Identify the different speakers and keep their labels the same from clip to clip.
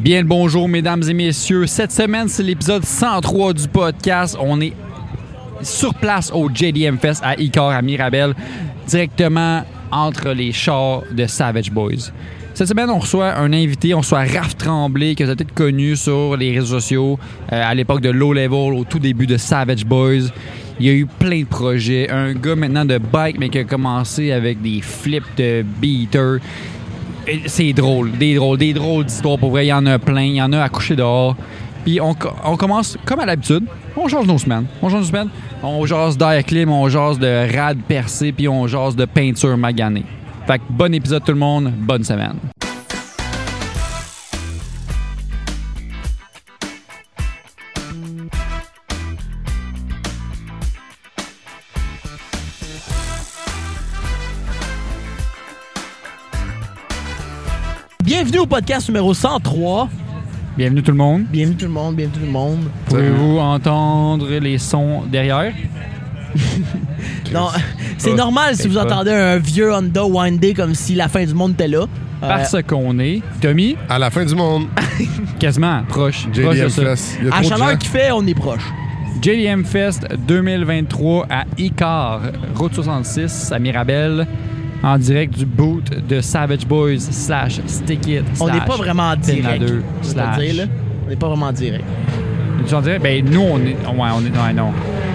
Speaker 1: Bien le bonjour, mesdames et messieurs. Cette semaine, c'est l'épisode 103 du podcast. On est sur place au JDM Fest à Icar, à Mirabel, directement entre les chars de Savage Boys. Cette semaine, on reçoit un invité, on reçoit Raph Tremblay, que vous avez peut-être connu sur les réseaux sociaux euh, à l'époque de Low Level, au tout début de Savage Boys. Il y a eu plein de projets. Un gars maintenant de bike, mais qui a commencé avec des flips de beater. Et C'est drôle, des drôles, des drôles d'histoires pour vrai. Il y en a plein, il y en a à coucher dehors. Puis on, co- on commence comme à l'habitude, on change nos semaines. On change nos semaines, on jase d'air clim, on jase de rad percé, puis on jase de peinture maganée. Fait que bon épisode tout le monde, bonne semaine.
Speaker 2: Bienvenue au podcast numéro 103.
Speaker 1: Bienvenue tout le monde.
Speaker 2: Bienvenue tout le monde, bienvenue tout le monde.
Speaker 1: Pouvez-vous entendre les sons derrière?
Speaker 2: Non, c'est
Speaker 1: Oh,
Speaker 2: normal si
Speaker 1: c'est
Speaker 2: vous
Speaker 1: pas.
Speaker 2: entendez un vieux Honda Windy comme si la fin du monde était là. Euh,
Speaker 1: Parce qu'on est, Tommy,
Speaker 3: À la fin du monde,
Speaker 1: quasiment proche. proche de
Speaker 3: JDM
Speaker 1: ça.
Speaker 3: Fest. Il y a
Speaker 2: à
Speaker 3: trop de gens.
Speaker 2: chaleur qui fait, on est proche.
Speaker 1: JDM Fest 2023 à Icar, route 66 à Mirabel, en direct du boot de Savage Boys slash Stick It.
Speaker 2: On
Speaker 1: slash
Speaker 2: n'est pas vraiment en
Speaker 1: Tin à
Speaker 2: direct.
Speaker 1: deux,
Speaker 2: je veux te
Speaker 1: slash.
Speaker 2: le dire, là. On n'est pas vraiment en direct.
Speaker 1: Tu es en direct? Ben, nous, on est. Ouais, on est. Ouais, non.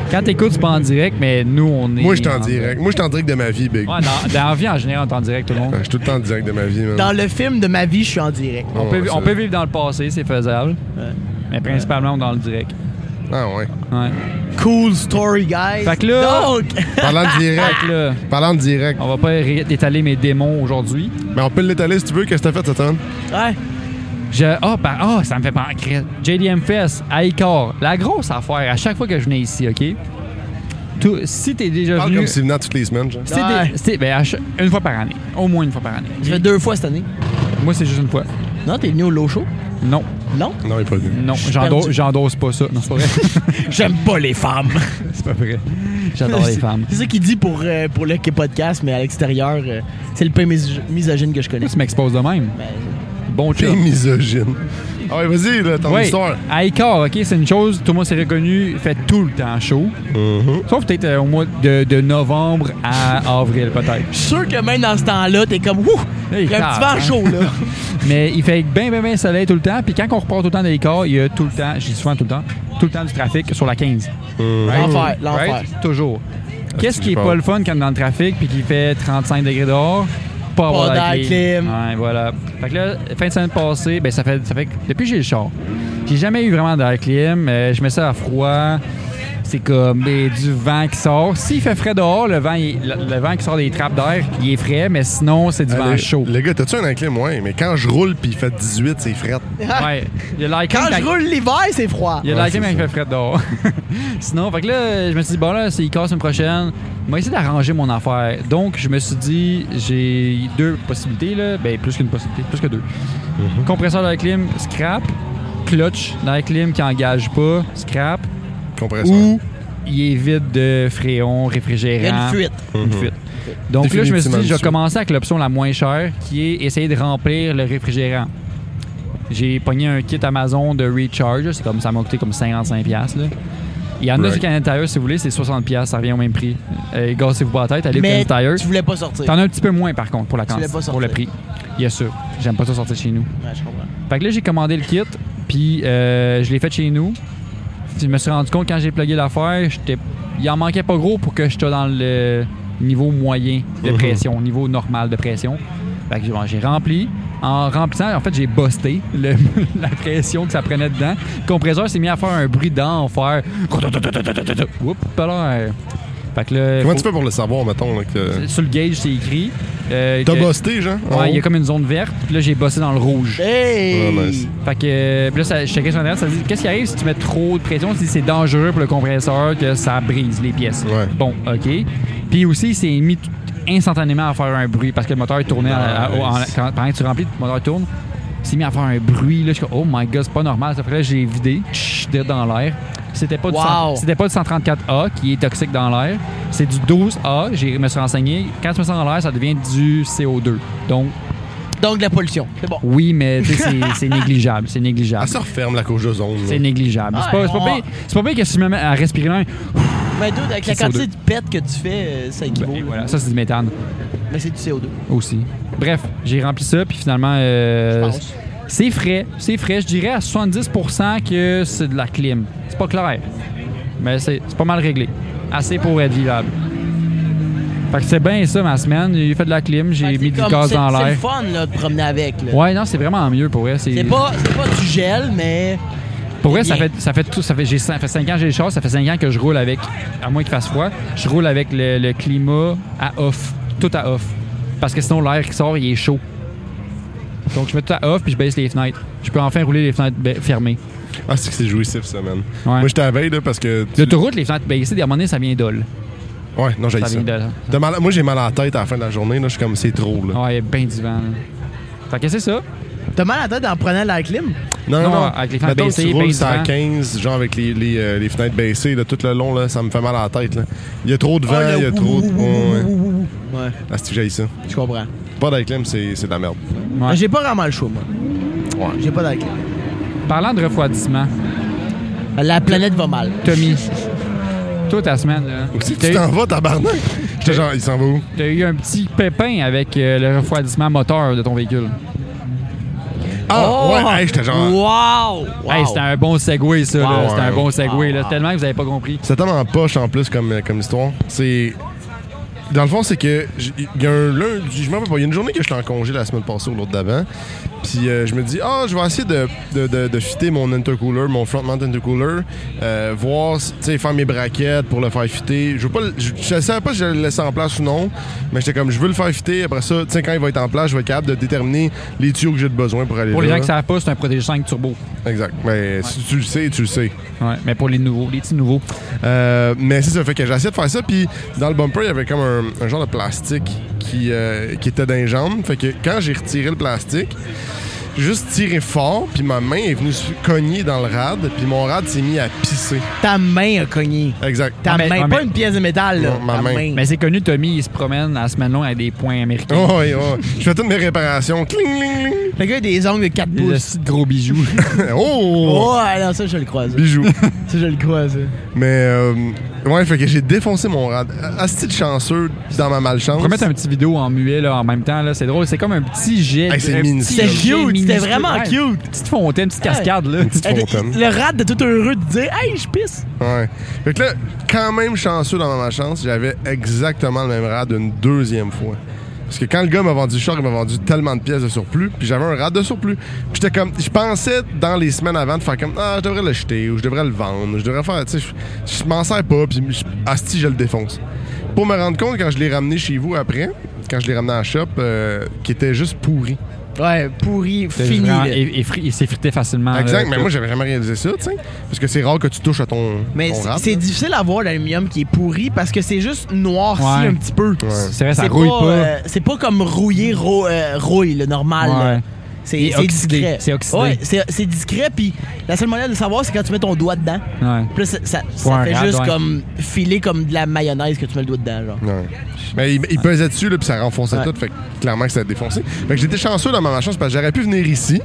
Speaker 1: Quand t'écoutes, c'est pas en direct, mais nous, on est.
Speaker 3: Moi, je suis en direct. Moi, je suis en direct de ma vie, Big.
Speaker 1: Ouais, dans, dans la vie en général, on est en direct, tout le monde.
Speaker 3: Je suis tout le temps en direct de ma vie, man. Ah
Speaker 2: Dans le film de ma vie, je suis en direct.
Speaker 1: On,
Speaker 3: Ouais,
Speaker 1: peut,
Speaker 3: ouais,
Speaker 1: on
Speaker 3: ça-
Speaker 1: peut vivre dans le passé, c'est faisable,
Speaker 2: Ouais.
Speaker 1: mais principalement, on est dans le direct.
Speaker 3: Ah, ouais.
Speaker 1: Ouais.
Speaker 2: Cool story, guys.
Speaker 1: Fait que là-
Speaker 2: Donc,
Speaker 3: Parlant de direct.
Speaker 1: Fait que là,
Speaker 3: Parlant de direct.
Speaker 1: on va pas ré- étaler mes démons aujourd'hui.
Speaker 3: Mais on peut l'étaler si tu veux. Qu'est-ce que t'as fait, Tatan?
Speaker 2: ouais.
Speaker 1: Je, ah, ben, ah, ça me fait penser. Chris. JDM Fest, à Icor, la grosse affaire, à chaque fois que je venais ici, OK? Tout- si t'es déjà
Speaker 3: Parle
Speaker 1: venu.
Speaker 3: comme s'il venait toutes les semaines, genre.
Speaker 1: si t'es-
Speaker 2: Ouais.
Speaker 1: si t'es- ben, à chaque- une fois par année. Au moins une fois par année.
Speaker 2: je fais deux fois cette année.
Speaker 1: Moi, c'est juste une fois.
Speaker 2: Non, t'es venu au low show?
Speaker 1: Non,
Speaker 2: Non?
Speaker 3: Non, il est pas venu.
Speaker 1: non,
Speaker 2: suis
Speaker 1: j'endo-
Speaker 2: perdu.
Speaker 1: j'endosse pas ça. Non, c'est pas vrai.
Speaker 2: J'aime pas les femmes.
Speaker 1: c'est pas vrai. J'adore les
Speaker 2: C'est-
Speaker 1: femmes.
Speaker 2: C'est ça qu'il dit pour, euh, pour le podcast, mais à l'extérieur, euh, c'est le pain mis- misogyne que je connais.
Speaker 1: Tu m'exposes de même.
Speaker 2: Ben,
Speaker 1: Bon
Speaker 3: T'es
Speaker 1: chum.
Speaker 3: misogyne. Ah, ouais, vas-y, là, ton
Speaker 1: Ouais,
Speaker 3: histoire.
Speaker 1: à Icor, OK, c'est une chose, tout le monde s'est reconnu, fait tout le temps chaud.
Speaker 3: Mhm.
Speaker 1: Sauf peut-être euh, au mois de, de novembre à avril, peut-être.
Speaker 2: Je suis sûr que même dans ce temps-là, t'es comme Ouh!
Speaker 1: Hey,
Speaker 2: Il y a un
Speaker 1: calme,
Speaker 2: petit vent
Speaker 1: hein.
Speaker 2: chaud là.
Speaker 1: Mais il fait bien, bien, bien soleil tout le temps. Puis quand on repart tout le temps dans les corps, il y a tout le temps, je dis souvent tout le temps, tout le temps du trafic sur la 15.
Speaker 2: L'enfer, l'enfer.
Speaker 1: Toujours. Qu'est-ce
Speaker 3: que
Speaker 1: qui
Speaker 3: j'ai
Speaker 1: est pas
Speaker 3: peur.
Speaker 1: le fun quand on est dans le trafic puis qu'il fait 35 degrés dehors? Pas avoir
Speaker 2: Pas
Speaker 1: la
Speaker 2: d'air
Speaker 1: clim.
Speaker 2: clim.
Speaker 1: Ouais, voilà. Fait que là, fin de semaine passée, ben ça fait, ça fait que depuis que j'ai le char, j'ai jamais eu vraiment d'air clim. Euh, je mets ça à froid. C'est comme ben, du vent qui sort. S'il fait frais dehors, le vent, il- le, le vent qui sort des trappes d'air, il est frais, mais sinon, c'est du
Speaker 3: Ah,
Speaker 1: vent
Speaker 3: le-
Speaker 1: chaud.
Speaker 3: Le gars, t'as-tu un inclin? Ouais, mais quand je roule puis il fait 18, c'est frette.
Speaker 1: Ouais. Il y a l'air clim
Speaker 2: Quand
Speaker 1: quand-
Speaker 2: je roule l'hiver, c'est froid.
Speaker 1: Il y a
Speaker 3: Ouais,
Speaker 1: liké,
Speaker 3: c'est
Speaker 1: mais il
Speaker 3: ça.
Speaker 1: fait fret dehors. Sinon, fait que là, je me suis dit, bon là, c'est casse une prochaine. Moi, essayé d'arranger mon affaire. Donc, je me suis dit, j'ai deux possibilités, là. Ben, plus qu'une possibilité, plus que deux.
Speaker 3: Mm-hmm.
Speaker 1: Compresseur de la clim, scrap. Clutch dans la clim qui engage pas, scrap.
Speaker 3: Compresseur.
Speaker 1: Ou il est vide de fréon,
Speaker 2: Il y a
Speaker 1: réfrigérant.
Speaker 2: une fuite.
Speaker 1: Une fuite. Donc là, je me suis
Speaker 3: Définitivement
Speaker 1: dit, je vais
Speaker 3: dessus.
Speaker 1: commencer avec l'option la moins chère, qui est essayer de remplir le réfrigérant. J'ai pogné un kit Amazon de Recharge, c'est comme ça m'a coûté comme 55$. piastres, Là. Il y en a
Speaker 3: Right.
Speaker 1: sur Canadian Tire, si vous voulez, c'est 60$, piastres, ça revient au même prix. Euh, Gassez-vous pas la tête, allez au
Speaker 2: Mais
Speaker 1: Canadian
Speaker 2: tu
Speaker 1: Tire.
Speaker 2: voulais pas sortir.
Speaker 1: T'en as un petit peu moins par contre pour la
Speaker 2: voulais
Speaker 1: quantité,
Speaker 2: pas sortir.
Speaker 1: pour le prix. Bien sûr, j'aime pas ça sortir chez nous.
Speaker 2: Ouais, je comprends.
Speaker 1: Fait que là, j'ai commandé le kit, puis euh, je l'ai fait chez nous. Puis je me suis rendu compte quand j'ai plugué l'affaire, j'étais- il en manquait pas gros pour que j'étais dans le niveau moyen de
Speaker 3: Mhm.
Speaker 1: pression, niveau normal de pression. Fait que j'ai- bon, j'ai rempli. En remplissant, en fait, j'ai busté le- la pression que ça prenait dedans. Le compresseur s'est mis à faire un bruit d'enfer. Oups, pas là. hein. Fait que là,
Speaker 3: Comment
Speaker 1: faut-
Speaker 3: tu fais pour le savoir, mettons? là, que-
Speaker 1: sur le gauge, c'est écrit. euh,
Speaker 3: T'as
Speaker 1: que-
Speaker 3: busté, genre? en
Speaker 1: Ouais, il y a
Speaker 3: haut?
Speaker 1: comme une zone verte. Puis là, j'ai bossé dans le rouge.
Speaker 2: Hey!
Speaker 3: Ouais, nice.
Speaker 1: Fait que, euh, puis là, ça, je checkais sur Internet, ça dit qu'est-ce qui arrive si tu mets trop de pression, si c'est dangereux pour le compresseur, que ça brise les pièces.
Speaker 3: Ouais.
Speaker 1: Bon, OK. Puis aussi, c'est mis tout- instantanément à faire un bruit parce que le moteur tournait à- à- en-
Speaker 3: Nice.
Speaker 1: quand, pendant que tu remplis, le moteur tourne. C'est mis à faire un bruit. Là, je suis comme, oh my god, c'est pas normal. Après, là, j'ai vidé, tch, direct dans l'air. C'était pas, du
Speaker 2: Wow.
Speaker 1: 100 c'était pas du 134A qui est toxique dans l'air. C'est du 12A, je me suis renseigné. Quand tu mets ça dans l'air, ça devient du CO2. Donc,
Speaker 2: Donc, de la pollution. C'est bon.
Speaker 1: Oui, mais tu sais, c'est- c'est négligeable. C'est
Speaker 3: Elle
Speaker 1: négligeable.
Speaker 3: se referme, la couche de zone.
Speaker 1: C'est négligeable. C'est pas, c'est pas
Speaker 2: Ah, Ouais, on-
Speaker 1: pire- c'est pas pire que si je me mets à respirer ben, un.
Speaker 2: Mais dude, avec la
Speaker 1: C'est du
Speaker 2: quantité de pète que tu fais, euh, ça équivaut.
Speaker 1: Ben,
Speaker 2: là.
Speaker 1: voilà, ça, c'est du méthane
Speaker 2: Mais c'est du CO2.
Speaker 1: aussi. Bref, j'ai rempli ça, puis finalement, euh,
Speaker 2: Je pense.
Speaker 1: c'est frais. C'est frais. Je dirais à 70 que c'est de la clim. C'est pas clair. Mais c'est c'est pas mal réglé. Assez pour être vivable. Fait que c'est bien ça, ma semaine. J'ai fait de la clim, j'ai
Speaker 2: Fait que
Speaker 1: mis
Speaker 2: c'est
Speaker 1: du
Speaker 2: comme-
Speaker 1: gaz
Speaker 2: c'est-
Speaker 1: dans
Speaker 2: C'est le
Speaker 1: l'air.
Speaker 2: fun là, de promener avec. Là.
Speaker 1: Ouais, non, c'est vraiment mieux pour vrai.
Speaker 2: C'est pas, c'est pas du gel, mais.
Speaker 1: Pour vrai, ça
Speaker 2: Bien.
Speaker 1: fait, ça fait tout. Ça fait, j'ai, cin- ça fait 5 ans que j'ai le char, ça fait 5 ans que je roule avec, à moins qu'il fasse froid, je roule avec le, le climat à off, tout à off. Parce que sinon, l'air qui sort, il est chaud. Donc, je mets tout à off puis je baisse les fenêtres. Je peux enfin rouler les fenêtres ba- fermées.
Speaker 3: Ah, c'est que c'est jouissif, ça, man.
Speaker 1: Ouais.
Speaker 3: Moi, j'étais à la veille, là, parce que. tu-
Speaker 1: L'autoroute, les fenêtres baissées, des moment donné, ça vient d'ol.
Speaker 3: Ouais, non, j'ai
Speaker 1: Ça
Speaker 3: ça.
Speaker 1: vient d'ol.
Speaker 3: T'as mal à- Moi, j'ai mal à la tête à la fin de la journée, là. Je suis comme, c'est trop, là.
Speaker 1: Ouais, ben du vent. là. Fait que c'est ça.
Speaker 2: T'as mal à la tête en prenant la clim?
Speaker 3: Non,
Speaker 1: Non, avec les fenêtres
Speaker 3: Mettons que
Speaker 1: baissées,
Speaker 3: tu roules
Speaker 1: baisse
Speaker 3: ça à
Speaker 1: vent.
Speaker 3: 15, genre avec les, les, euh, les fenêtres baissées, là, tout le long, là, ça me fait mal à la tête, là. Il y a trop de vent,
Speaker 2: Ah, le
Speaker 3: il y a
Speaker 2: ouh,
Speaker 3: trop de.
Speaker 2: ouh, ouh,
Speaker 3: Ouais, ouais.
Speaker 2: ouh, ouh, ouh. Ouais,
Speaker 3: Ah, c'est que j'ai ça.
Speaker 2: je comprends.
Speaker 3: Pas d'acclim, c'est c'est de la merde.
Speaker 1: Ouais.
Speaker 2: J'ai pas vraiment le choix, moi.
Speaker 3: Ouais.
Speaker 2: J'ai pas la clim.
Speaker 1: Parlant de refroidissement,
Speaker 2: La planète va mal.
Speaker 1: Tommy, toi, ta semaine, là,
Speaker 3: Où c'est que
Speaker 1: t'as
Speaker 3: tu
Speaker 1: eu-
Speaker 3: t'en vas, tabarnak? J'étais genre, il s'en va où?
Speaker 1: t'as eu un petit pépin avec euh, le refroidissement moteur de ton véhicule.
Speaker 3: Ah,
Speaker 1: Oh!
Speaker 3: ouais, hey, j'étais genre.
Speaker 2: Oh, Wow! wow.
Speaker 1: Hey, c'était un bon segway, ça. là.
Speaker 3: Wow.
Speaker 1: C'était un bon segway.
Speaker 2: Wow.
Speaker 1: là. Tellement que vous n'avez pas compris.
Speaker 3: C'est tellement poche en plus comme, comme histoire. C'est. Dans le fond, c'est que. j- Il y a un lundi, je me rappelle pas, il y a une journée que j'étais en congé la semaine passée ou l'autre d'avant. Puis euh, je me dis, ah, je vais essayer de, de, de, de fitter mon intercooler, mon front mount intercooler, euh, voir, si- tu sais, faire mes braquettes pour le faire fitter. Je veux pas. le- Je, je savais pas si j'allais le laisser en place ou non, mais j'étais comme, je veux le faire fitter. Après ça, tu sais, quand il va être en place, je vais être capable de déterminer les tuyaux que j'ai de besoin pour aller
Speaker 1: Pour les
Speaker 3: là.
Speaker 1: gens qui savent pas, c'est un Protégé 5 Turbo.
Speaker 3: Exact. Mais si tu le sais, tu le sais.
Speaker 1: Ouais, mais pour les nouveaux, les petits nouveaux.
Speaker 3: Euh, mais c'est ça, fait que j'ai essayé de faire ça. Puis dans le bumper, il y avait comme un, un genre de plastique qui, euh, qui était dans les jambes. Fait que quand j'ai retiré le plastique, j'ai juste tiré fort, puis ma main est venue se cogner dans le rad, puis mon rad s'est mis à pisser.
Speaker 2: Ta main a cogné.
Speaker 3: Exact.
Speaker 2: Ta
Speaker 1: Ah, mais-
Speaker 2: main,
Speaker 1: ah,
Speaker 2: pas
Speaker 1: mais-
Speaker 2: une pièce de métal, là.
Speaker 3: Non, ma
Speaker 2: Ta
Speaker 3: main.
Speaker 1: Mais c'est connu, Tommy, il se promène à la semaine longue à des points américains.
Speaker 3: Oh, ouais, ouais. Je fais toutes mes réparations. Cling, cling,
Speaker 2: Le gars a des ongles de
Speaker 3: Oh,
Speaker 2: 4
Speaker 1: Le
Speaker 2: pouces.
Speaker 1: petit gros bijou.
Speaker 3: cling. Oh!
Speaker 2: Oh, non, ça, je le croise.
Speaker 3: Bijoux.
Speaker 2: Ça, je le croise.
Speaker 3: Mais, euh, ouais, fait que j'ai défoncé mon rad. Asti de chanceux dans ma malchance.
Speaker 1: On pourrait mettre un petit vidéo en muet là, en même temps. là. C'est drôle. C'est comme un petit jet.
Speaker 3: Hey, c'est
Speaker 1: un petit
Speaker 3: minuscule.
Speaker 1: jet
Speaker 2: C'était cute, c'était
Speaker 1: minuscule.
Speaker 2: vraiment
Speaker 1: Ouais,
Speaker 2: cute.
Speaker 1: Une petite fontaine, une petite cascade. Là.
Speaker 3: Une petite fontaine.
Speaker 2: Le rat de tout heureux de dire Hey, je pisse.
Speaker 3: Ouais. Fait que là, quand même chanceux dans ma chance, j'avais exactement le même rad une deuxième fois. Parce que quand le gars m'a vendu le char, il m'a vendu tellement de pièces de surplus, puis j'avais un rad de surplus. Puis j'étais comme, je pensais dans les semaines avant de faire comme, ah, je devrais le jeter, ou je devrais le vendre, je devrais faire, tu sais, je- je m'en sers pas, puis je- asti, je le défonce. Pour me rendre compte, quand je l'ai ramené chez vous après, quand je l'ai ramené à la shop, euh, qui était juste pourri.
Speaker 2: Ouais, pourri,
Speaker 1: C'est
Speaker 2: fini.
Speaker 1: vraiment-
Speaker 2: là.
Speaker 1: et, et fri- il s'effritait facilement.
Speaker 2: Ah,
Speaker 1: là.
Speaker 3: exact, mais moi, j'avais jamais réalisé ça, tu sais. Parce que c'est rare que tu touches à ton,
Speaker 2: Mais
Speaker 3: ton
Speaker 2: c'est-
Speaker 3: rad,
Speaker 2: c'est
Speaker 3: là.
Speaker 2: difficile à voir l'aluminium qui est pourri parce que c'est juste noirci
Speaker 1: Ouais.
Speaker 2: un petit peu.
Speaker 3: Ouais.
Speaker 1: C'est vrai, ça
Speaker 2: C'est
Speaker 1: rouille pas.
Speaker 2: euh, c'est pas comme rouillé, rou- euh, rouille, le normal.
Speaker 1: Ouais.
Speaker 2: là.
Speaker 1: Il
Speaker 2: C'est
Speaker 1: est
Speaker 2: c'est
Speaker 1: oxydé,
Speaker 2: discret.
Speaker 1: c'est oxydé.
Speaker 2: Ouais, c'est c'est discret, puis la seule manière de le savoir, c'est quand tu mets ton doigt dedans.
Speaker 1: Ouais.
Speaker 2: Puis là, ça, ça-
Speaker 1: Pour
Speaker 2: ça
Speaker 1: un
Speaker 2: fait
Speaker 1: rad,
Speaker 2: juste
Speaker 1: ouais.
Speaker 2: comme filer comme de la mayonnaise que tu mets le doigt dedans, genre.
Speaker 3: Ouais. Mais il, il pesait dessus, là, puis ça renfonçait
Speaker 2: Ouais.
Speaker 3: tout. Fait que clairement que ça a défoncé. Fait que j'étais chanceux dans ma chance parce que j'aurais pu venir ici,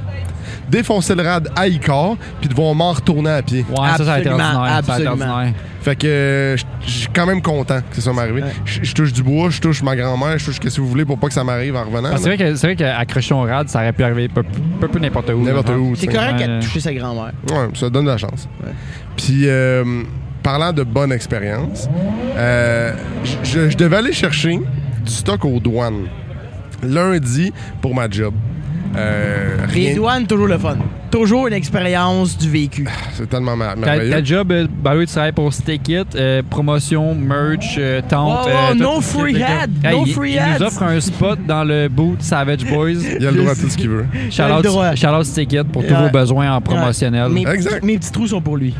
Speaker 3: défoncer le rad à Icar, puis devoir m'en retourner à pied.
Speaker 1: Ouais, ça, ça a été ordinaire.
Speaker 2: Absolument,
Speaker 1: Ça a été
Speaker 2: absolument.
Speaker 1: ordinaire.
Speaker 3: Fait que euh, je- je suis quand même content que ça m'arrive.
Speaker 2: Ouais.
Speaker 3: Je je touche du bois, je touche ma grand-mère, je touche que si vous voulez pour pas que ça m'arrive en revenant.
Speaker 1: Parce que
Speaker 3: là.
Speaker 1: C'est vrai que- c'est vrai qu'accrocher au rad, ça aurait pu arriver peu, peu, peu n'importe où. hein.
Speaker 3: N'importe
Speaker 1: là.
Speaker 3: où. tu
Speaker 2: C'est
Speaker 3: sais.
Speaker 2: correct
Speaker 1: Ouais.
Speaker 2: qu'elle a touché sa grand-mère.
Speaker 3: Ouais, ça donne de la chance.
Speaker 2: Ouais.
Speaker 3: Puis, euh, parlant de bonne expérience, euh, j- je, je devais aller chercher du stock aux douanes lundi pour ma job. Euh,
Speaker 2: Les
Speaker 3: rien,
Speaker 2: douanes, toujours le fun. Toujours une expérience du vécu.
Speaker 1: Ah,
Speaker 3: C'est tellement mar-
Speaker 1: Ta,
Speaker 3: merveilleux.
Speaker 1: ta job, euh, bah oui, tu travailles pour Stick It, euh, promotion, merch, euh, tente.
Speaker 2: Oh, oh,
Speaker 1: euh, tout-
Speaker 2: no
Speaker 1: tout-
Speaker 2: free
Speaker 1: tout- tout-
Speaker 2: ad,
Speaker 1: Hey,
Speaker 2: no
Speaker 1: il-
Speaker 2: free
Speaker 1: il
Speaker 2: ads.
Speaker 1: nous offre un spot dans le boot Savage Boys.
Speaker 3: Il a le droit à tout ce qu'il veut.
Speaker 1: Shout
Speaker 2: Il a le droit.
Speaker 1: out, shout out Stick It pour tous
Speaker 2: Ouais.
Speaker 1: vos besoins en promotionnel.
Speaker 2: Mes,
Speaker 3: Exact.
Speaker 2: mes petits trous sont pour lui.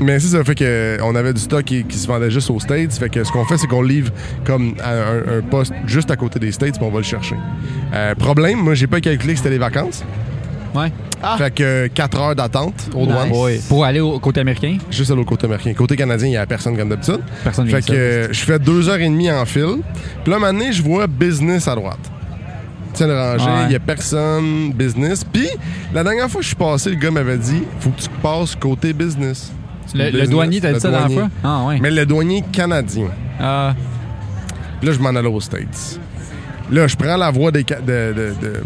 Speaker 3: Mais c'est ça fait que euh, on avait du stock qui, qui se vendait juste aux States. Fait que ce qu'on fait, c'est qu'on livre comme à un, un poste juste à côté des States, puis on va le chercher. Euh, problème, moi, j'ai pas calculé que c'était les vacances.
Speaker 1: Ouais.
Speaker 2: Ah.
Speaker 3: Fait que 4 heures d'attente aux
Speaker 2: Nice.
Speaker 3: douanes.
Speaker 1: Ouais. Pour aller au côté américain,
Speaker 3: Juste à l'autre côté américain. Côté canadien, il y a personne comme d'habitude.
Speaker 1: personne vient
Speaker 3: Fait que
Speaker 1: ici.
Speaker 3: euh, je fais deux heures et demie en fil. Puis là, maintenant, je vois business à droite. tiens le rangé,
Speaker 1: Ouais.
Speaker 3: il y a personne, business. Puis, la dernière fois que je suis passé, le gars m'avait dit faut que tu passes côté business.
Speaker 1: Le, le
Speaker 3: Business,
Speaker 1: douanier, t'as
Speaker 3: le
Speaker 1: dit ça la
Speaker 3: douanier.
Speaker 1: fois? Ah, ouais.
Speaker 3: Mais le douanier canadien.
Speaker 1: Euh,
Speaker 3: Puis là, je m'en allais aux States. Là, je prends la voie des, ca- de, de- de-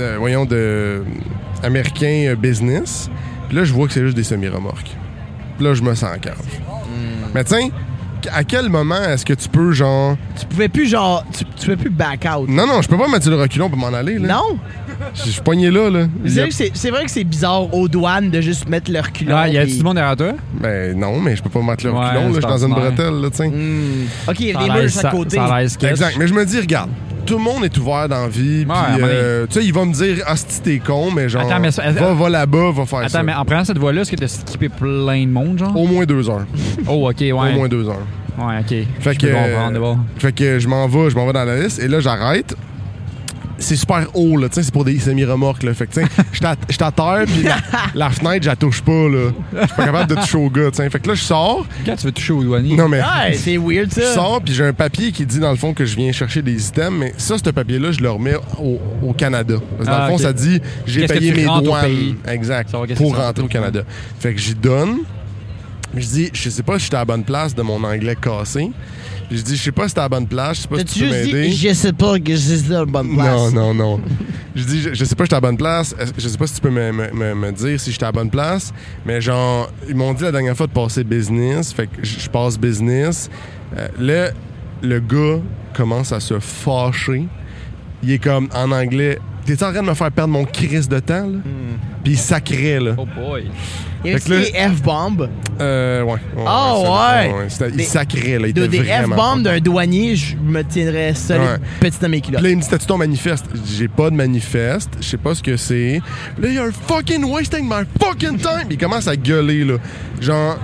Speaker 3: de- voyons, de américain euh, business. Puis là, je vois que c'est juste des semi-remorques. Puis là, je me sens en cave.
Speaker 2: Hmm.
Speaker 3: Mais tiens, à quel moment est-ce que tu peux, genre...
Speaker 2: Tu pouvais plus, genre, tu, tu pouvais plus back out.
Speaker 3: Non, non, je peux pas mettre sur le reculon pour m'en aller, là.
Speaker 2: Non?
Speaker 3: Je je suis pogné là, là. Il y a-
Speaker 2: C'est- C'est c'est vrai que c'est bizarre aux douanes de juste mettre leur culot.
Speaker 1: là, Ah, y a-tu
Speaker 2: puis-
Speaker 1: du monde derrière toi?
Speaker 3: Ben non, mais je peux pas mettre le
Speaker 1: Ouais,
Speaker 3: reculon, là. Je suis dans une
Speaker 1: c'est
Speaker 3: bretelle, là, tiens.
Speaker 2: Hmm. OK, les
Speaker 1: Ça a l'air
Speaker 2: murs sont à
Speaker 1: sa-
Speaker 2: côté.
Speaker 1: Ça a l'air sketch.
Speaker 3: Exact. Mais je me dis, regarde, tout le monde est ouvert dans la vie.
Speaker 1: à un moment
Speaker 3: puis,
Speaker 1: donné.
Speaker 3: euh, tu sais, il va me dire, hostie, t'es con, mais genre,
Speaker 1: Attends, mais ça-
Speaker 3: va, va là-bas, va faire ça.
Speaker 1: Attends, mais en prenant cette voie-là, est-ce que t'as skippé plein de monde, genre?
Speaker 3: Au moins deux heures.
Speaker 1: Oh, ok, ouais.
Speaker 3: Au moins deux heures.
Speaker 1: Ouais, ok.
Speaker 3: Fait
Speaker 1: je
Speaker 3: que,
Speaker 1: peux comprendre,
Speaker 3: euh,
Speaker 1: d'abord.
Speaker 3: Fait que je m'en vais, je m'en vais dans la liste et là j'arrête. C'est super haut là, tu sais, c'est pour des semi-remorques là. Fait que tu sais, j'étais à- j'étais à terre puis la, la fenêtre, je la touche pas là. Je suis pas capable de toucher au gars, tu sais. Fait que là je sors.
Speaker 1: Quand tu veux toucher au douanier?
Speaker 3: Non mais
Speaker 2: Ouais, c'est weird,
Speaker 3: je
Speaker 2: ça.
Speaker 3: sors puis j'ai un papier qui dit dans le fond que je viens chercher des items, mais ça ce papier là, je le remets au, au Canada. Parce que dans
Speaker 1: Ah,
Speaker 3: le fond
Speaker 1: ok.
Speaker 3: ça dit j'ai
Speaker 1: Qu'est-ce que
Speaker 3: payé
Speaker 1: tu
Speaker 3: mes
Speaker 1: rentres au
Speaker 3: douanes.
Speaker 1: pays.
Speaker 3: Exact.
Speaker 1: Savoir qu'est-ce
Speaker 3: Pour
Speaker 1: que ça
Speaker 3: rentrer au
Speaker 1: rentre.
Speaker 3: Canada. Fait que j'y donne. Je dis je sais pas si j'étais à la bonne place de mon anglais cassé. Je dis je sais pas si t'es à la bonne place, je sais pas si
Speaker 2: T'as-tu
Speaker 3: tu peux
Speaker 2: juste
Speaker 3: m'aider.
Speaker 2: dit, je sais pas que je suis dans la bonne place?
Speaker 3: Non, non, non. je dis, je, je sais pas, je suis à la bonne place. Est-ce- Je sais pas si tu peux me, me- me- me dire si j'étais à la bonne place. Mais genre, ils m'ont dit la dernière fois de passer business. Fait que je je passe business. Euh, là, le gars commence à se fâcher. Il est comme en anglais. T'es en train de me faire perdre mon crise de temps, là? Puis il sacrait, là.
Speaker 1: Oh boy.
Speaker 2: Il y a
Speaker 3: Fait
Speaker 2: aussi
Speaker 3: que là-
Speaker 2: des F-bombes.
Speaker 3: Euh, ouais. ouais,
Speaker 2: Ah,
Speaker 3: ça-
Speaker 2: ouais.
Speaker 3: c'était- il
Speaker 2: Des-
Speaker 3: sacrait, là. Il
Speaker 2: De,
Speaker 3: était
Speaker 2: des
Speaker 3: vraiment
Speaker 2: F-bombes d'un douanier, je me tiendrais solide
Speaker 3: Ouais.
Speaker 2: petit dans mes culottes.
Speaker 3: Puis là, il me dit, t'as-tu ton manifeste? Je dis, J'ai pas de manifeste, je sais pas ce que c'est. Puis Là, il y a un fucking wasting my fucking time. Puis il commence à gueuler, là. Genre,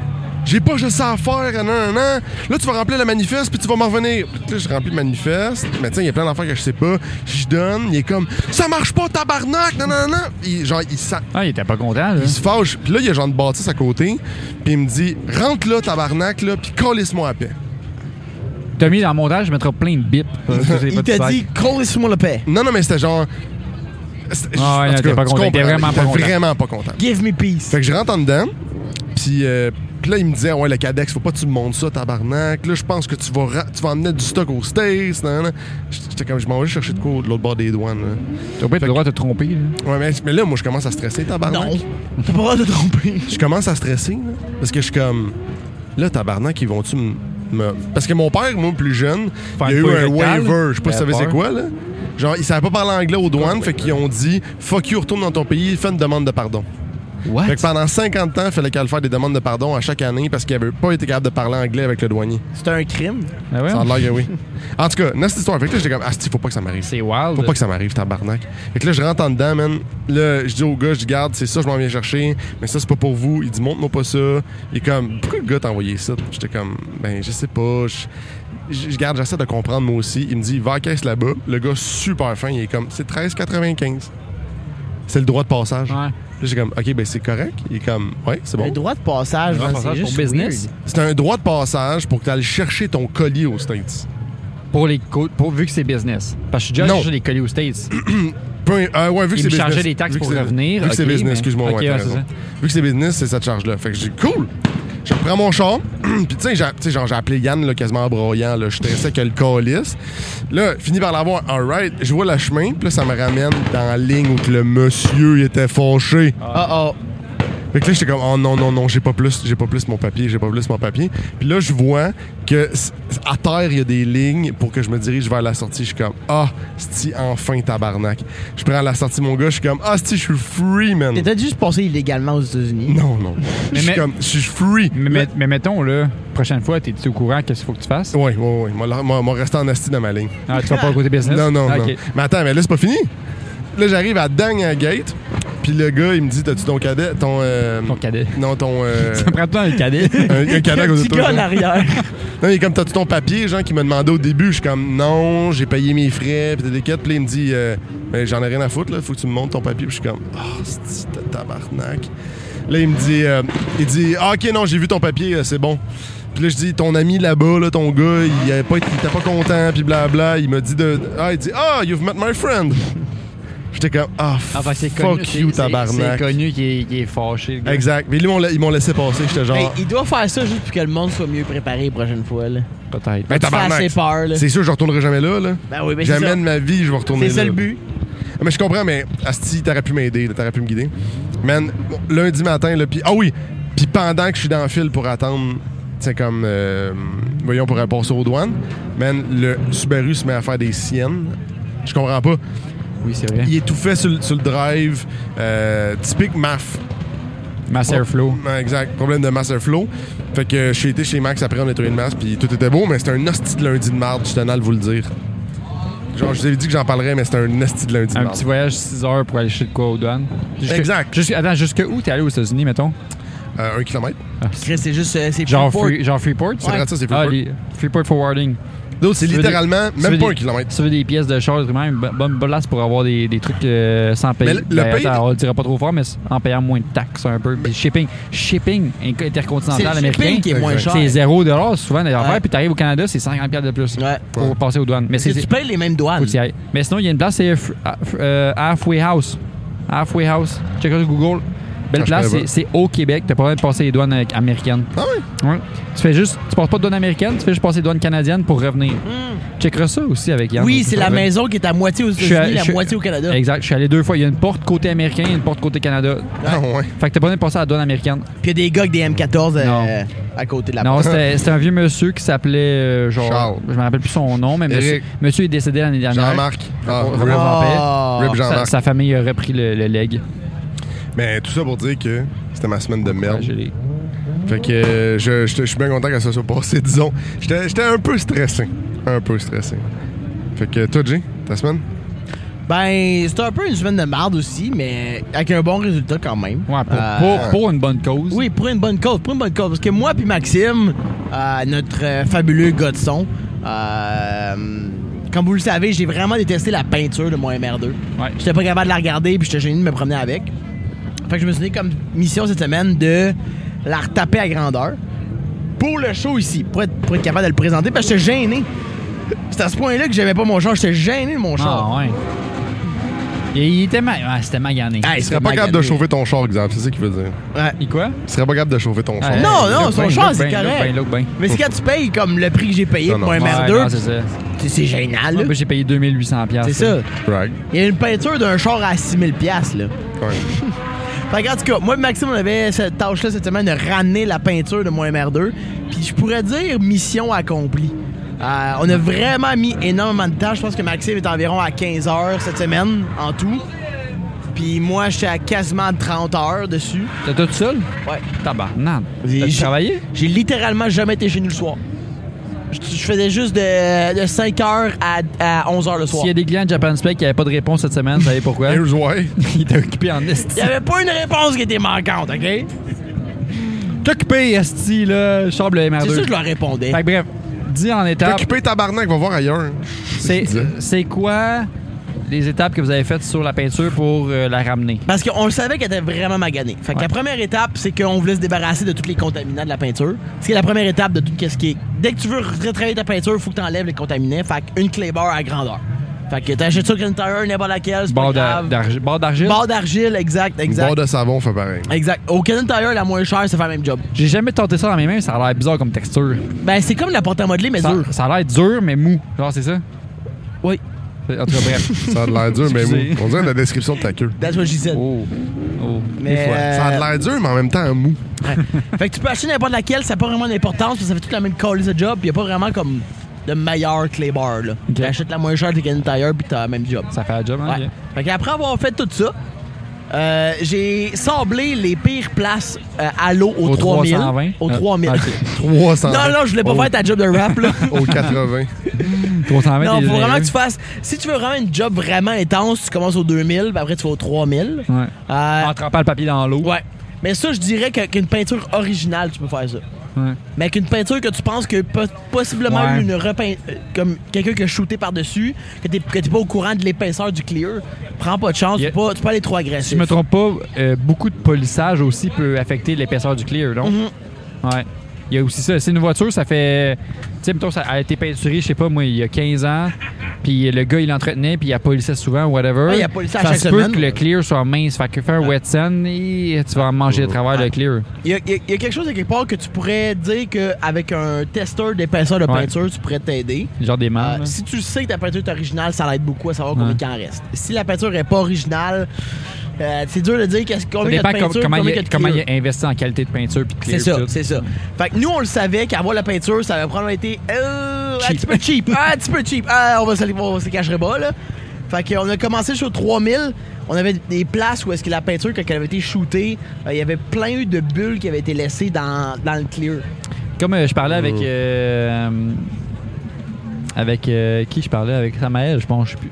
Speaker 3: j'ai pas juste ça à faire, nan, nan, nan. Là, tu vas remplir le manifeste, puis tu vas m'en revenir. Puis là, je remplis le manifeste, mais tiens, il y a plein d'affaires que je sais pas. Je donne, il est comme, ça marche pas, tabarnak, nan, nan, nan. Il- genre, il sent.
Speaker 1: Ah, il était pas content, là.
Speaker 3: Il se fâche. Puis là, il y a Jean de Baptiste à côté. Puis il me dit, rentre là, tabarnak, là, puis colisse-moi à paix.
Speaker 1: T'as mis dans le montage, je mettrai plein de bips. Parce que c'est
Speaker 2: Il
Speaker 1: pas de
Speaker 2: t'a
Speaker 1: sac.
Speaker 2: dit, call sur moi le paix.
Speaker 3: Non, non, mais c'était genre. c'était-
Speaker 1: Ah ouais,
Speaker 3: en tout
Speaker 1: non, t'es
Speaker 3: cas,
Speaker 1: pas
Speaker 3: tu
Speaker 1: content, t'es
Speaker 3: comprends,
Speaker 1: vraiment
Speaker 3: là,
Speaker 1: pas content.
Speaker 3: vraiment pas content.
Speaker 2: Give me peace.
Speaker 3: Fait que je rentre en dedans, puis euh, puis là, il me disait, ouais, le Cadex, faut pas que tu me montes ça, tabarnak. Là, je pense que tu vas, ra- tu vas emmener du stock aux States. nan, nan. J'étais comme, je m'en vais chercher de quoi de l'autre bord des douanes. là.
Speaker 1: T'as pas le droit de te tromper, là.
Speaker 3: Ouais, mais, mais là, moi, je commence à stresser, tabarnak.
Speaker 2: Non. T'as pas le droit de te tromper.
Speaker 3: Je commence à stresser, là, parce que je suis comme, là, tabarnak, ils vont-tu me. me- Parce que mon père, moi, plus jeune,
Speaker 1: Faire
Speaker 3: il y a eu
Speaker 1: quoi,
Speaker 3: un
Speaker 1: rectal?
Speaker 3: waiver. Je sais pas si
Speaker 1: Faire
Speaker 3: vous savez
Speaker 1: peur.
Speaker 3: c'est quoi, là. Genre, ils savaient pas parler anglais aux douanes, fait qu'ils ont dit, fuck you, retourne dans ton pays, fais une demande de pardon.
Speaker 1: What?
Speaker 3: Fait que pendant 50 ans, il fallait qu'elle faire des demandes de pardon à chaque année parce qu'il avait pas été capable de parler anglais avec le douanier.
Speaker 2: C'est un crime.
Speaker 1: Ah ouais?
Speaker 3: Ça a l'air que oui. En tout cas, dans cette histoire, fait que là, j'étais comme, ah, faut pas que ça m'arrive.
Speaker 1: C'est wild.
Speaker 3: Faut pas que ça m'arrive, tabarnak. Fait que là, je rentre en dedans, man. Là, je dis au gars, je dis, garde, c'est ça, je m'en viens chercher, mais ça, c'est pas pour vous. Il dit, montre-moi pas ça. Il est comme, pourquoi le gars t'a envoyé ça? J'étais comme, ben, je sais pas. Je, je- je garde, j'essaie de comprendre moi aussi. Il me dit, va à la caisse là-bas. Le gars, super fin, il est comme, c'est 13,95. C'est le droit de passage.
Speaker 1: Ouais.
Speaker 3: Là, j'ai comme, OK, ben c'est correct. Il est comme, ouais, c'est
Speaker 2: Le
Speaker 3: bon.
Speaker 2: droit de passage,
Speaker 1: Le droit de
Speaker 2: man,
Speaker 1: passage
Speaker 2: c'est
Speaker 1: pour
Speaker 2: juste
Speaker 1: business.
Speaker 2: weird.
Speaker 3: C'est un droit de passage pour que tu ailles chercher ton collier aux States.
Speaker 1: Pour les côtes, pour, vu que c'est business. Parce que je suis déjà allé
Speaker 3: Non.
Speaker 1: chercher des colis aux States.
Speaker 3: Peu- euh, ouais, vu que
Speaker 1: Ils
Speaker 3: c'est
Speaker 1: me chargeaient
Speaker 3: business-
Speaker 1: des taxes
Speaker 3: vu que
Speaker 1: pour
Speaker 3: c'est-
Speaker 1: revenir,
Speaker 3: Vu que c'est
Speaker 1: ok,
Speaker 3: business,
Speaker 1: mais-
Speaker 3: excuse-moi,
Speaker 1: ok,
Speaker 3: ouais, t'as
Speaker 1: ouais, c'est
Speaker 3: raison.
Speaker 1: ça.
Speaker 3: Vu que c'est business, c'est cette charge-là. Fait que j'ai dit, cool! Je prends mon char, puis tu sais, j'ai- tu sais, genre, j'ai appelé Yann là, quasiment en broyant, là, je stressais que le calice. Là, fini par l'avoir, alright, je vois le chemin, puis là, ça me ramène dans la ligne où que le monsieur il était fâché.
Speaker 1: Ah.
Speaker 2: Uh-oh.
Speaker 3: Fait que là, j'étais comme, oh non, non, non, j'ai pas plus, j'ai pas plus mon papier, j'ai pas plus mon papier. Puis là, je vois que c- à terre, il y a des lignes pour que je me dirige vers la sortie. Je suis comme, ah, sti, enfin, tabarnak. Je prends la sortie, mon gars, je suis comme, ah, sti, je suis free, man.
Speaker 2: T'étais juste passé illégalement aux États-Unis.
Speaker 3: Non, non. Je suis
Speaker 1: mais-
Speaker 3: comme, je suis free.
Speaker 1: Mais, mais- mais mettons, là, prochaine fois, t'es-tu au courant qu'est-ce qu'il faut que tu fasses?
Speaker 3: Ouais, ouais, ouais. Moi, là, moi, moi, rester en asti dans ma ligne.
Speaker 1: Ah, tu vas pas au côté business?
Speaker 3: Non, non,
Speaker 1: Ah,
Speaker 3: non.
Speaker 1: ok.
Speaker 3: Mais attends, mais là, c'est pas fini. Là, j'arrive à Dang à Gate, puis le gars, il me dit, t'as-tu ton cadet, ton. euh,
Speaker 1: Ton cadet.
Speaker 3: Non, ton. euh,
Speaker 1: Ça prend toi un cadet.
Speaker 3: un, un cadet à cause de
Speaker 2: Petit
Speaker 3: toi,
Speaker 2: gars
Speaker 3: hein? genre.
Speaker 2: en arrière.
Speaker 3: Non, mais comme t'as tout ton papier, genre, qui m'a demandé au début, je suis comme non, j'ai payé mes frais, pis des quêtes, pis là, il me dit, euh, mais j'en ai rien à foutre, là, faut que tu me montres ton papier, puis je suis comme, oh, c'est de tabarnak. Là, il me dit, euh, il dit, ah, ok, non, j'ai vu ton papier, euh, c'est bon. Puis là, je dis, ton ami là-bas, là, ton gars, il, avait pas, été- il était pas content, puis blabla. Il m'a dit de. Ah, il dit, ah, you've met my friend. J'étais comme, ah,
Speaker 1: Ah, fait que c'est connu.
Speaker 3: fuck
Speaker 1: c'est-
Speaker 3: you,
Speaker 1: c'est- C'est
Speaker 3: tabarnak.
Speaker 1: connu qu'il est, qu'il est fâché. le gars.
Speaker 3: Exact. Mais ils m'ont la- ils m'ont laissé passer. J'étais genre,
Speaker 1: Ben,
Speaker 2: Hey, il doit faire ça juste pour que le monde soit mieux préparé la prochaine fois. Là.
Speaker 1: Peut-être.
Speaker 3: Ben,
Speaker 2: Tu fais
Speaker 3: tabarnak.
Speaker 2: assez peur. Là.
Speaker 3: c'est sûr, je retournerai jamais là. là.
Speaker 2: Ben oui, ben c'est
Speaker 3: jamais
Speaker 2: ça.
Speaker 3: de ma vie, je vais retourner
Speaker 2: C'est
Speaker 3: là. Ah,
Speaker 2: ça le but.
Speaker 3: Mais je comprends, mais Asti, t'aurais pu m'aider, là, t'aurais pu me guider. Man, lundi matin, là, puis. Ah oui! Puis pendant que je suis dans le fil pour attendre, c'est comme. euh, voyons, pour passer aux douanes, man, le Subaru se met à faire des siennes. Je comprends pas.
Speaker 1: Oui, c'est vrai.
Speaker 3: Il est tout fait sur, le- sur le drive. euh, typique MAF.
Speaker 1: Mass Airflow.
Speaker 3: Ouais, Exact. Problème de master flow. Fait que euh, j'ai été chez Max après, on a trouvé une masse, puis tout était beau, mais c'était un hostie de lundi de marde, je tenais à vous le dire. Genre, je vous avais dit que j'en parlerais, mais c'était un hostie de lundi de
Speaker 1: Un
Speaker 3: marde.
Speaker 1: petit voyage 6 heures pour aller chez de quoi aux douanes. Jusque-
Speaker 3: Exact.
Speaker 1: jusque- attends, jusque où t'es allé aux États-Unis, mettons?
Speaker 3: Euh, un kilomètre.
Speaker 2: Chris, c'est juste. euh, c'est
Speaker 1: Genre,
Speaker 2: Freeport.
Speaker 1: free- genre Freeport?
Speaker 3: C'est vrai, ça, c'est
Speaker 1: Ah,
Speaker 3: Freeport.
Speaker 1: les- Freeport Forwarding.
Speaker 3: D'autres, c'est
Speaker 1: Tu veux
Speaker 3: littéralement
Speaker 1: Tu veux
Speaker 3: même pas
Speaker 1: des-
Speaker 3: un kilomètre.
Speaker 1: Tu veux des pièces de char, même bonne place pour avoir des, des trucs euh, sans payer.
Speaker 3: Mais le- le
Speaker 1: Ben,
Speaker 3: pays-
Speaker 1: attends, on le dira pas trop fort, mais en payant moins de taxes un peu. Puis shipping, shipping inc-
Speaker 2: C'est
Speaker 1: intercontinental
Speaker 2: le
Speaker 1: américain,
Speaker 2: shipping qui est moins cher.
Speaker 1: c'est 0 souvent d'ailleurs.
Speaker 2: Ouais.
Speaker 1: Puis t'arrives au Canada, c'est 50 pièces de plus
Speaker 2: Ouais.
Speaker 1: pour passer aux douanes. Mais
Speaker 2: Parce
Speaker 1: c'est
Speaker 2: que tu payes les mêmes douanes.
Speaker 1: faut que tu y ailles. Mais sinon, il y a une place, c'est F- ah, f- euh, Halfway House. Halfway House. Check out Google. Belle
Speaker 3: Ah, je
Speaker 1: place,
Speaker 3: connais
Speaker 1: c'est
Speaker 3: pas.
Speaker 1: c'est au Québec. T'as pas le droit de passer les douanes euh, américaines.
Speaker 3: Ah oui?
Speaker 1: Ouais. Tu fais juste, tu passes pas de douane américaine, tu fais juste passer les douanes canadiennes pour revenir.
Speaker 3: Hmm.
Speaker 1: Checkera ça aussi avec Yann.
Speaker 2: Oui, c'est la
Speaker 1: Ouais.
Speaker 2: maison qui est à moitié aux
Speaker 1: Je suis à-
Speaker 2: États-Unis,
Speaker 1: je
Speaker 2: la
Speaker 1: suis-
Speaker 2: moitié au Canada.
Speaker 1: Exact. Je suis allé deux fois. Il y a une porte côté américain et une porte côté Canada.
Speaker 3: Ah ouais.
Speaker 1: Fait que t'as pas besoin de passer à la douane américaine.
Speaker 2: Puis il y a des gars avec des M14 euh,
Speaker 1: Non.
Speaker 2: à côté de la
Speaker 1: Non,
Speaker 2: porte.
Speaker 1: c'était c'était un vieux monsieur qui s'appelait euh, genre.
Speaker 3: Ah Charles.
Speaker 1: Je me rappelle plus son nom, mais monsieur,
Speaker 3: Éric.
Speaker 1: monsieur est décédé l'année dernière.
Speaker 3: Jean-Marc. Ah,
Speaker 1: Oh,
Speaker 3: rip.
Speaker 1: Jean-Marc.
Speaker 2: Ah.
Speaker 3: Rip
Speaker 1: Sa,
Speaker 3: Jean-Marc.
Speaker 1: sa famille a repris le, le leg.
Speaker 3: Mais tout ça pour dire que c'était ma semaine de merde.
Speaker 1: J'ai les-
Speaker 3: Fait que euh, je, je- je suis bien content que ça soit passé, disons. J'étais j'étais un peu stressé. Un peu stressé. Fait que toi, Jay, ta semaine?
Speaker 2: Ben, c'était un peu une semaine de marde aussi, mais avec un bon résultat quand même.
Speaker 1: Ouais, pour,
Speaker 2: Euh,
Speaker 1: pour- pour une bonne cause.
Speaker 2: Oui, pour une bonne cause, pour une bonne cause. Parce que moi puis Maxime, euh, notre euh, fabuleux gars de son, euh, comme vous le savez, j'ai vraiment détesté la peinture de mon MR2.
Speaker 1: Ouais.
Speaker 2: J'étais pas capable de la regarder, puis j'étais gêné de me promener avec. Fait que je me suis donné comme mission cette semaine de la retaper à grandeur pour le show ici, pour être, pour être capable de le présenter, parce que j'étais gêné. C'est à ce point-là que j'aimais pas mon char, j'étais gêné de mon char.
Speaker 1: Ah, ouais. Il, il était ma... ah, c'était magané.
Speaker 2: Hey,
Speaker 3: Tu
Speaker 2: c'est
Speaker 3: serais pas capable de
Speaker 2: magané.
Speaker 3: chauffer ton char, exemple. C'est ça qu'il veut dire.
Speaker 2: Ouais.
Speaker 1: Il quoi?
Speaker 3: Tu serais pas capable de chauffer ton char.
Speaker 1: Hey,
Speaker 2: Non, non,
Speaker 1: look
Speaker 2: son
Speaker 1: bien,
Speaker 2: char,
Speaker 1: look
Speaker 2: c'est
Speaker 1: bien, look
Speaker 2: correct.
Speaker 1: bien, look bien.
Speaker 2: Mais c'est quand tu payes comme le prix que j'ai payé
Speaker 3: Non, non.
Speaker 2: pour un
Speaker 1: Ouais, non, c'est
Speaker 2: MR2,
Speaker 1: ça.
Speaker 2: c'est- c'est gênant, là.
Speaker 1: Moi, j'ai payé 2800$.
Speaker 2: C'est ça.
Speaker 3: Right.
Speaker 2: Il y a une peinture d'un char à 6000 pièces là.
Speaker 3: Ouais.
Speaker 2: Fait que, en tout cas, moi et Maxime, on avait cette tâche-là cette semaine de ramener la peinture de mon MR2. Puis je pourrais dire mission accomplie. Euh, on a vraiment mis énormément de temps. Je pense que Maxime est environ à 15 heures cette semaine en tout. Puis moi, j'étais à quasiment 30 heures dessus.
Speaker 1: T'es tout seul?
Speaker 2: Ouais.
Speaker 1: Tabarnak.
Speaker 2: J'ai-
Speaker 1: T'as travaillé?
Speaker 2: J'ai littéralement jamais été chez nous le soir. Je, je faisais juste de, 5 heures à, à 11 heures le soir.
Speaker 1: S'il y a des clients de Japan Spec qui n'avaient pas de réponse cette semaine, vous savez
Speaker 2: Hein?
Speaker 1: pourquoi?
Speaker 3: Here's why.
Speaker 1: Il était occupé en esti.
Speaker 2: Il n'y avait pas une réponse qui était manquante, OK?
Speaker 1: T'es occupé, esti, là. Charles le MR2.
Speaker 2: C'est ça que je leur répondais.
Speaker 1: Fait que bref, dis en
Speaker 3: T'es
Speaker 1: étapes.
Speaker 3: occupé tabarnak, va voir ailleurs.
Speaker 1: C'est c'est quoi les étapes que vous avez faites sur la peinture pour euh, la ramener?
Speaker 2: Parce qu'on le savait qu'elle était vraiment maganée. Fait que
Speaker 1: Ouais.
Speaker 2: la première étape, c'est qu'on voulait se débarrasser de tous les contaminants de la peinture. C'est la première étape de tout ce qui est. Dès que tu veux retravailler ta peinture, il faut que tu enlèves les contaminants. Fait qu'une clé barre à grandeur. Fait que t'achètes ça Green Tire, n'importe laquelle, c'est pas
Speaker 1: Barre d'a-
Speaker 2: grave.
Speaker 1: d'argile. Barre d'argile?
Speaker 2: Barre d'argile, exact,
Speaker 3: Une
Speaker 2: exact.
Speaker 3: barre de savon fait pareil.
Speaker 2: Exact. Au Canadian Tire, la moins chère, ça fait le même job.
Speaker 1: J'ai jamais tenté ça dans mes mains, ça a l'air bizarre comme texture.
Speaker 2: Ben, c'est comme la porte à modeler, mais
Speaker 1: Ça,
Speaker 2: dur.
Speaker 1: ça a l'air dur, mais mou. Genre, c'est ça?
Speaker 2: Oui.
Speaker 1: En tout cas, bref.
Speaker 3: Ça a de l'air dur, mais
Speaker 1: Excusez.
Speaker 3: mou. On dirait la description de ta queue.
Speaker 2: That's what she said.
Speaker 1: Oh. Oh.
Speaker 2: Mais, euh,
Speaker 3: Ça a de l'air dur, mais en même temps mou.
Speaker 2: Ouais. fait que tu peux acheter n'importe laquelle, ça n'a pas vraiment d'importance, parce que ça fait toute la même call de job, puis il a pas vraiment comme de meilleur clay bar. Là.
Speaker 1: Ok.
Speaker 2: Tu achètes la moins chère de Canadian Tire, puis t'as le même job.
Speaker 1: Ça fait la job, hein?
Speaker 2: Ouais.
Speaker 1: bien.
Speaker 2: Fait que après avoir fait tout ça, euh, j'ai sablé les pires places euh, à l'eau au,
Speaker 1: Au
Speaker 2: 3000.
Speaker 1: 320?
Speaker 2: Au
Speaker 1: Ah,
Speaker 2: 3000.
Speaker 1: ok.
Speaker 3: 300.
Speaker 2: Non, non, je voulais pas faire ta job de rap, là.
Speaker 3: Au 80.
Speaker 1: 320,
Speaker 2: Non,
Speaker 1: t'es
Speaker 2: faut vraiment
Speaker 1: généreux.
Speaker 2: que tu fasses. Si tu veux vraiment une job vraiment intense, tu commences au 2000, puis après tu vas au 3000.
Speaker 1: Ouais.
Speaker 2: Euh,
Speaker 1: En trempant le papier dans l'eau.
Speaker 2: ouais. Mais ça, je dirais que- qu'une peinture originale, tu peux faire ça.
Speaker 1: Ouais.
Speaker 2: Mais avec une peinture que tu penses que po- possiblement
Speaker 1: Ouais.
Speaker 2: eu une repeinture, comme quelqu'un qui a shooté par-dessus, que t'es que t'es pas au courant de l'épaisseur du clear, prends pas de chance,
Speaker 1: Yeah.
Speaker 2: tu, peux pas, tu peux aller trop
Speaker 1: Si
Speaker 2: agressif.
Speaker 1: je me trompe pas, euh, beaucoup de polissage aussi peut affecter l'épaisseur du clear, non?
Speaker 2: Mm-hmm.
Speaker 1: Ouais. Il y a aussi ça. C'est une voiture, ça fait. Tu sais, mettons, ça a été peinturé, je sais pas, moi, il y a 15 ans. Puis puis le gars, il l'entretenait, puis il a polissait souvent, whatever.
Speaker 2: Ouais, il a polissait à
Speaker 1: ça
Speaker 2: chaque
Speaker 1: se peut
Speaker 2: semaine.
Speaker 1: que le clear soit mince. Fait que fais un wet sand et tu vas en manger de travers
Speaker 2: Ah.
Speaker 1: le clear.
Speaker 2: Il y, a, il y a- il y a quelque chose à quelque part que tu pourrais dire qu'avec un testeur d'épaisseur de
Speaker 1: Ouais.
Speaker 2: peinture, tu pourrais t'aider.
Speaker 1: Genre des mâles.
Speaker 2: Euh, si tu sais que ta peinture est originale, ça l'aide beaucoup à savoir combien
Speaker 1: Ouais.
Speaker 2: qu'il en reste. Si la peinture est pas originale, euh, c'est dur de dire qu'est-ce
Speaker 1: ça
Speaker 2: combien il y a de
Speaker 1: dépend com-
Speaker 2: peinture,
Speaker 1: comment,
Speaker 2: combien
Speaker 1: il,
Speaker 2: il y a
Speaker 1: a-
Speaker 2: de
Speaker 1: comment il
Speaker 2: clear.
Speaker 1: a investi en qualité de peinture puis de clear.
Speaker 2: C'est ça,
Speaker 1: puis tout.
Speaker 2: c'est ça. Fait que nous, on le savait qu'avoir la peinture, ça avait probablement été euh, un
Speaker 1: Cheap.
Speaker 2: petit peu cheap. un petit peu cheap. Ah, on va se, on va se cacherait pas, là. Fait qu'on a commencé sur 3000. On avait des places où est-ce que la peinture, quand elle avait été shootée, euh, il y avait plein eu de bulles qui avaient été laissées dans, dans le clear.
Speaker 1: Comme euh, je parlais avec.
Speaker 2: Oh.
Speaker 1: euh, avec euh, qui je parlais Avec Samael, je pense, je sais plus.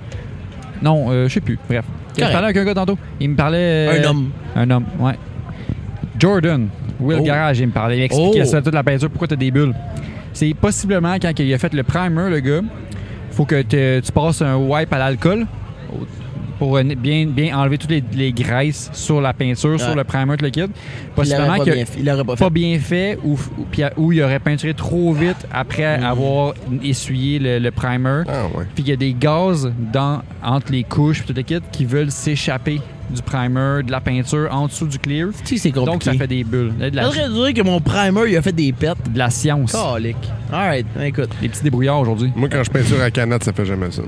Speaker 1: Non, euh, je sais plus. Bref. Je
Speaker 2: Correct.
Speaker 1: parlais avec un gars tantôt. Il me parlait. euh,
Speaker 2: Un homme.
Speaker 1: Un homme, ouais. Jordan, Will
Speaker 2: Oh.
Speaker 1: Garage, il me parlait. Il m'expliquait
Speaker 2: Oh.
Speaker 1: ça, toute la peinture, pourquoi t'as des bulles. C'est possiblement quand il a fait le primer, le gars, faut que te- tu passes un wipe à l'alcool pour euh, bien, bien enlever toutes les, les graisses sur la peinture, sur le primer, tout le kit.
Speaker 2: Il l'aurait
Speaker 1: Possiblement
Speaker 2: pas,
Speaker 1: que
Speaker 2: bien fait- il l'aurait pas fait.
Speaker 1: pas bien fait ou, ou- puis à- ou il aurait peinturé trop vite après avoir essuyé le, le primer.
Speaker 3: Ah, ouais.
Speaker 1: Puis il y a des gaz dans, entre les couches puis tout le kit qui veulent s'échapper du primer, de la peinture en dessous du clear.
Speaker 2: Tu sais, c'est compliqué.
Speaker 1: Donc ça fait des bulles. Là, De la,
Speaker 2: Ça serait dire que mon primer, il a fait des pertes.
Speaker 1: de la science.
Speaker 2: Calique. Alright, écoute.
Speaker 1: Des petits débrouillards aujourd'hui.
Speaker 3: Moi, quand je peinture à canette, ça fait jamais ça.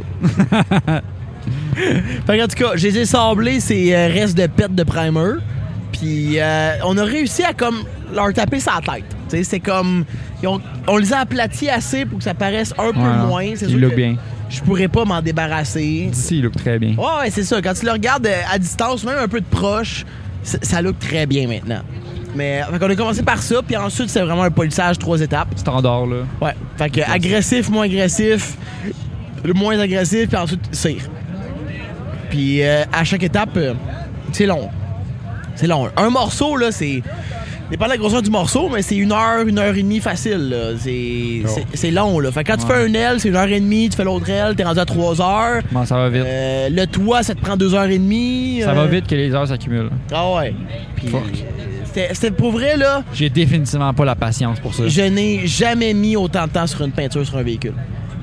Speaker 2: Fait que, en tout cas, j'ai sablé ces euh, restes de pertes de primer. Puis euh, on a réussi à comme leur taper sa tête. Tu sais, c'est comme. ils ont- on les a aplatis assez pour que ça paraisse un peu
Speaker 1: Voilà.
Speaker 2: moins. C'est
Speaker 1: Il
Speaker 2: sûr
Speaker 1: look
Speaker 2: que
Speaker 1: bien.
Speaker 2: Je pourrais pas m'en débarrasser.
Speaker 1: D'ici, il look très bien.
Speaker 2: Ouais, ouais, c'est ça. Quand tu le regardes euh, à distance, même un peu de proche, c- ça look très bien maintenant. Mais fait qu'on a commencé par ça, puis ensuite c'est vraiment un polissage trois étapes.
Speaker 1: Standard, là.
Speaker 2: Ouais. Fait que agressif, moins agressif, le moins agressif, puis ensuite cire. Puis euh, à chaque étape, euh, c'est long. C'est long. Un morceau, là, c'est. Dépend de la grosseur du morceau, mais c'est une heure, une heure et demie facile. là. C'est-
Speaker 3: Oh.
Speaker 2: C'est c'est long, là. Fait que quand tu fais un aile, c'est une heure et demie, tu fais l'autre aile, t'es rendu à trois heures.
Speaker 1: Bon, ça va vite.
Speaker 2: Euh, le toit, ça te prend deux heures et demie.
Speaker 1: ça
Speaker 2: euh,
Speaker 1: va vite que les heures s'accumulent.
Speaker 2: Ah ouais. Puis,
Speaker 3: Fuck.
Speaker 2: euh, c'était- C'était pour vrai, là.
Speaker 1: J'ai définitivement pas la patience pour ça.
Speaker 2: Je n'ai jamais mis autant de temps sur une peinture sur un véhicule.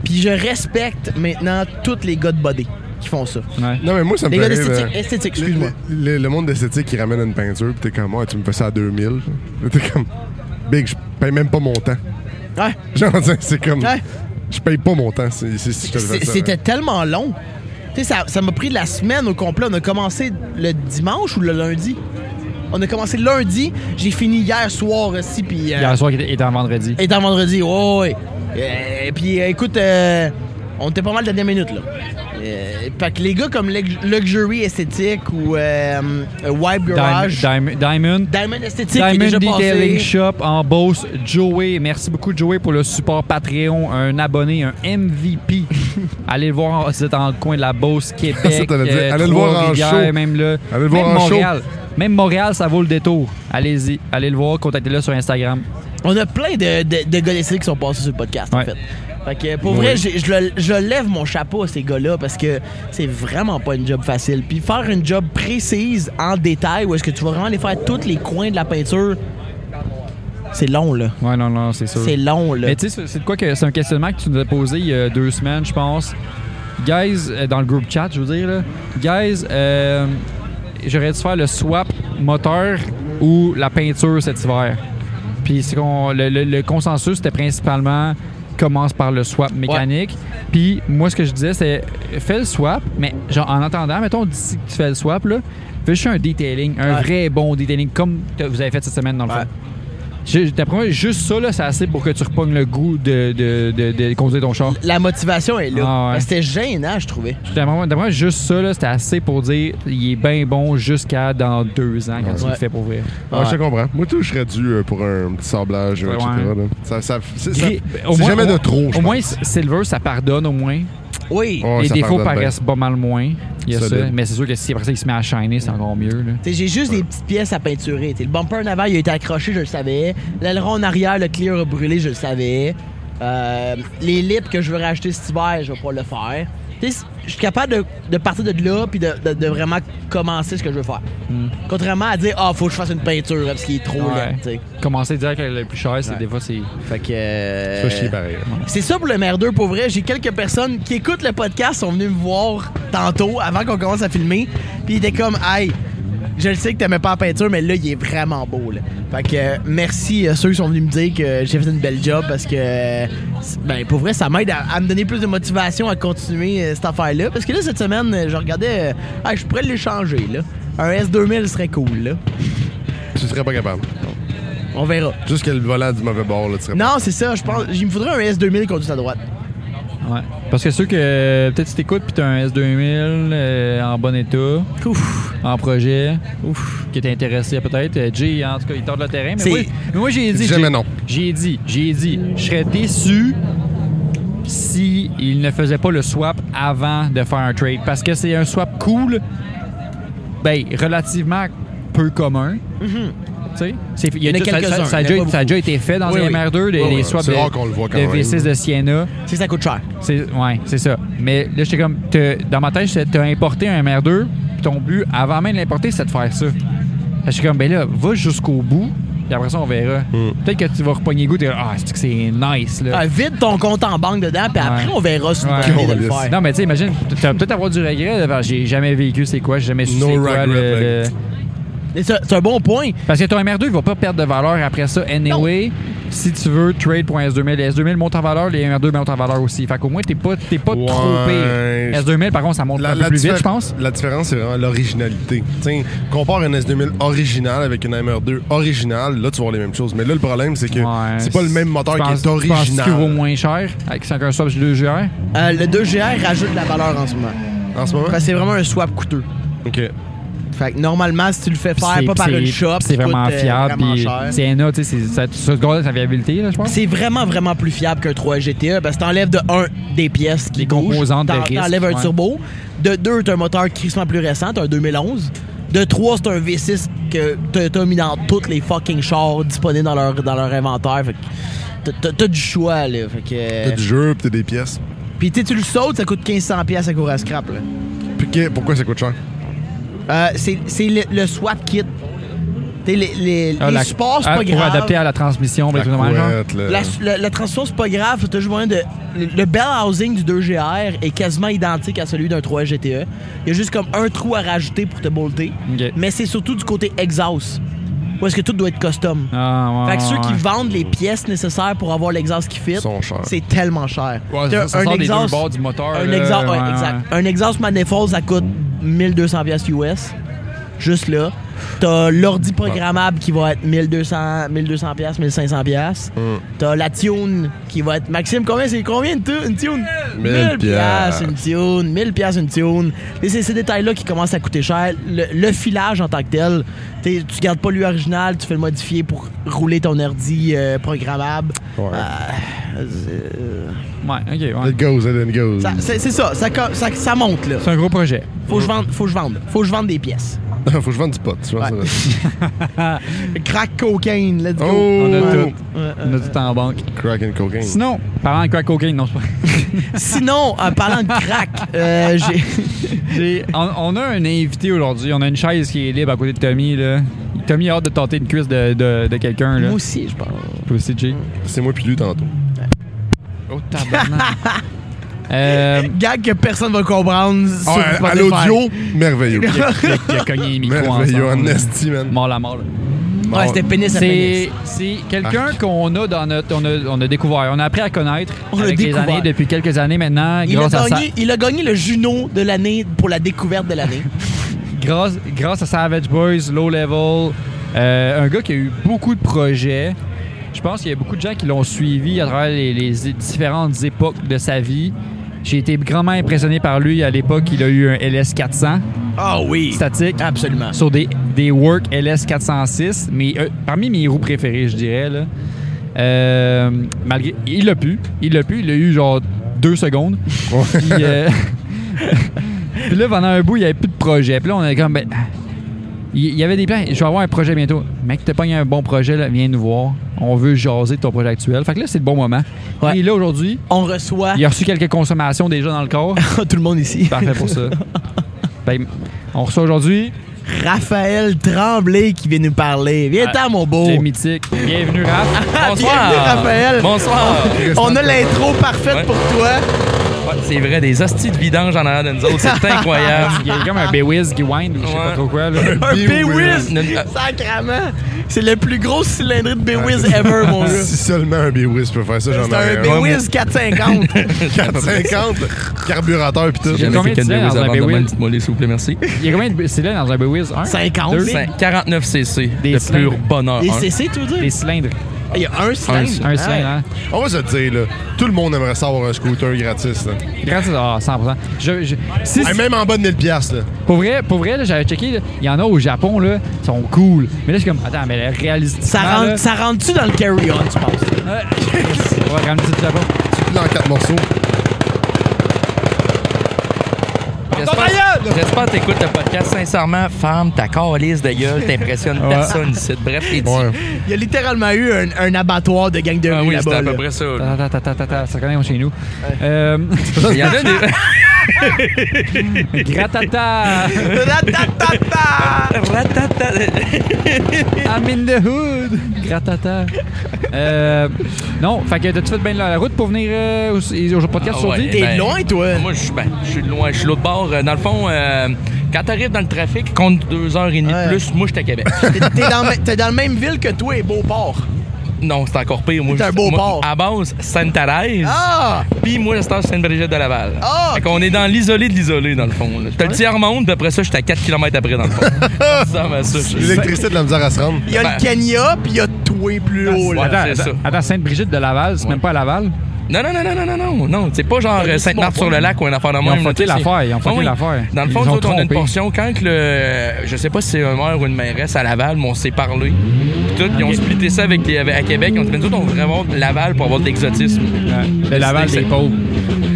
Speaker 2: Puis je respecte maintenant tous les gars de body qui font ça.
Speaker 1: Ouais.
Speaker 3: Non, mais moi, ça me
Speaker 2: Les
Speaker 3: fait
Speaker 2: gars
Speaker 3: rire,
Speaker 2: d'esthétique,
Speaker 3: euh,
Speaker 2: esthétique, excuse-moi.
Speaker 3: Le, le- le monde d'esthétique qui ramène une peinture, pis t'es comme, moi, tu me fais ça à 2000. Là, T'es comme, big, je paye même pas mon temps.
Speaker 2: Ouais.
Speaker 3: Genre, c'est comme,
Speaker 2: Ouais.
Speaker 3: je paye pas mon temps si, si- si je te le fais
Speaker 2: C'est-
Speaker 3: ça.
Speaker 2: C'était tellement long. Tu sais, ça ça m'a pris de la semaine au complet. On a commencé le dimanche ou le lundi? On a commencé lundi, j'ai fini hier soir aussi, puis... euh,
Speaker 1: Hier soir, il était- il était en vendredi.
Speaker 2: Et en vendredi, ouais, ouais. Euh, puis euh, écoute, euh, on était pas mal de dernière minute, là. Euh, fait que les gars comme Lux- Luxury Esthétique ou euh, euh, Wipe
Speaker 1: Dim-
Speaker 2: Garage,
Speaker 1: Dim- Diamond.
Speaker 2: Diamond Esthétique qui est
Speaker 1: Diamond
Speaker 2: déjà
Speaker 1: Detailing
Speaker 2: passé.
Speaker 1: Shop en Beauce, Joey. Merci beaucoup, Joey, pour le support Patreon. Un abonné, un MVP. allez le voir si vous êtes dans le coin de la Beauce, Québec. euh,
Speaker 3: t'allais dire. Allez le voir en
Speaker 1: Trois-Rivières,
Speaker 3: show.
Speaker 1: Même là.
Speaker 3: Allez le
Speaker 1: Même
Speaker 3: voir en show.
Speaker 1: Montréal. Même Montréal, ça vaut le détour. Allez-y. Allez le voir. Contactez-le sur Instagram.
Speaker 2: On a plein de, de, de gars d'esthétique qui sont passés sur le podcast, en
Speaker 1: Ouais.
Speaker 2: fait. Fait que pour
Speaker 3: Oui.
Speaker 2: vrai, j'ai- je, le- je lève mon chapeau à ces gars-là parce que c'est vraiment pas une job facile. Puis faire une job précise en détail où est-ce que tu vas vraiment aller faire tous les coins de la peinture, c'est long, là.
Speaker 1: Ouais, non, non, c'est sûr.
Speaker 2: C'est long, là.
Speaker 1: Mais tu sais, c'est- c'est de quoi que c'est un questionnement que tu nous as posé il y a deux semaines, je pense. Guys, euh, dans le groupe chat, je veux dire, là. Guys, euh, j'aurais dû faire le swap moteur ou la peinture cet hiver. Puis c'est qu'on- le, le- le consensus, c'était principalement commence par le swap mécanique. Puis moi, ce que je disais, c'est euh, fais le swap, mais genre en attendant, mettons d'ici que tu fais le swap, là, fais juste un detailing, un
Speaker 2: Ouais.
Speaker 1: vrai bon detailing, comme que vous avez fait cette semaine dans le fond.
Speaker 2: Ouais.
Speaker 1: J'ai- D'après moi, juste ça, là, c'est assez pour que tu repognes le goût de, de, de, de conduire ton char.
Speaker 2: La motivation est là.
Speaker 1: Ah ouais.
Speaker 2: Mais C'était gênant, je trouvais.
Speaker 1: D'après moi- d'après moi, juste ça, là, c'était assez pour dire il est bien bon jusqu'à dans deux ans quand tu le
Speaker 2: Ouais.
Speaker 1: fais pour vrai.
Speaker 3: Ah, je te comprends. Moi, tout, je serais dû euh, pour un petit sablage, euh,
Speaker 1: Ouais.
Speaker 3: etc. là. Ça, ça, c'est ça-
Speaker 1: Gris- au
Speaker 3: c'est
Speaker 1: moins-
Speaker 3: jamais
Speaker 1: au-
Speaker 3: de trop, je
Speaker 1: Au moins,
Speaker 3: pense.
Speaker 1: S- Silver, ça pardonne au moins.
Speaker 2: Oui.
Speaker 3: Ouais,
Speaker 1: Les
Speaker 3: ça
Speaker 1: défauts
Speaker 3: pardonne bien.
Speaker 1: paraissent pas mal moins. Il y a
Speaker 3: Solide.
Speaker 1: ça. Mais c'est sûr que si après ça, il se met à shiner, c'est encore mieux. là.
Speaker 2: T'sais, J'ai juste des petites pièces à peinturer. T'sais, le bumper en avant, il a été accroché, je le savais. L'aileron en arrière, le clear a brûlé, je le savais. Euh, les lips que je veux racheter cet hiver, je vais pas le faire. T'sais, Tu sais, je suis capable de, de partir de là puis de, de- de vraiment commencer ce que je veux faire. Contrairement à dire, ah, faut que je fasse une peinture parce qu'il est trop
Speaker 1: Ouais.
Speaker 2: laid, tu sais.
Speaker 1: Commencer direct avec le plus cher, c'est
Speaker 2: Ouais.
Speaker 1: des fois, c'est.
Speaker 2: Fait que. euh,
Speaker 3: Ça, chier pareil.
Speaker 2: c'est ça pour le merdeux, pour vrai. J'ai quelques personnes qui écoutent le podcast, sont venues me voir tantôt, avant qu'on commence à filmer. Puis ils étaient comme, hey, je le sais que t'aimais pas la peinture, mais là, il est vraiment beau. Là. Fait que euh, merci à ceux qui sont venus me dire que j'ai fait une belle job parce que, euh, c'est- ben, pour vrai, ça m'aide à, à me donner plus de motivation à continuer euh, cette affaire-là. Parce que là, cette semaine, euh, je regardais, euh, Hey, je pourrais l'échanger, là. Un S2000 serait cool, là.
Speaker 3: Tu serais pas capable.
Speaker 2: On verra.
Speaker 3: Juste que le volant du mauvais bord, là, tu serais
Speaker 2: Non, c'est ça, je pense. Il me faudrait un S2000 conduit à droite.
Speaker 1: Ouais. Parce que ceux que. Peut-être tu t'écoutes, puis t'as un S2000 euh, en bon état,
Speaker 2: Ouf.
Speaker 1: en projet, ouf, qui est intéressé peut-être. Euh, Jay, en tout cas, il tord le terrain. Mais
Speaker 2: C'est-
Speaker 1: moi, mais moi j'ai dit.
Speaker 3: Jamais
Speaker 1: j'ai-
Speaker 3: non.
Speaker 1: J'ai dit, j'ai dit, je serais déçu si il ne faisait pas le swap avant de faire un trade. Parce que c'est un swap cool, ben, relativement peu commun. Tu sais, c'est- il y a
Speaker 2: Il y en a
Speaker 1: tout- ça- ça,
Speaker 2: quelques-uns,
Speaker 1: ça a
Speaker 2: il y en a
Speaker 1: déjà-
Speaker 2: pas
Speaker 1: ça a déjà été fait dans
Speaker 2: Oui,
Speaker 1: les
Speaker 2: oui.
Speaker 1: MR2, des,
Speaker 3: Oui,
Speaker 1: des
Speaker 3: oui.
Speaker 1: swaps
Speaker 3: C'est
Speaker 1: de,
Speaker 3: rare qu'on le voit quand
Speaker 1: de
Speaker 3: même.
Speaker 1: V6 de Sienna.
Speaker 2: C'est que ça coûte cher.
Speaker 1: C'est, ouais, c'est ça. Mais là, j'étais comme, t'as- dans ma tête, j'étais, t'as importé un MR2, puis ton but, avant même de l'importer, c'est de faire ça. Fait que J'étais comme, ben là, va jusqu'au bout, puis après ça, on verra.
Speaker 3: Hmm.
Speaker 1: Peut-être que tu vas repogner goût, t'es comme, ah, c'est que c'est nice, là.
Speaker 2: Ah, vide ton compte en banque dedans, puis après,
Speaker 1: Ouais.
Speaker 2: on verra si tu
Speaker 1: Ouais.
Speaker 2: vas de le
Speaker 3: Calice.
Speaker 2: faire.
Speaker 1: Non, mais tu sais, imagine, tu vas peut-être avoir du regret de faire, j'ai jamais vécu c'est quoi, j'ai jamais su
Speaker 3: No
Speaker 1: c'est quoi.
Speaker 3: regret,
Speaker 1: le- le-
Speaker 3: like.
Speaker 2: Et ça, C'est un bon point.
Speaker 1: Parce que ton MR2, il va pas perdre de valeur après ça, anyway. Si tu veux, trade.S2000. Les S2000 monte en valeur, les MR2 montent en valeur aussi. Fait qu'au moins, t'es pas, t'es pas trop
Speaker 3: Ouais.
Speaker 1: pire. S2000, par contre, ça monte un peu plus vite,
Speaker 3: diffé-
Speaker 1: je pense.
Speaker 3: la différence, c'est vraiment l'originalité. T'sais, Compare un S2000 original avec une MR2 originale, là, tu vas voir les mêmes choses. Mais là, le problème, c'est que
Speaker 1: Ouais.
Speaker 3: c'est pas le même moteur
Speaker 1: Tu penses-
Speaker 3: qui est
Speaker 1: tu penses qu'il vaut
Speaker 3: original.
Speaker 1: moins cher avec 5 swap 2GR?
Speaker 2: Euh, le 2GR rajoute de la valeur en ce moment.
Speaker 3: En ce moment?
Speaker 2: Parce que c'est vraiment un swap coûteux.
Speaker 3: OK.
Speaker 2: Fait que normalement, si tu le fais faire
Speaker 1: C'est-
Speaker 2: pas par
Speaker 1: c'est-
Speaker 2: une shop,
Speaker 1: C'est
Speaker 2: qui coûte,
Speaker 1: vraiment
Speaker 2: euh,
Speaker 1: fiable.
Speaker 2: vraiment
Speaker 1: puis
Speaker 2: cher.
Speaker 1: C'est NA, tu sais, c'est- ça, ça garde sa viabilité, là, je pense.
Speaker 2: C'est vraiment, vraiment plus fiable qu'un 3 GTA parce que t'enlèves de 1 des pièces qui
Speaker 1: Les
Speaker 2: bougent.
Speaker 1: composantes de
Speaker 2: T'en-
Speaker 1: risque,
Speaker 2: T'enlèves un
Speaker 1: ouais.
Speaker 2: turbo. De 2, t'as un moteur crissement plus récent, t'as un 2011. De 3, c'est un V6 que t'as- t'as mis dans tous les fucking chars disponibles dans leur, dans leur inventaire. Fait que t'as- t'as- t'as du choix, là. Fait
Speaker 3: T'as
Speaker 2: que.
Speaker 3: du jeu, pis t'as des pièces.
Speaker 2: Puis tu sais, tu le sautes, ça coûte 1500$ pièces à cour à scrap, là.
Speaker 3: Puis que- pourquoi ça coûte cher?
Speaker 2: Euh, c'est c'est le, le swap kit. T'sais, les, les,
Speaker 1: Ah,
Speaker 2: les
Speaker 1: la-
Speaker 2: supports, c'est
Speaker 1: ah,
Speaker 2: pas
Speaker 1: Pour
Speaker 2: grave.
Speaker 1: adapter à la transmission, ben,
Speaker 3: La
Speaker 1: tout le monde, genre.
Speaker 3: couette, là.
Speaker 2: La, la, la transition, c'est pas grave. T'as juste moyen de. Le, le bell housing du 2GR est quasiment identique à celui d'un 3 GTE. E. Il y a juste comme un trou à rajouter pour te bolter.
Speaker 1: Ok.
Speaker 2: Mais c'est surtout du côté exhaust. Où est-ce que tout doit être custom.
Speaker 1: Ah, ouais,
Speaker 2: Fait que ceux
Speaker 1: ouais,
Speaker 2: qui
Speaker 1: ouais.
Speaker 2: vendent les pièces nécessaires pour avoir l'exhaust qui fit,
Speaker 3: Sont chers.
Speaker 2: c'est tellement cher.
Speaker 1: Ouais,
Speaker 2: T'as
Speaker 1: ça, ça sort des deux bords du moteur.
Speaker 2: un
Speaker 1: là,
Speaker 2: exhaust, ouais,
Speaker 1: ouais,
Speaker 2: exact. Un exhaust manifold, ça coûte 1200 pièces US. Juste là. T'as l'ordi programmable qui va être 1200 1200 pièces, 1500 pièces.
Speaker 3: Mm.
Speaker 2: T'as la tune qui va être Maxime combien c'est combien une, tu- une tune
Speaker 3: 1000
Speaker 2: piastres une tune, 1000 pièces une tune. Et c'est ces détails là qui commencent à coûter cher. Le, le filage en tant que tel, t'sais, tu gardes pas lui original, tu fais le modifier pour rouler ton ordi euh, programmable.
Speaker 3: Ouais.
Speaker 2: Euh, c'est-
Speaker 1: Ouais, ok, ouais.
Speaker 3: It goes, it goes.
Speaker 2: ça- C'est c'est ça, ça, co- ça, ça monte là.
Speaker 1: C'est un gros projet.
Speaker 2: Faut que je vende, faut que je vende, faut que je vende des pièces.
Speaker 3: Faut que je vende du pot. tu vois,
Speaker 2: Ouais.
Speaker 3: ça.
Speaker 2: Crack cocaine, let's go.
Speaker 3: Oh!
Speaker 1: On a tout.
Speaker 2: Ouais, ouais,
Speaker 1: On a tout en banque.
Speaker 3: Crack and cocaine.
Speaker 1: Sinon, parlant de crack cocaine, non, c'est pas-
Speaker 2: Sinon, en parlant de crack, euh, j'ai. j'ai-
Speaker 1: on, on a un invité aujourd'hui. On a une chaise qui est libre à côté de Tommy. Là. Tommy a hâte de tenter une cuisse de, de, de quelqu'un. là.
Speaker 2: Moi aussi, je pense.
Speaker 1: Toi aussi, Jay.
Speaker 3: C'est moi puis lui tantôt.
Speaker 1: Oh, tabarnak. euh,
Speaker 2: Gag que personne va comprendre. sur
Speaker 3: Ah, à- à
Speaker 2: Spotify.
Speaker 3: l'audio, merveilleux.
Speaker 1: il a- il a cogné les micros
Speaker 3: merveilleux,
Speaker 1: ensemble.
Speaker 3: en
Speaker 1: là.
Speaker 3: esti, man.
Speaker 1: Mort la mort. là.
Speaker 2: Ouais, c'était pénis à pénis.
Speaker 1: C'est c'est quelqu'un qu'on a dans notre. On a, on a découvert. On a appris à connaître
Speaker 2: On l'a
Speaker 1: avec les
Speaker 2: découvert.
Speaker 1: années, depuis quelques années maintenant,
Speaker 2: Il a,
Speaker 1: grâce à ça.
Speaker 2: gagné, il a gagné le Juno de l'année pour la découverte de l'année.
Speaker 1: grâce, grâce à Savage Boys, Low Level, euh, un gars qui a eu beaucoup de projets. Je pense qu'il y a beaucoup de gens qui l'ont suivi à travers les, les é- différentes époques de sa vie. J'ai été grandement impressionné par lui. À l'époque, il a eu un LS400
Speaker 2: Ah oui.
Speaker 1: statique
Speaker 2: Absolument.
Speaker 1: sur des, des Work LS406, mais euh, parmi mes roues préférées, je dirais. Là. Euh, malgré, il l'a pu. Il l'a pu. Il l'a eu genre deux secondes. Puis, euh, puis là, pendant un bout, il n'y avait plus de projet. Puis là, on est comme. ben, il il y avait des plans. Je vais avoir un projet bientôt. Mec, t'as pas un bon projet, là, viens nous voir. on veut jaser de ton projet actuel. Fait que là, c'est le bon moment.
Speaker 2: Ouais.
Speaker 1: Et là, aujourd'hui,
Speaker 2: On reçoit
Speaker 1: il a reçu quelques consommations déjà dans le corps.
Speaker 2: tout le monde ici.
Speaker 1: Parfait pour ça. Ben, on reçoit aujourd'hui
Speaker 2: Raphaël Tremblay qui vient nous parler. Viens-t'en, mon beau.
Speaker 1: Jay Mythique. Bienvenue, Raph.
Speaker 2: Bienvenue, Raphaël.
Speaker 4: Bonsoir.
Speaker 2: On a l'intro parfaite
Speaker 4: Ouais.
Speaker 2: pour toi.
Speaker 4: Ouais, c'est vrai, des hosties de vidange en arrière de nous autres, c'est incroyable.
Speaker 1: Il y a comme un Bewiz qui wind ou je sais pas
Speaker 4: Ouais.
Speaker 1: trop quoi. là.
Speaker 2: Un
Speaker 4: Wiz.
Speaker 2: B-Wiz. Sacrament. C'est le plus gros cylindré de B-Wiz ever, mon gars.
Speaker 3: Si seulement un B-Wiz peut faire ça, j'en
Speaker 2: C'est
Speaker 3: ai
Speaker 2: un
Speaker 3: un.
Speaker 2: B-Wiz 450.
Speaker 3: 450, carburateur pis tout.
Speaker 4: J'ai jamais
Speaker 1: Combien
Speaker 4: fait
Speaker 1: de
Speaker 4: qu'un Bewis
Speaker 1: dans un
Speaker 4: avant de
Speaker 1: Bewis?
Speaker 4: même, dites-moi les s'il vous plaît, merci.
Speaker 1: Il y a combien de c'est là dans un Bewiz? Un?
Speaker 2: 50.
Speaker 1: Deux.
Speaker 4: Cin- 49 cc,
Speaker 1: Des
Speaker 4: le
Speaker 1: cylindres.
Speaker 4: pur bonheur.
Speaker 2: Et
Speaker 4: hein.
Speaker 2: c'est c'est tout
Speaker 1: Des
Speaker 2: dire.
Speaker 1: cylindres.
Speaker 2: Il y a un cylindre. Ah,
Speaker 4: cylindre.
Speaker 1: Un cylindre, hein?
Speaker 3: On va se le dire, là, tout le monde aimerait ça avoir un scooter gratis. Là.
Speaker 1: Gratis, ah, 100%. Je, je- si-
Speaker 3: Hey, même en bas de 1000$. piastres, Là.
Speaker 1: pour vrai, pour vrai là, j'avais checké, là, il y en a au Japon, là, ils sont cool. Mais là, je suis comme, attends, mais réalise
Speaker 2: Ça rentre- Ça rentre-tu dans le carry-on, tu penses?
Speaker 1: On va ramener ça du Japon.
Speaker 3: Là, en quatre morceaux.
Speaker 4: J'espère j'espère que t'écoutes le podcast. Sincèrement, femme, ta calice de gueule, t'impressionnes personne ici. Bref, t'es dit.
Speaker 3: Ouais.
Speaker 2: Il y a littéralement eu un, un abattoir de gang de
Speaker 4: Ah
Speaker 2: rue
Speaker 4: oui, c'était
Speaker 2: là-bas.
Speaker 4: à peu
Speaker 2: là.
Speaker 4: près ça. là.
Speaker 1: Attends, attends, attends, attends, ça connaît chez nous. Euh,
Speaker 4: Il y en a des.
Speaker 1: gratata,
Speaker 2: Ratatata!
Speaker 4: Ratata.
Speaker 1: I'm in the hood. Gratata. Euh, non, fait que t'as-tu fait bien la route pour venir euh, au, au podcast
Speaker 4: Ah
Speaker 1: sur
Speaker 4: ouais.
Speaker 1: dix?
Speaker 2: T'es
Speaker 4: Ben,
Speaker 2: loin, toi!
Speaker 4: Moi, je suis- ben, je suis loin, je suis l'autre bord. Euh, Dans le fond, euh, quand t'arrives dans le trafic, compte deux heures et demie
Speaker 2: Ouais.
Speaker 4: de plus, moi, j'étais à Québec.
Speaker 2: T'es t'es dans, t'es dans la même ville que toi et Beauport.
Speaker 4: Non, c'est encore pire. Moi,
Speaker 2: C'est un beau
Speaker 4: moi,
Speaker 2: port.
Speaker 4: À base, Sainte-Thérèse.
Speaker 2: Ah!
Speaker 4: Puis moi, c'est Sainte-Brigitte de Laval.
Speaker 2: Ah,
Speaker 4: Fait qu'on est dans l'isolé de l'isolé, dans le fond. là. T'as le tiers-monde, puis après ça, j'étais à 4 km après, dans le fond. Ça ressemble à ça, je-
Speaker 3: L'électricité de la misère à se rendre.
Speaker 2: Il y a
Speaker 4: Ben- Ah,
Speaker 2: le Kenya, puis il y a toi plus haut, là.
Speaker 1: Attends,
Speaker 4: Oh, c'est
Speaker 1: attends,
Speaker 4: ça.
Speaker 1: attends, Sainte-Brigitte de Laval, c'est même pas à Laval?
Speaker 4: Non, non, non, non, non, non, non, non. C'est pas genre euh, Sainte-Marthe-sur-le-lac ou un affaire de même.
Speaker 1: ont
Speaker 4: là,
Speaker 1: fauté
Speaker 4: tu sais.
Speaker 1: l'affaire, ils ont fauté
Speaker 4: Ah oui.
Speaker 1: l'affaire.
Speaker 4: Dans le
Speaker 1: Ils
Speaker 4: fond,
Speaker 1: ont
Speaker 4: nous autres, on a une
Speaker 1: trompé.
Speaker 4: portion. Quand que le. euh, Je sais pas si c'est un maire ou une mairesse à Laval, mais on s'est parlé. Puis tout, ils ont
Speaker 1: Ok.
Speaker 4: splitté ça avec, les- avec- à Québec. Ils ont dit, mais nous autres, on voudrait avoir de Laval pour avoir de l'exotisme.
Speaker 1: Le Laval, c'est
Speaker 4: c'est-
Speaker 1: pauvre.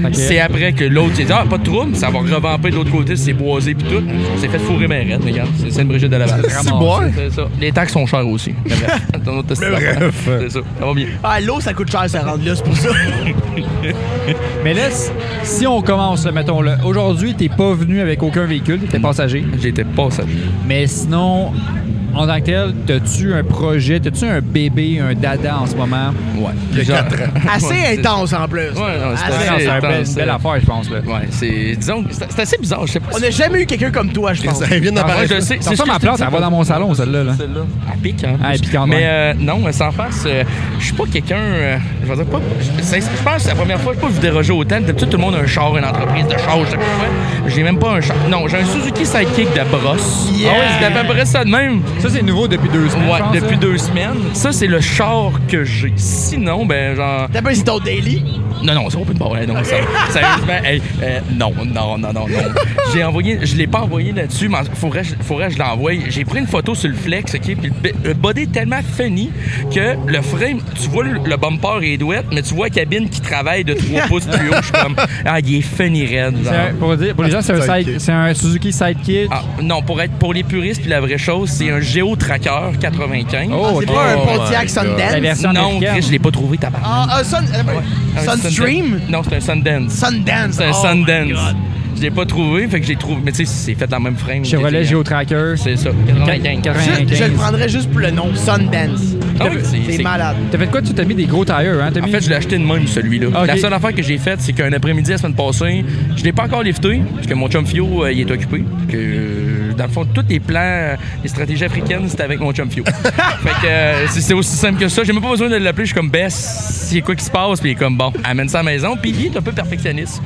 Speaker 1: Fait que-
Speaker 4: C'est après que l'autre, il a dit, ah, pas de trouble, ça va revamper de l'autre côté, c'est boisé puis tout. On s'est fait fourrer mais arrête, regarde, c'est Sainte-Brigitte de Laval.
Speaker 3: C'est bon.
Speaker 4: C'est ça. Les taxes sont chères aussi. Bref. Ton autre
Speaker 3: Bref.
Speaker 4: C'est ça. Ça va bien.
Speaker 2: Ah, l'eau, ça coûte cher, ça rentre là, c'est pour ça.
Speaker 1: Mais là, si- si on commence, mettons, là, aujourd'hui, t'es pas venu avec aucun véhicule, t'étais passager.
Speaker 4: J'étais pas ça.
Speaker 1: Mais sinon, en tant que tel, t'as-tu un projet, t'as-tu un bébé, un dada en ce moment?
Speaker 4: Ouais.
Speaker 3: Il y a quatre ans.
Speaker 2: Assez
Speaker 4: Ouais, c'est-
Speaker 2: intense, en plus.
Speaker 4: Ouais, non, c'est
Speaker 2: Assez intense.
Speaker 4: assez-
Speaker 1: C'est un
Speaker 4: intense,
Speaker 1: bel- une belle
Speaker 4: euh,
Speaker 1: affaire, je pense. Là.
Speaker 4: Ouais, c'est. Disons, que c'est c'est assez bizarre, je sais pas.
Speaker 2: On
Speaker 4: si-
Speaker 2: n'a jamais eu quelqu'un comme toi, je pense.
Speaker 3: Ça vient
Speaker 4: Ouais,
Speaker 3: d'apparaître.
Speaker 4: je le sais.
Speaker 1: Ça
Speaker 4: C'est ce
Speaker 1: ressemble
Speaker 4: que
Speaker 1: à
Speaker 4: je te
Speaker 1: plante,
Speaker 4: dis,
Speaker 1: elle va dans mon salon, celle-là, là.
Speaker 4: Celle-là. Elle pique, hein?
Speaker 1: Ah, elle pique en
Speaker 4: Mais
Speaker 1: vert.
Speaker 4: euh, non, mais sans farce, euh, je suis pas quelqu'un. euh, je vais dire pas. Je c'est- je pense que c'est la première fois que je peux vous déroger autant. D'habitude, tout le monde a un char, une entreprise de char, je sais pas quoi. J'ai même pas un char. Non, j'ai un Suzuki Sidekick de brosse.
Speaker 2: Yeah!
Speaker 4: Ah oui, c'est à peu près ça de même.
Speaker 1: Ça, c'est nouveau depuis deux semaines. je pense,
Speaker 4: Ouais, depuis
Speaker 1: hein?
Speaker 4: deux semaines. Ça, c'est le char que j'ai. Sinon, ben, genre.
Speaker 2: T'as pas ton daily?
Speaker 4: Non, non, ça, on peut pas. Ouais, non, ça, sérieusement, hey, euh, non, non, non, non, non. J'ai envoyé, je l'ai pas envoyé là-dessus, mais faudrait, faudrait que je l'envoie. J'ai pris une photo sur le flex, OK? Puis le b- le body est tellement funny que le frame, tu vois le, le bumper et douette, mais tu vois la cabine qui travaille de 3 pouces plus haut. Je suis comme, ah, il est funny red. genre.
Speaker 1: C'est un- pour, dire- pour les gens, c'est un, side-
Speaker 3: Sidekick.
Speaker 1: c'est un Suzuki Sidekick.
Speaker 4: Ah, non, pour être pour les puristes, puis la vraie chose, c'est un Geo Tracker 95.
Speaker 1: Oh,
Speaker 2: Ah, C'est
Speaker 1: ok.
Speaker 2: pas un
Speaker 4: Oh
Speaker 2: Pontiac
Speaker 3: my
Speaker 1: La
Speaker 2: Sundance?
Speaker 1: God. version
Speaker 4: non,
Speaker 1: américaine.
Speaker 4: Chris, je l'ai pas trouvé, tabac.
Speaker 2: Ah, un Sun...
Speaker 4: Un
Speaker 2: Sunstream?
Speaker 4: Sundance. Non, c'est un Sundance.
Speaker 2: Sundance.
Speaker 4: C'est un
Speaker 2: oh my
Speaker 4: Sundance.
Speaker 2: God.
Speaker 4: Je l'ai pas trouvé, fait que j'ai trouvé. Mais tu sais, c'est fait dans la même frame.
Speaker 1: Chevrolet
Speaker 4: C'était-
Speaker 1: Geotracker.
Speaker 4: C'est ça.
Speaker 1: Quatre-
Speaker 4: 95.
Speaker 1: quatre-
Speaker 2: Je, je le
Speaker 1: 95.
Speaker 2: prendrais juste pour le nom, Sundance.
Speaker 4: Ah oui, c'est-
Speaker 2: C'est
Speaker 4: c'est-
Speaker 2: malade.
Speaker 1: T'as fait quoi? Tu t'as mis des gros tailleurs, hein? T'as
Speaker 4: En
Speaker 1: mis-
Speaker 4: fait, je l'ai acheté de même, celui-là.
Speaker 1: Ok.
Speaker 4: La seule affaire que j'ai faite, c'est qu'un après-midi, la semaine passée, je l'ai pas encore lifté, parce que mon chum Fio, euh, il est occupé. Que, euh, dans le fond, tous les plans, euh, les stratégies africaines, c'était avec mon chum Fio. fait que euh, c'est c'est aussi simple que ça. J'ai même pas besoin de l'appeler. Je suis comme, Bess, c'est quoi qui se passe? Puis il est comme, bon, amène ça à la maison. Puis il est un peu perfectionniste.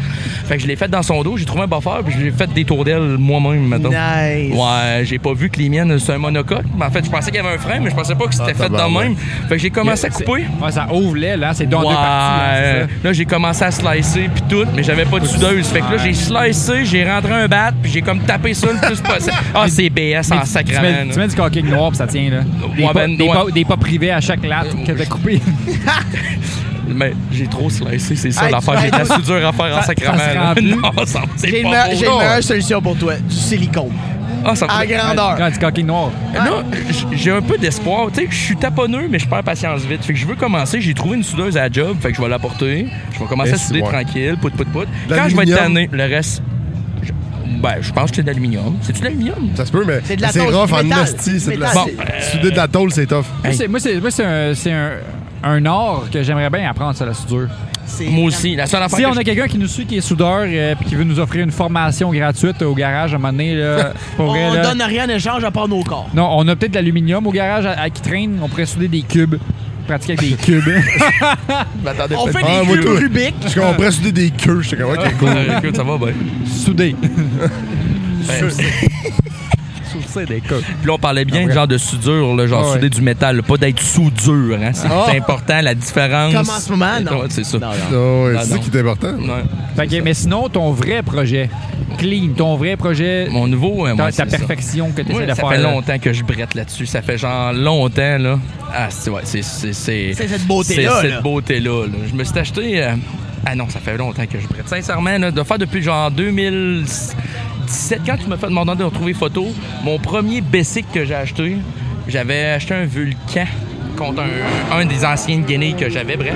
Speaker 4: Fait que je l'ai fait dans son dos, j'ai trouvé un buffer, puis j'ai fait des tours d'ailes moi-même, maintenant.
Speaker 2: Nice.
Speaker 4: Ouais, j'ai pas vu que les miennes, c'est un monocoque. Mais en fait, je pensais qu'il y avait un frein, mais je pensais pas que c'était
Speaker 3: Ah,
Speaker 4: fait de
Speaker 3: tabarnak.
Speaker 4: même. Fait que j'ai commencé à couper.
Speaker 1: Euh, Ouais, ça ouvre l'aile, là. C'est dans
Speaker 4: Ouais, Ah,
Speaker 1: deux parties. hein, c'est ça?
Speaker 4: là j'ai commencé à slicer puis tout, mais j'avais pas de soudeuse. Fait que là
Speaker 1: Ouais.
Speaker 4: j'ai slicé, j'ai rentré un bat, puis j'ai comme tapé ça le plus possible. Ah c'est BS
Speaker 1: Mais
Speaker 4: en
Speaker 1: tu- Tu
Speaker 4: sacrament.
Speaker 1: mets,
Speaker 4: là.
Speaker 1: tu mets du caulking noir pis ça tient, là. Des, pas,
Speaker 4: Ouais, ben,
Speaker 1: des,
Speaker 4: ouais.
Speaker 1: pas- des pas privés à chaque latte que t'as coupé.
Speaker 4: Mais j'ai trop slicé, c'est ça
Speaker 2: Hey,
Speaker 4: l'affaire.
Speaker 2: tu-
Speaker 4: J'ai de la soudure à faire en
Speaker 1: ça
Speaker 4: sacrament.
Speaker 1: se
Speaker 4: là.
Speaker 1: remplit.
Speaker 4: non, ça c'est
Speaker 2: J'ai
Speaker 4: pas
Speaker 2: une meilleure-
Speaker 4: beau.
Speaker 2: j'ai une meilleure solution pour toi, du silicone.
Speaker 4: Ah, ça me-
Speaker 2: à grandeur.
Speaker 1: Quand tu coquille noir.
Speaker 4: Euh, Non, j- j'ai un peu d'espoir. Tu sais, je suis taponneux, mais je perds patience vite. Fait que je veux commencer. J'ai trouvé une soudeuse à la job. Fait que je vais l'apporter. Je vais commencer à
Speaker 3: Et
Speaker 4: souder
Speaker 3: ouais.
Speaker 4: tranquille, pout, pout, pout.
Speaker 3: De
Speaker 4: Quand je vais être
Speaker 3: l'aluminium.
Speaker 4: tanné, le reste. je- Ben, je pense que c'est de l'aluminium. C'est-tu de l'aluminium?
Speaker 3: Ça se peut, mais
Speaker 2: C'est de la
Speaker 3: c'est
Speaker 2: tôle,
Speaker 3: rough
Speaker 2: c'est du
Speaker 3: en
Speaker 2: métal.
Speaker 3: asti. C'est de la...
Speaker 2: Métal,
Speaker 3: Bon, Souder de la tôle, c'est tough.
Speaker 1: Moi, c'est- Moi, c'est moi, c'est un, c'est un, un art que j'aimerais bien apprendre, ça, la soudure.
Speaker 2: C'est-
Speaker 4: Moi aussi. La seule affaire
Speaker 1: Si
Speaker 4: que
Speaker 1: on a quelqu'un qui nous suit, qui est soudeur, et qui veut nous offrir une formation gratuite au garage à un moment donné, là, pour vrai,
Speaker 2: On
Speaker 1: là,
Speaker 2: donne rien en échange à part nos corps.
Speaker 1: Non, on a peut-être de l'aluminium au garage à- à qui traîne. On pourrait souder des cubes. Pratiquer avec des cubes.
Speaker 4: je m'attendais
Speaker 2: On
Speaker 4: pas.
Speaker 2: fait
Speaker 3: Ah,
Speaker 2: des
Speaker 3: moi,
Speaker 2: cubes
Speaker 3: tout.
Speaker 2: Rubik.
Speaker 3: Parce qu'on pourrait souder des queues. J'étais comme, ok, cool.
Speaker 4: Ah, écoute, ça va bien.
Speaker 1: Souder.
Speaker 4: Ben,
Speaker 1: Souder des cubes.
Speaker 4: Puis là, on parlait bien genre de soudure, là, genre
Speaker 1: Ah ouais.
Speaker 4: souder du métal, là, pas d'être soudure. Hein. C'est
Speaker 3: Ah.
Speaker 4: c'est important, la différence.
Speaker 2: Comme en ce moment, non.
Speaker 4: Ouais, C'est ça.
Speaker 2: Non, non.
Speaker 3: Oh, ouais,
Speaker 4: Ah,
Speaker 3: c'est ça
Speaker 4: non.
Speaker 3: qui est important.
Speaker 4: Ouais.
Speaker 1: Fait que, mais sinon, ton vrai projet, clean, ton vrai projet,
Speaker 4: Mon nouveau, euh,
Speaker 1: ta,
Speaker 4: moi,
Speaker 1: ta
Speaker 4: c'est ça.
Speaker 1: perfection que tu essaies
Speaker 4: Ouais,
Speaker 1: de
Speaker 4: ça
Speaker 1: faire.
Speaker 4: fait
Speaker 1: là.
Speaker 4: longtemps que je brette là-dessus. Ça fait genre longtemps, là. Ah, c'est, ouais, c'est, c'est, c'est,
Speaker 2: C'est cette beauté-là,
Speaker 4: C'est
Speaker 2: là.
Speaker 4: cette beauté-là. là. Je me suis acheté. euh, Ah non, ça fait longtemps que je brette. Sincèrement, là, de faire depuis genre 2017, quand tu m'as fait demander de retrouver photo, mon premier basic que j'ai acheté, j'avais acheté un Vulcan contre un, un des anciennes guenilles que j'avais, bref.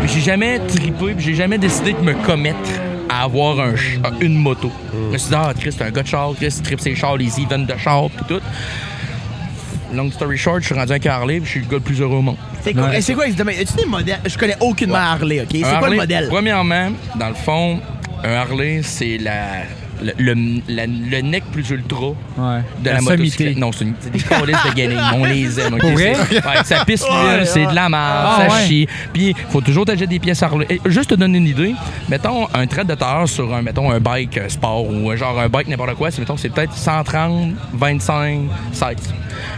Speaker 4: Puis j'ai jamais trippé, puis j'ai jamais décidé de me commettre à avoir un ch- une moto.
Speaker 2: Hmm.
Speaker 4: Je me suis dit, ah, Chris, t'es un gars de char, Chris, trip ses chars, les events de char, puis tout. Long story short, je suis rendu à Carly, puis je suis le gars le plus heureux au monde.
Speaker 2: C'est quoi, c'est quoi exactement? As-tu des modèles? Je connais aucunement Harley, OK? C'est
Speaker 4: Un
Speaker 2: quoi le
Speaker 4: Harley,
Speaker 2: modèle?
Speaker 4: Premièrement, dans le fond, un Harley, c'est la, le, le, la- le neck plus ultra
Speaker 1: Ouais.
Speaker 4: de la,
Speaker 1: La sommité.
Speaker 4: motocyclette. Non, c'est une- c'est des câlisses de gaming. On les aime. ok?
Speaker 1: Pour vrai?
Speaker 4: C'est- ouais, ça pisse
Speaker 2: Ouais,
Speaker 4: nul, c'est de la merde,
Speaker 1: Ah,
Speaker 4: ça
Speaker 1: ouais.
Speaker 4: chie. Puis, faut toujours t'acheter des pièces Harley. Et juste te donner une idée, mettons un trait de terre sur un, mettons, un bike euh, sport ou euh, genre un bike n'importe quoi, c'est, mettons, c'est peut-être 130, 25, 16.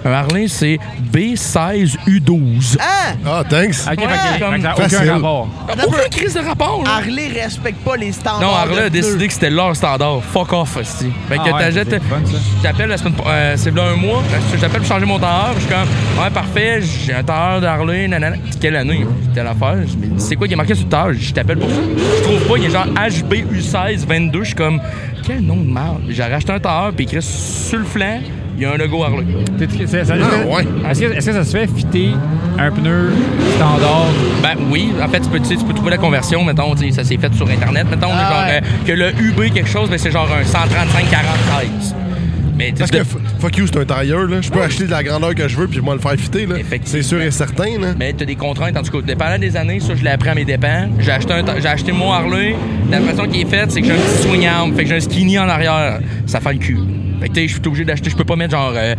Speaker 4: Un Harley, c'est B16U12.
Speaker 2: Hein?
Speaker 3: Ah, thanks.
Speaker 1: Ok, fait que-
Speaker 4: Ouais,
Speaker 1: fait que
Speaker 4: comme
Speaker 1: ça a
Speaker 3: facile.
Speaker 1: aucun rapport.
Speaker 4: Aucune crise de rapport, là.
Speaker 2: Harley respecte pas les standards.
Speaker 4: Non, Harley
Speaker 2: de
Speaker 4: a décidé que c'était leur standard. Fuck off, aussi. Fait que
Speaker 1: Ah ouais, c'est
Speaker 4: t'achètes.
Speaker 1: fun, ça.
Speaker 4: J'appelle la semaine. euh, c'est là un mois. J'appelle pour changer mon tailleur. Je suis comme, ouais, parfait, j'ai un tailleur d'Harley. Nanana. Quelle année? Telle affaire. Je me dis, C'est quoi qui est marqué sur le tailleur? Je t'appelle pour ça. Je trouve pas. Il est genre HBU1622. Je suis comme, quel nom de merde. J'ai racheté un tailleur, puis écrit sur le flanc, il y a un logo Harley.
Speaker 1: T'es- c'est- ça-
Speaker 3: Ah, ouais.
Speaker 1: Est-ce que, est-ce que ça se fait fitter un pneu standard?
Speaker 4: Ben oui, en fait, tu peux, tu sais, tu peux trouver la conversion, mettons, tu sais, ça s'est fait sur Internet, mettons,
Speaker 2: Ah
Speaker 4: genre,
Speaker 2: ouais.
Speaker 4: euh, que le UB quelque chose, mais c'est genre un 135-46. Mais tu
Speaker 3: Parce
Speaker 4: sais,
Speaker 3: que f- fuck you, c'est un tailleur, là. Je peux acheter de la grandeur que je veux puis moi le faire fitter, là.
Speaker 4: Effectivement.
Speaker 3: C'est sûr et certain, là.
Speaker 4: mais t'as des contraintes, en tout cas, dépendant des années, ça, je l'ai appris à mes dépens. J'ai acheté, un ta- j'ai acheté mon Harley, la façon qui est faite, c'est que j'ai un petit swing arm, fait que j'ai un skinny en arrière, ça fait le cul. Fait que, tu sais, je suis obligé d'acheter, je peux pas mettre genre. euh,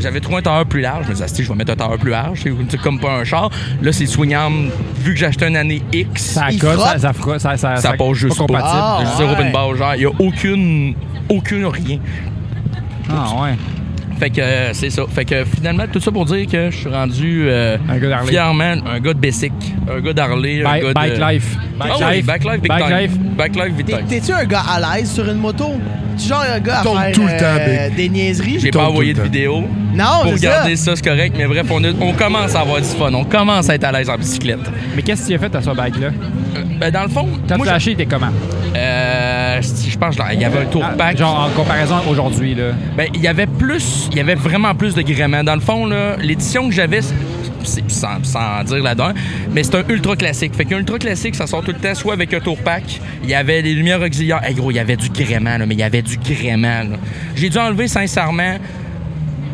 Speaker 4: J'avais trouvé un tailleur plus large, je me disais, Ah, si, je vais mettre un tailleur plus large, c'est c'est comme pas un char. Là, c'est le swing arm, vu que j'ai acheté une année X.
Speaker 1: Ça
Speaker 2: Il
Speaker 1: colle, ça,
Speaker 2: frotte.
Speaker 1: ça frotte, ça, ça,
Speaker 4: ça
Speaker 1: ça-
Speaker 4: passe juste
Speaker 1: pas compatible.
Speaker 4: pas.
Speaker 2: Ah,
Speaker 4: Zéro
Speaker 2: ouais.
Speaker 4: pin bar, genre, il y a aucune, aucune rien.
Speaker 1: Ah, ouais.
Speaker 4: Fait que euh, c'est ça. Fait que finalement, tout ça pour dire que je suis rendu euh,
Speaker 1: Un gars d'Harley.
Speaker 4: fièrement un gars de Bessic, un gars d'Harley, un
Speaker 1: Bike-
Speaker 4: gars de...
Speaker 1: bike life.
Speaker 4: Ah
Speaker 1: Bike
Speaker 4: oui,
Speaker 1: life.
Speaker 4: back life, big
Speaker 1: Bike
Speaker 4: time.
Speaker 1: life.
Speaker 4: Back life, big
Speaker 2: T'es-
Speaker 4: time.
Speaker 2: T'es-tu un gars à l'aise sur une moto? Tu genre un gars à
Speaker 3: Tombe
Speaker 2: faire
Speaker 3: tout le
Speaker 2: euh,
Speaker 3: temps, Big.
Speaker 2: des niaiseries?
Speaker 4: J'ai
Speaker 3: Tout
Speaker 4: pas envoyé
Speaker 3: le
Speaker 4: de
Speaker 3: temps.
Speaker 4: vidéo.
Speaker 2: Non,
Speaker 4: Pour
Speaker 2: c'est
Speaker 4: regarder ça, c'est correct, mais bref, on, est- on commence à avoir du fun. On commence à être à l'aise en bicyclette.
Speaker 1: Mais qu'est-ce que tu as fait à ce bike-là?
Speaker 4: Euh, ben, dans le fond,
Speaker 1: Quand
Speaker 4: moi,
Speaker 1: tu l'as
Speaker 4: je,
Speaker 1: acheté, il était comment?
Speaker 4: euh, je pense qu'il y avait un tour
Speaker 1: Ah,
Speaker 4: pack.
Speaker 1: Genre en comparaison à aujourd'hui, là.
Speaker 4: Ben, il y avait plus, il y avait vraiment plus de gréements. Dans le fond, là, l'édition que j'avais, c'est- c'est- sans, sans dire la donne, mais c'est un ultra classique. Fait qu'un ultra classique, ça sort tout le temps soit avec un tour pack, il y avait les lumières auxiliaires. Hey, gros, il y avait du gréement, là, mais il y avait du gréement. là. J'ai dû enlever, sincèrement,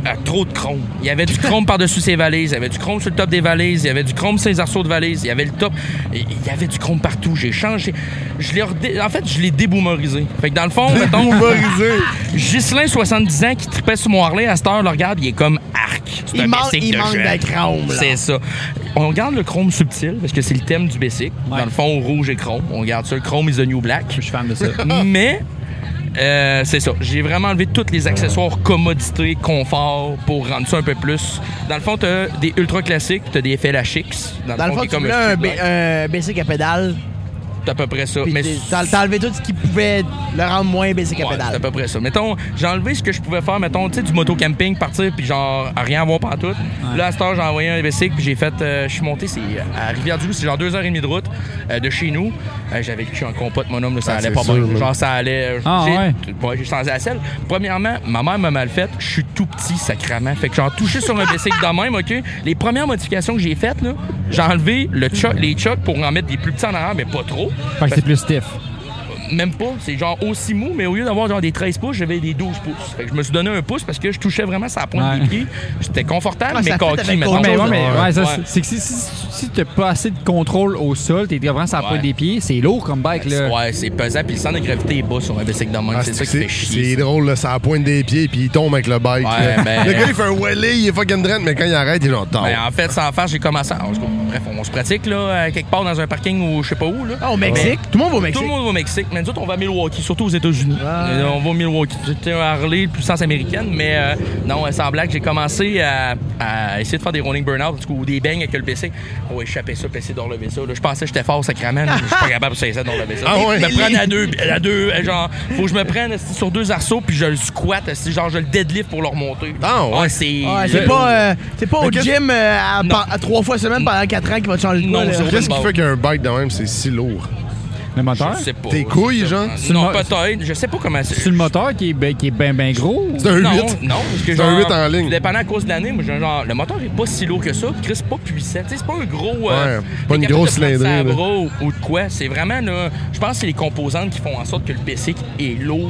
Speaker 4: euh, trop de chrome. Il y avait du chrome par-dessus ses valises, il y avait du chrome sur le top des valises, il y avait du chrome sur les arceaux de valises, il y avait le top, il y avait du chrome partout. J'ai changé. Je l'ai redé- En fait, je l'ai déboomerisé. Fait que dans le fond, mettons,
Speaker 3: Humorisé.
Speaker 4: Ghislain, 70 ans, qui tripait sur mon Harley, à cette heure, le regarde, il est comme arc. C'est
Speaker 2: Il
Speaker 4: un
Speaker 2: manque-
Speaker 4: basic
Speaker 2: il
Speaker 4: de
Speaker 2: manque
Speaker 4: jeune.
Speaker 2: de chrome, là.
Speaker 4: C'est ça. On regarde le chrome subtil, parce que c'est le thème du basic.
Speaker 1: Ouais.
Speaker 4: Dans le fond, rouge et chrome. On regarde ça. Chrome is the new black.
Speaker 1: Je suis fan de ça.
Speaker 4: Mais, euh, c'est ça. J'ai vraiment enlevé tous les accessoires commodité, confort, pour rendre ça un peu plus. Dans le fond, t'as des ultra classiques, t'as des FLHX. Dans,
Speaker 2: Dans le
Speaker 4: qui
Speaker 2: fond,
Speaker 4: est
Speaker 2: tu
Speaker 4: comme
Speaker 2: voulais un,
Speaker 4: streetlight.
Speaker 2: ba- un basic à pédale.
Speaker 4: C'est à peu près ça.
Speaker 2: Puis
Speaker 4: Mais
Speaker 2: t'es- t'as t'as enlevé tout ce qui pouvait le rendre moins basic à
Speaker 4: Ouais, c'est à
Speaker 2: pédale.
Speaker 4: peu près ça. Mettons, j'ai enlevé ce que je pouvais faire, mettons, tu sais, du motocamping, partir, puis genre, à rien avoir partout. Là, à cette heure, j'ai envoyé un bicycle, puis j'ai fait, euh, je suis monté, c'est à Rivière-du-Loup, c'est genre deux heures et demie de route euh, de chez nous. Euh, J'avais le cul en compote, mon homme, là, ça
Speaker 3: Ah,
Speaker 4: allait
Speaker 3: c'est
Speaker 4: pas
Speaker 3: sûr,
Speaker 4: bien.
Speaker 3: là.
Speaker 4: Genre, ça allait. euh,
Speaker 1: Ah,
Speaker 4: j'ai- ouais, j'ai changé la selle. Premièrement, ma mère m'a mal faite, je suis tout petit, sacrément. Fait que, genre, touché sur un bicycle de même, OK? Les premières modifications que j'ai faites, là, j'ai enlevé le choc, les chocs pour en mettre des plus petits en arrière, mais pas trop
Speaker 1: Fait que c'est plus stiff.
Speaker 4: même pas, c'est genre aussi mou, mais au lieu d'avoir genre des 13 pouces, j'avais des 12 pouces. Fait que je me suis donné un pouce parce que je touchais vraiment sa pointe
Speaker 1: Ouais.
Speaker 4: des pieds. J'étais confortable,
Speaker 2: Ouais,
Speaker 4: mais
Speaker 2: ça fit
Speaker 4: coquille
Speaker 2: avec
Speaker 4: maintenant.
Speaker 2: ton
Speaker 1: Mais ouais, Ben
Speaker 2: chose,
Speaker 1: mais
Speaker 4: Ouais.
Speaker 1: ouais, ça,
Speaker 4: Ouais.
Speaker 1: c'est- c'est que si, si, si t'as pas assez de contrôle au sol, t'es vraiment sur la pointe
Speaker 4: Ouais.
Speaker 1: des pieds, c'est lourd comme bike, là.
Speaker 4: Ouais, c'est pesant, puis le centre de gravité est bas sur un bicycle de main.
Speaker 3: Ah,
Speaker 4: c'est
Speaker 3: c'est
Speaker 4: ça qui fait
Speaker 3: c'est
Speaker 4: chier. ça.
Speaker 3: drôle, là, ça la pointe des pieds puis il tombe avec le bike.
Speaker 4: Ouais,
Speaker 3: là.
Speaker 4: ben-
Speaker 3: Le gars, il fait un wheelie, il est fucking drain, mais quand il arrête, il est en
Speaker 4: Mais en fait, sans faire, j'ai commencé. à- en tout cas, Bref, on se pratique là, à quelque part dans un parking ou je sais pas où. Là.
Speaker 2: Ah, au Mexique? Tout le monde va au
Speaker 4: Tout
Speaker 2: Mexique.
Speaker 4: le monde va au Mexique, mais nous autres, on va à Milwaukee, surtout aux États-Unis. Euh, On va à Milwaukee. C'était un Harley, puissance américaine, mais euh, non, euh, sans blague, j'ai commencé à, à essayer de faire des rolling burn-out, du coup, ou des bangs avec le PC. On va échapper ça, PC dans le vaisseau. là. Je pensais que j'étais fort, sacrément. là. Je suis pas capable de faire ça dans le vaisseau.
Speaker 3: Ah ouais?
Speaker 4: Je me prenne à deux, à deux, euh, genre, faut que je me prenne euh, sur deux arceaux, puis je le squatte, euh, si, genre, je le deadlift pour le remonter.
Speaker 3: Ah ouais?
Speaker 4: c'est.
Speaker 2: Ouais, c'est pas, euh, c'est pas au
Speaker 3: qu'est-ce-
Speaker 2: gym euh, à,
Speaker 4: Non.
Speaker 2: par- à trois fois semaine pendant quatre ans qui va te changer de quoi.
Speaker 4: Non,
Speaker 2: là.
Speaker 4: zéro.
Speaker 3: Qu'est-ce qui fait qu'un bike de même, c'est si lourd?
Speaker 1: Le moteur?
Speaker 4: Je sais pas.
Speaker 3: Tes couilles,
Speaker 4: C'est ça.
Speaker 3: genre?
Speaker 1: euh, C'est
Speaker 4: Non,
Speaker 1: le mo-
Speaker 4: peut-être. Je sais pas comment c'est.
Speaker 1: C'est le moteur qui est, ben- qui est ben, ben gros.
Speaker 3: C'est un
Speaker 4: non,
Speaker 3: 8.
Speaker 4: Non, parce que
Speaker 3: C'est un
Speaker 4: genre,
Speaker 3: 8 en ligne.
Speaker 4: Dépendant à cause de l'année, moi, j'ai genre, le moteur est pas si lourd que ça, puis Chris, c'est pas puissant. Tu sais, c'est pas un gros.
Speaker 3: Ouais, pas une
Speaker 4: t'es capable de
Speaker 3: grosse
Speaker 4: prendre ça à
Speaker 3: cylindrée, là.
Speaker 4: bras ou, ou de quoi. C'est vraiment, là, je pense que c'est les composantes qui font en sorte que le bicycle est lourd.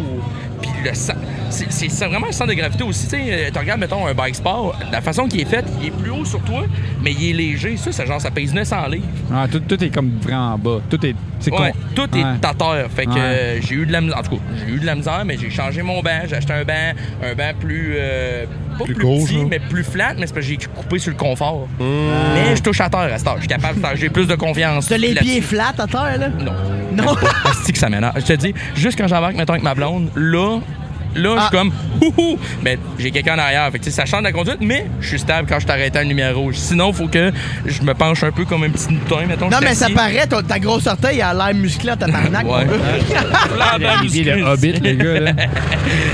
Speaker 4: Puis le sang. C'est, c'est- c'est vraiment le centre de gravité aussi. Tu sais, euh, tu regardes, mettons, un bike sport, la façon qu'il est fait, il est plus haut sur toi, mais il est léger. Ça, ça, genre, ça pèse 900 livres.
Speaker 1: Ah, tout, tout est comme vraiment en bas. Tout est. C'est
Speaker 4: Ouais,
Speaker 1: con.
Speaker 4: tout est
Speaker 1: Ouais.
Speaker 4: à terre. Fait que
Speaker 1: Ouais.
Speaker 4: euh, j'ai eu de la misère. En tout cas, j'ai eu de la misère, mais j'ai changé mon banc. J'ai acheté un banc, un banc plus. euh, pas
Speaker 3: Plus
Speaker 4: plus,
Speaker 3: gauche,
Speaker 4: petit,
Speaker 3: là.
Speaker 4: mais plus flat, mais c'est parce que j'ai coupé sur le confort. Mais je touche à terre à cette heure. Je suis capable de faire. J'ai plus de confiance.
Speaker 2: T'as les
Speaker 4: là-dessus.
Speaker 2: pieds flats à terre, là?
Speaker 4: Non.
Speaker 2: Non.
Speaker 4: Asti que ça m'énerve. Je te dis, juste quand j'embarque, mettons, avec ma blonde, là, là, je
Speaker 2: Ah.
Speaker 4: suis comme, houhou, mais j'ai quelqu'un en arrière. Fait que, tu sais, ça change la conduite, mais je suis stable quand je suis arrêté à une lumière rouge. Sinon, faut que je me penche un peu comme un petit mouton, mettons.
Speaker 2: Non,
Speaker 4: je suis
Speaker 2: mais ça
Speaker 4: assis.
Speaker 2: paraît, ton- ta grosse orteil, il a l'air musclé à ta barnaque.
Speaker 4: Ouais. Là, ben,
Speaker 1: Il dit le
Speaker 4: excuse.
Speaker 1: hobbit, le gars, là.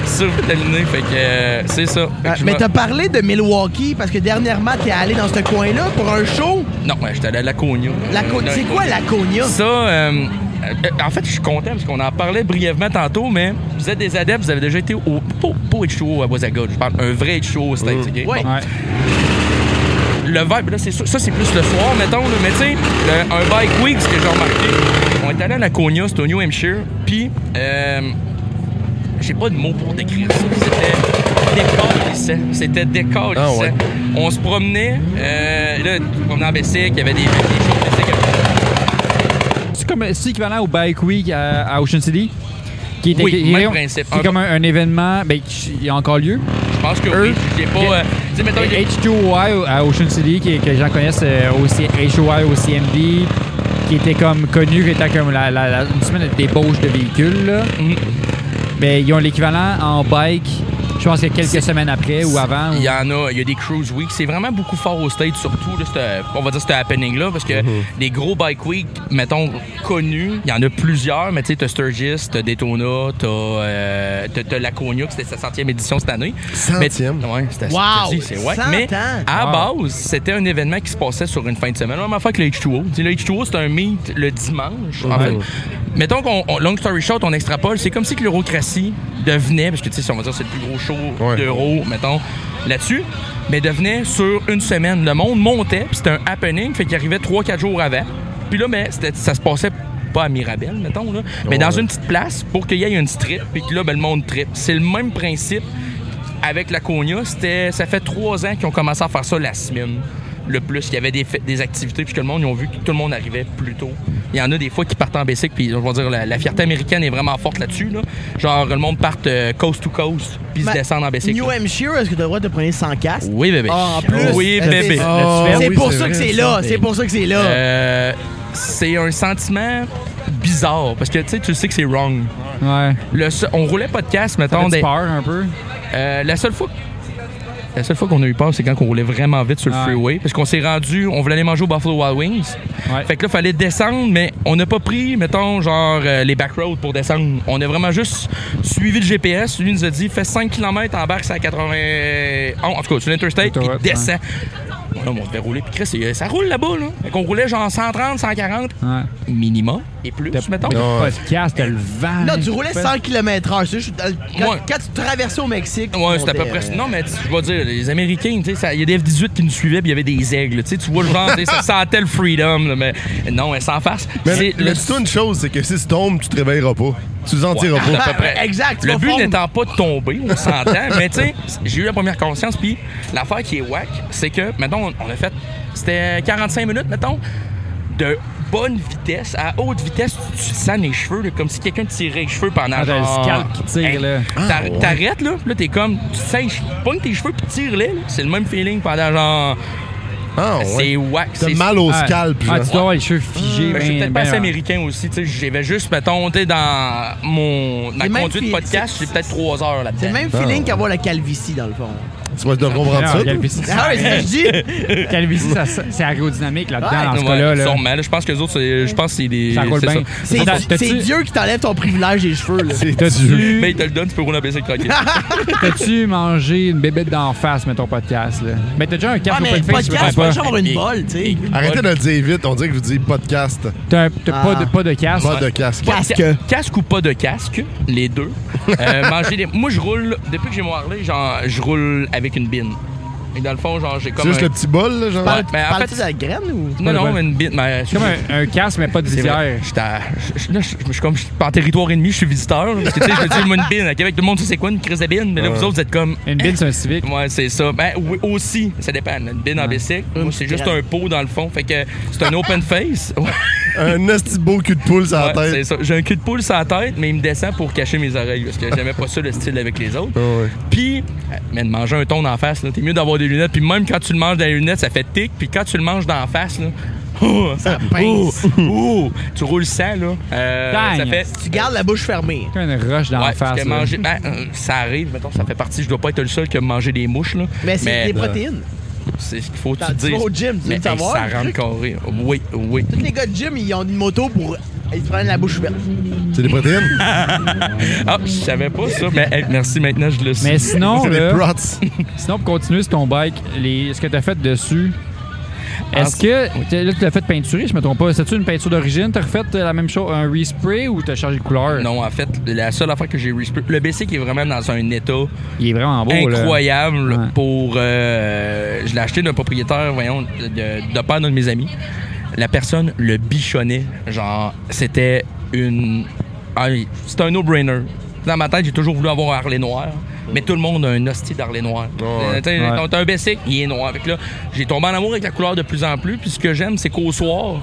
Speaker 4: Ça, vous t'allumez, fait que euh, c'est ça. Fait que je
Speaker 2: Ah, Mais
Speaker 4: me-
Speaker 2: t'as parlé de Milwaukee parce que dernièrement, t'es allé dans ce coin-là pour un show.
Speaker 4: Non, mais j'étais allé à la Cogna.
Speaker 2: La co-
Speaker 4: Euh,
Speaker 2: c'est quoi la Cogna?
Speaker 4: Ça, euh, euh, en fait, je suis content parce qu'on en parlait brièvement tantôt, mais vous êtes des adeptes, vous avez déjà été au. Pas, pas au H2O à Boisaga, je parle un vrai H2O au States, OK?
Speaker 2: Ouais.
Speaker 1: Ouais.
Speaker 4: le vibe, là, c'est sûr- ça, c'est plus le soir, mettons, là, mais tu sais, le- un bike week, ce que j'ai remarqué, on est allé à la Cogna, c'était au New Hampshire, puis, euh, j'ai pas de mots pour décrire ça, c'était décalissant, c'était décalissant.
Speaker 3: Ah ouais.
Speaker 4: On se promenait, euh, là, on se promenait en bicycle, il y avait des, des choses de bicycle.
Speaker 1: C'est comme c'est équivalent au Bike Week à, à Ocean City. Qui est,
Speaker 4: Oui,
Speaker 1: qui-
Speaker 4: même
Speaker 1: qui-
Speaker 4: principe.
Speaker 1: qui est comme un, un événement. Ben, qui- il y a encore lieu.
Speaker 4: Je pense que
Speaker 1: Eux,
Speaker 4: oui, j'ai pas, euh, tu sais, mettons, il y a-
Speaker 1: H2OI à Ocean City, qui, que les gens connaissent euh, aussi, H2OI au CMD, qui était comme connu, qui était comme la, la- la- une semaine d'ébauche de véhicules. là.
Speaker 4: Mhm.
Speaker 1: Mais ils ont l'équivalent en bike, je pense que quelques semaines après ou avant.
Speaker 4: Il
Speaker 1: ou-
Speaker 4: y en a, il y a des cruise week. C'est vraiment beaucoup fort au States, surtout, là, cette- on va dire, ce happening-là, parce que
Speaker 1: Mm-hmm.
Speaker 4: les gros bike week, mettons, connus, il y en a plusieurs, mais tu sais, t'as Sturgis, t'as Daytona, t'as, euh, t'as, t'as Laconia, qui c'était sa centième édition cette année. Mais-
Speaker 3: Centième?
Speaker 4: ouais, c'était
Speaker 2: Wow!
Speaker 4: je te dis, c'est ouais.
Speaker 2: Cent
Speaker 4: Mais
Speaker 2: ans!
Speaker 4: à
Speaker 1: Wow.
Speaker 4: base, c'était un événement qui se passait sur une fin de semaine. La même affaire que le H2O. Tu sais, le H2O, c'est un meet le dimanche, en
Speaker 3: Ouais.
Speaker 1: Mm-hmm.
Speaker 4: fait. Mettons qu'on, on- long story short, on extrapole, c'est comme si que l'eurocratie devenait, parce que tu sais, si on va dire c'est le plus gros show
Speaker 3: Ouais.
Speaker 4: d'euros, mettons, là-dessus, mais devenait sur une semaine. Le monde montait, puis c'était un happening, fait qu'il arrivait 3-4 jours avant. Puis là, mais c'était- ça se passait pas à Mirabel, mettons, là, mais dans une petite place pour qu'il y ait une strip, puis que là, ben, le monde trip. C'est le même principe avec la Cogna, c'était, ça fait trois ans qu'ils ont commencé à faire ça la semaine. Le plus, il y avait des, fêtes- des activités, puis que le monde, ils ont vu que tout le monde arrivait plus tôt. Il y en a des fois qui partent en bicycle, puis je vais dire, la, la fierté américaine est vraiment forte là-dessus. Là. Genre, le monde part euh, coast to coast, puis
Speaker 2: Ma-
Speaker 4: se descend en bicycle.
Speaker 2: New
Speaker 4: là.
Speaker 2: Hampshire, est-ce que t'as le droit de te prendre sans casque?
Speaker 4: Oui, bébé.
Speaker 2: Ah, en plus,
Speaker 4: oui,
Speaker 2: euh,
Speaker 4: bébé.
Speaker 2: c'est-
Speaker 3: Ah,
Speaker 2: C'est
Speaker 3: oui,
Speaker 2: pour
Speaker 3: c'est
Speaker 2: ça que
Speaker 3: vrai,
Speaker 2: c'est
Speaker 3: ça.
Speaker 2: là, c'est pour ça que c'est là.
Speaker 4: Euh, c'est un sentiment bizarre, parce que tu sais, tu sais que c'est wrong.
Speaker 1: Ouais.
Speaker 4: Le, se- on roulait pas de casque,
Speaker 1: T'as
Speaker 4: mettons.
Speaker 1: peur
Speaker 4: des-
Speaker 1: un peu.
Speaker 4: Euh, la seule fois La seule fois qu'on a eu peur, c'est quand on roulait vraiment vite sur le
Speaker 1: Ah Ouais.
Speaker 4: freeway. Parce qu'on s'est rendu, on voulait aller manger au Buffalo Wild Wings.
Speaker 1: Ouais.
Speaker 4: Fait que là, fallait descendre, mais on n'a pas pris, mettons, genre euh, les back roads pour descendre. On a vraiment juste suivi le GPS. Lui nous a dit, fais 5 km, embarque, c'est à 80. En tout cas, sur l'Interstate, puis
Speaker 1: Autoroute,
Speaker 4: descends. Bon, Là, on devait rouler, puis Chris, euh, ça roule là-bas, là. Fait qu'on roulait genre 130, 140
Speaker 1: Ouais.
Speaker 4: minimum et plus,
Speaker 1: T'as-
Speaker 4: mettons.
Speaker 1: t'as pas
Speaker 3: Ouais.
Speaker 1: de casque, t'as le vent.
Speaker 2: Non, tu roulais 100 km/h. c'est juste dans le- Quand,
Speaker 4: Ouais.
Speaker 2: quand tu traversais au Mexique.
Speaker 4: Ouais, c'était à peu près. ça. Non, mais tu- je vais dire, les Américains, tu sais, ça- il y a des F-18 qui nous suivaient, puis il y avait des aigles. Tu sais, tu vois le genre, tu sais, ça sentait le freedom, là, mais non, elle s'en face.
Speaker 3: Mais,
Speaker 4: C'est-
Speaker 3: mais dis-toi une chose, c'est que si tu tombes, tu te réveilleras pas. Tu te sentiras
Speaker 4: Ouais.
Speaker 3: pas.
Speaker 4: à peu près.
Speaker 2: Exact. tu
Speaker 4: Le
Speaker 2: vas
Speaker 4: but
Speaker 2: fondre.
Speaker 4: n'étant pas de tomber, on s'entend, mais tu sais, j'ai eu la première conscience, puis l'affaire qui est whack, c'est que, mettons, on- on a fait, c'était 45 minutes, mettons, de bonne vitesse à haute vitesse, tu, tu sens les cheveux, là, comme si quelqu'un te tirait les cheveux pendant
Speaker 1: Ah, t'as le
Speaker 4: genre-
Speaker 1: scalp qui tire, là.
Speaker 2: Ah,
Speaker 4: t'ar- T'arrêtes, là, puis là, t'es comme, tu sèches, pognes tes cheveux, puis tire-les, là. c'est le même feeling pendant genre,
Speaker 3: Ah, ouais.
Speaker 4: c'est whack,
Speaker 3: T'as
Speaker 4: c'est
Speaker 3: mal au
Speaker 1: Ah.
Speaker 3: scalp,
Speaker 1: Ah,
Speaker 3: genre.
Speaker 1: tu dois avoir les cheveux figés.
Speaker 4: mais je suis
Speaker 1: ben,
Speaker 4: peut-être
Speaker 1: ben,
Speaker 4: pas assez
Speaker 1: ouais.
Speaker 4: américain aussi. tu sais, J'avais juste, mettons, tu sais, dans mon dans
Speaker 2: C'est
Speaker 4: la
Speaker 2: même
Speaker 4: conduite
Speaker 2: fi-
Speaker 4: podcast,
Speaker 2: c'est-
Speaker 4: j'ai peut-être trois heures là-dedans.
Speaker 2: C'est le même feeling qu'avoir la calvitie, dans le fond.
Speaker 3: Tu vas devoir comprendre
Speaker 1: Non,
Speaker 3: ça. toi.
Speaker 1: Calvici,
Speaker 2: Ah ouais, c'est ce que je dis.
Speaker 1: ça- Calvici, ça- ça- ben, c'est aérodynamique
Speaker 2: Ouais.
Speaker 1: là-dedans, dans ce
Speaker 4: Ouais,
Speaker 1: cas-là. là.
Speaker 4: sûrement, là. je pense que les autres, c'est- je pense que c'est des.
Speaker 1: Ça roule
Speaker 4: c'est
Speaker 1: bien.
Speaker 4: ça.
Speaker 2: C'est
Speaker 1: T'as-
Speaker 2: Di-
Speaker 1: t'as-tu-
Speaker 2: c'est Dieu qui t'enlève ton privilège des cheveux, là.
Speaker 3: C'est Dieu.
Speaker 1: T'as-tu-
Speaker 4: Mais ils te le donnent, tu peux rouler un bicycle tranquille.
Speaker 1: T'as-tu mangé une bébête d'en face, mettons, podcast, là? Mais t'as déjà un
Speaker 2: Ah,
Speaker 1: casque
Speaker 2: mais
Speaker 1: open
Speaker 2: le
Speaker 1: face, tu
Speaker 2: podcast,
Speaker 1: veux
Speaker 2: c'est pas
Speaker 1: pas.
Speaker 2: juste avoir
Speaker 4: Et-
Speaker 2: une bolle, tu sais.
Speaker 3: Arrêtez de le dire vite, on dirait que je vous dis podcast.
Speaker 1: T'as t'as pas de- pas de casque.
Speaker 3: Ah. Pas de casque.
Speaker 2: Casque.
Speaker 4: Ca- Casque ou pas de casque, les deux. Euh, manger des... Moi, je roule, depuis que j'ai mon Harley, genre, je roule avec une bine. Et dans le fond, genre, j'ai
Speaker 3: C'est
Speaker 4: comme.
Speaker 3: juste
Speaker 4: un-
Speaker 3: le petit bol, là, genre.
Speaker 4: Ouais, mais Ben, en
Speaker 2: Parles-tu
Speaker 4: fait,
Speaker 2: de la graine ou.
Speaker 4: non, non, une bine. Mais,
Speaker 1: Comme un, un casque, mais pas de
Speaker 4: C'est vrai.
Speaker 1: visière.
Speaker 4: J'étais à- je- je- là, je- je suis comme, je suis pas en territoire ennemi, je suis visiteur. là, parce que, tu sais, je veux dire, moi, une bine. À Québec, tout le monde sait c'est quoi une crise de bine, mais là, vous autres, vous êtes comme.
Speaker 1: Une bine, c'est un civique.
Speaker 4: Ouais, c'est ça. Ben, oui, aussi, ça dépend. Une bine en bicycle, moi, c'est juste un pot dans le fond. Fait que c'est un open face. Ouais,
Speaker 3: Un esti beau cul de poule sur la
Speaker 4: ouais, c'est
Speaker 3: tête.
Speaker 4: ça. J'ai un cul de poule sur la tête, mais il me descend pour cacher mes oreilles parce que j'aimais pas ça le style avec les autres.
Speaker 3: Ah ouais.
Speaker 4: Puis, euh, man, manger un ton d'en face, là, t'es mieux d'avoir des lunettes. Puis même quand tu le manges dans les lunettes, ça fait tic. Puis quand tu le manges d'en face, là, oh, ça
Speaker 2: pince.
Speaker 4: oh, oh, tu roules ça, là. Euh, ça
Speaker 1: Dang.
Speaker 4: fait
Speaker 2: Tu gardes la bouche fermée.
Speaker 1: Comme une roche dans la
Speaker 4: Ouais, parce
Speaker 1: face.
Speaker 4: que
Speaker 1: là.
Speaker 4: manger, ben, euh, ça arrive, mettons, ça fait partie. Je dois pas être le seul qui a mangé des mouches, là.
Speaker 2: Mais c'est des
Speaker 4: euh,
Speaker 2: protéines.
Speaker 4: c'est ce qu'il faut que
Speaker 2: Quand
Speaker 4: tu
Speaker 2: tu
Speaker 4: dises.
Speaker 2: vas au gym, tu veux
Speaker 4: mais,
Speaker 2: le savoir, le
Speaker 4: ça rentre
Speaker 2: truc?
Speaker 4: carré. Oui, oui.
Speaker 2: Tous les gars de gym, ils ont une moto pour. Ils se prennent la bouche ouverte.
Speaker 3: C'est des protéines.
Speaker 4: Ah, je savais pas ça, mais hey, merci, maintenant je le sais.
Speaker 1: Mais sinon,
Speaker 3: C'est des
Speaker 1: là,
Speaker 3: prots.
Speaker 1: sinon, pour continuer sur ton bike, les, ce que t'as fait dessus, est-ce
Speaker 4: Ah,
Speaker 1: que t'as- là, tu l'as fait peinturer, je me trompe pas. C'est-tu une peinture d'origine? T'as refait euh, la même chose, un respray ou t'as changé de couleur?
Speaker 4: Non, en fait, la seule affaire que j'ai respect, le BC qui est vraiment dans un état
Speaker 1: Il est vraiment beau, là.
Speaker 4: incroyable
Speaker 1: Ouais.
Speaker 4: pour. euh, je l'ai acheté d'un propriétaire, voyons, de, de, de part d'un de mes amis. La personne le bichonnait. Genre, c'était une. ah, C'était un no-brainer. Dans ma tête, j'ai toujours voulu avoir un Harley noir. Mais tout le monde a un hostie d'Harley noir.
Speaker 3: ouais.
Speaker 4: T'sais,
Speaker 1: Ouais.
Speaker 4: Quand t'as un Bessic, il est noir. Fait que là, j'ai tombé en amour avec la couleur de plus en plus. Puis ce que j'aime, c'est qu'au soir,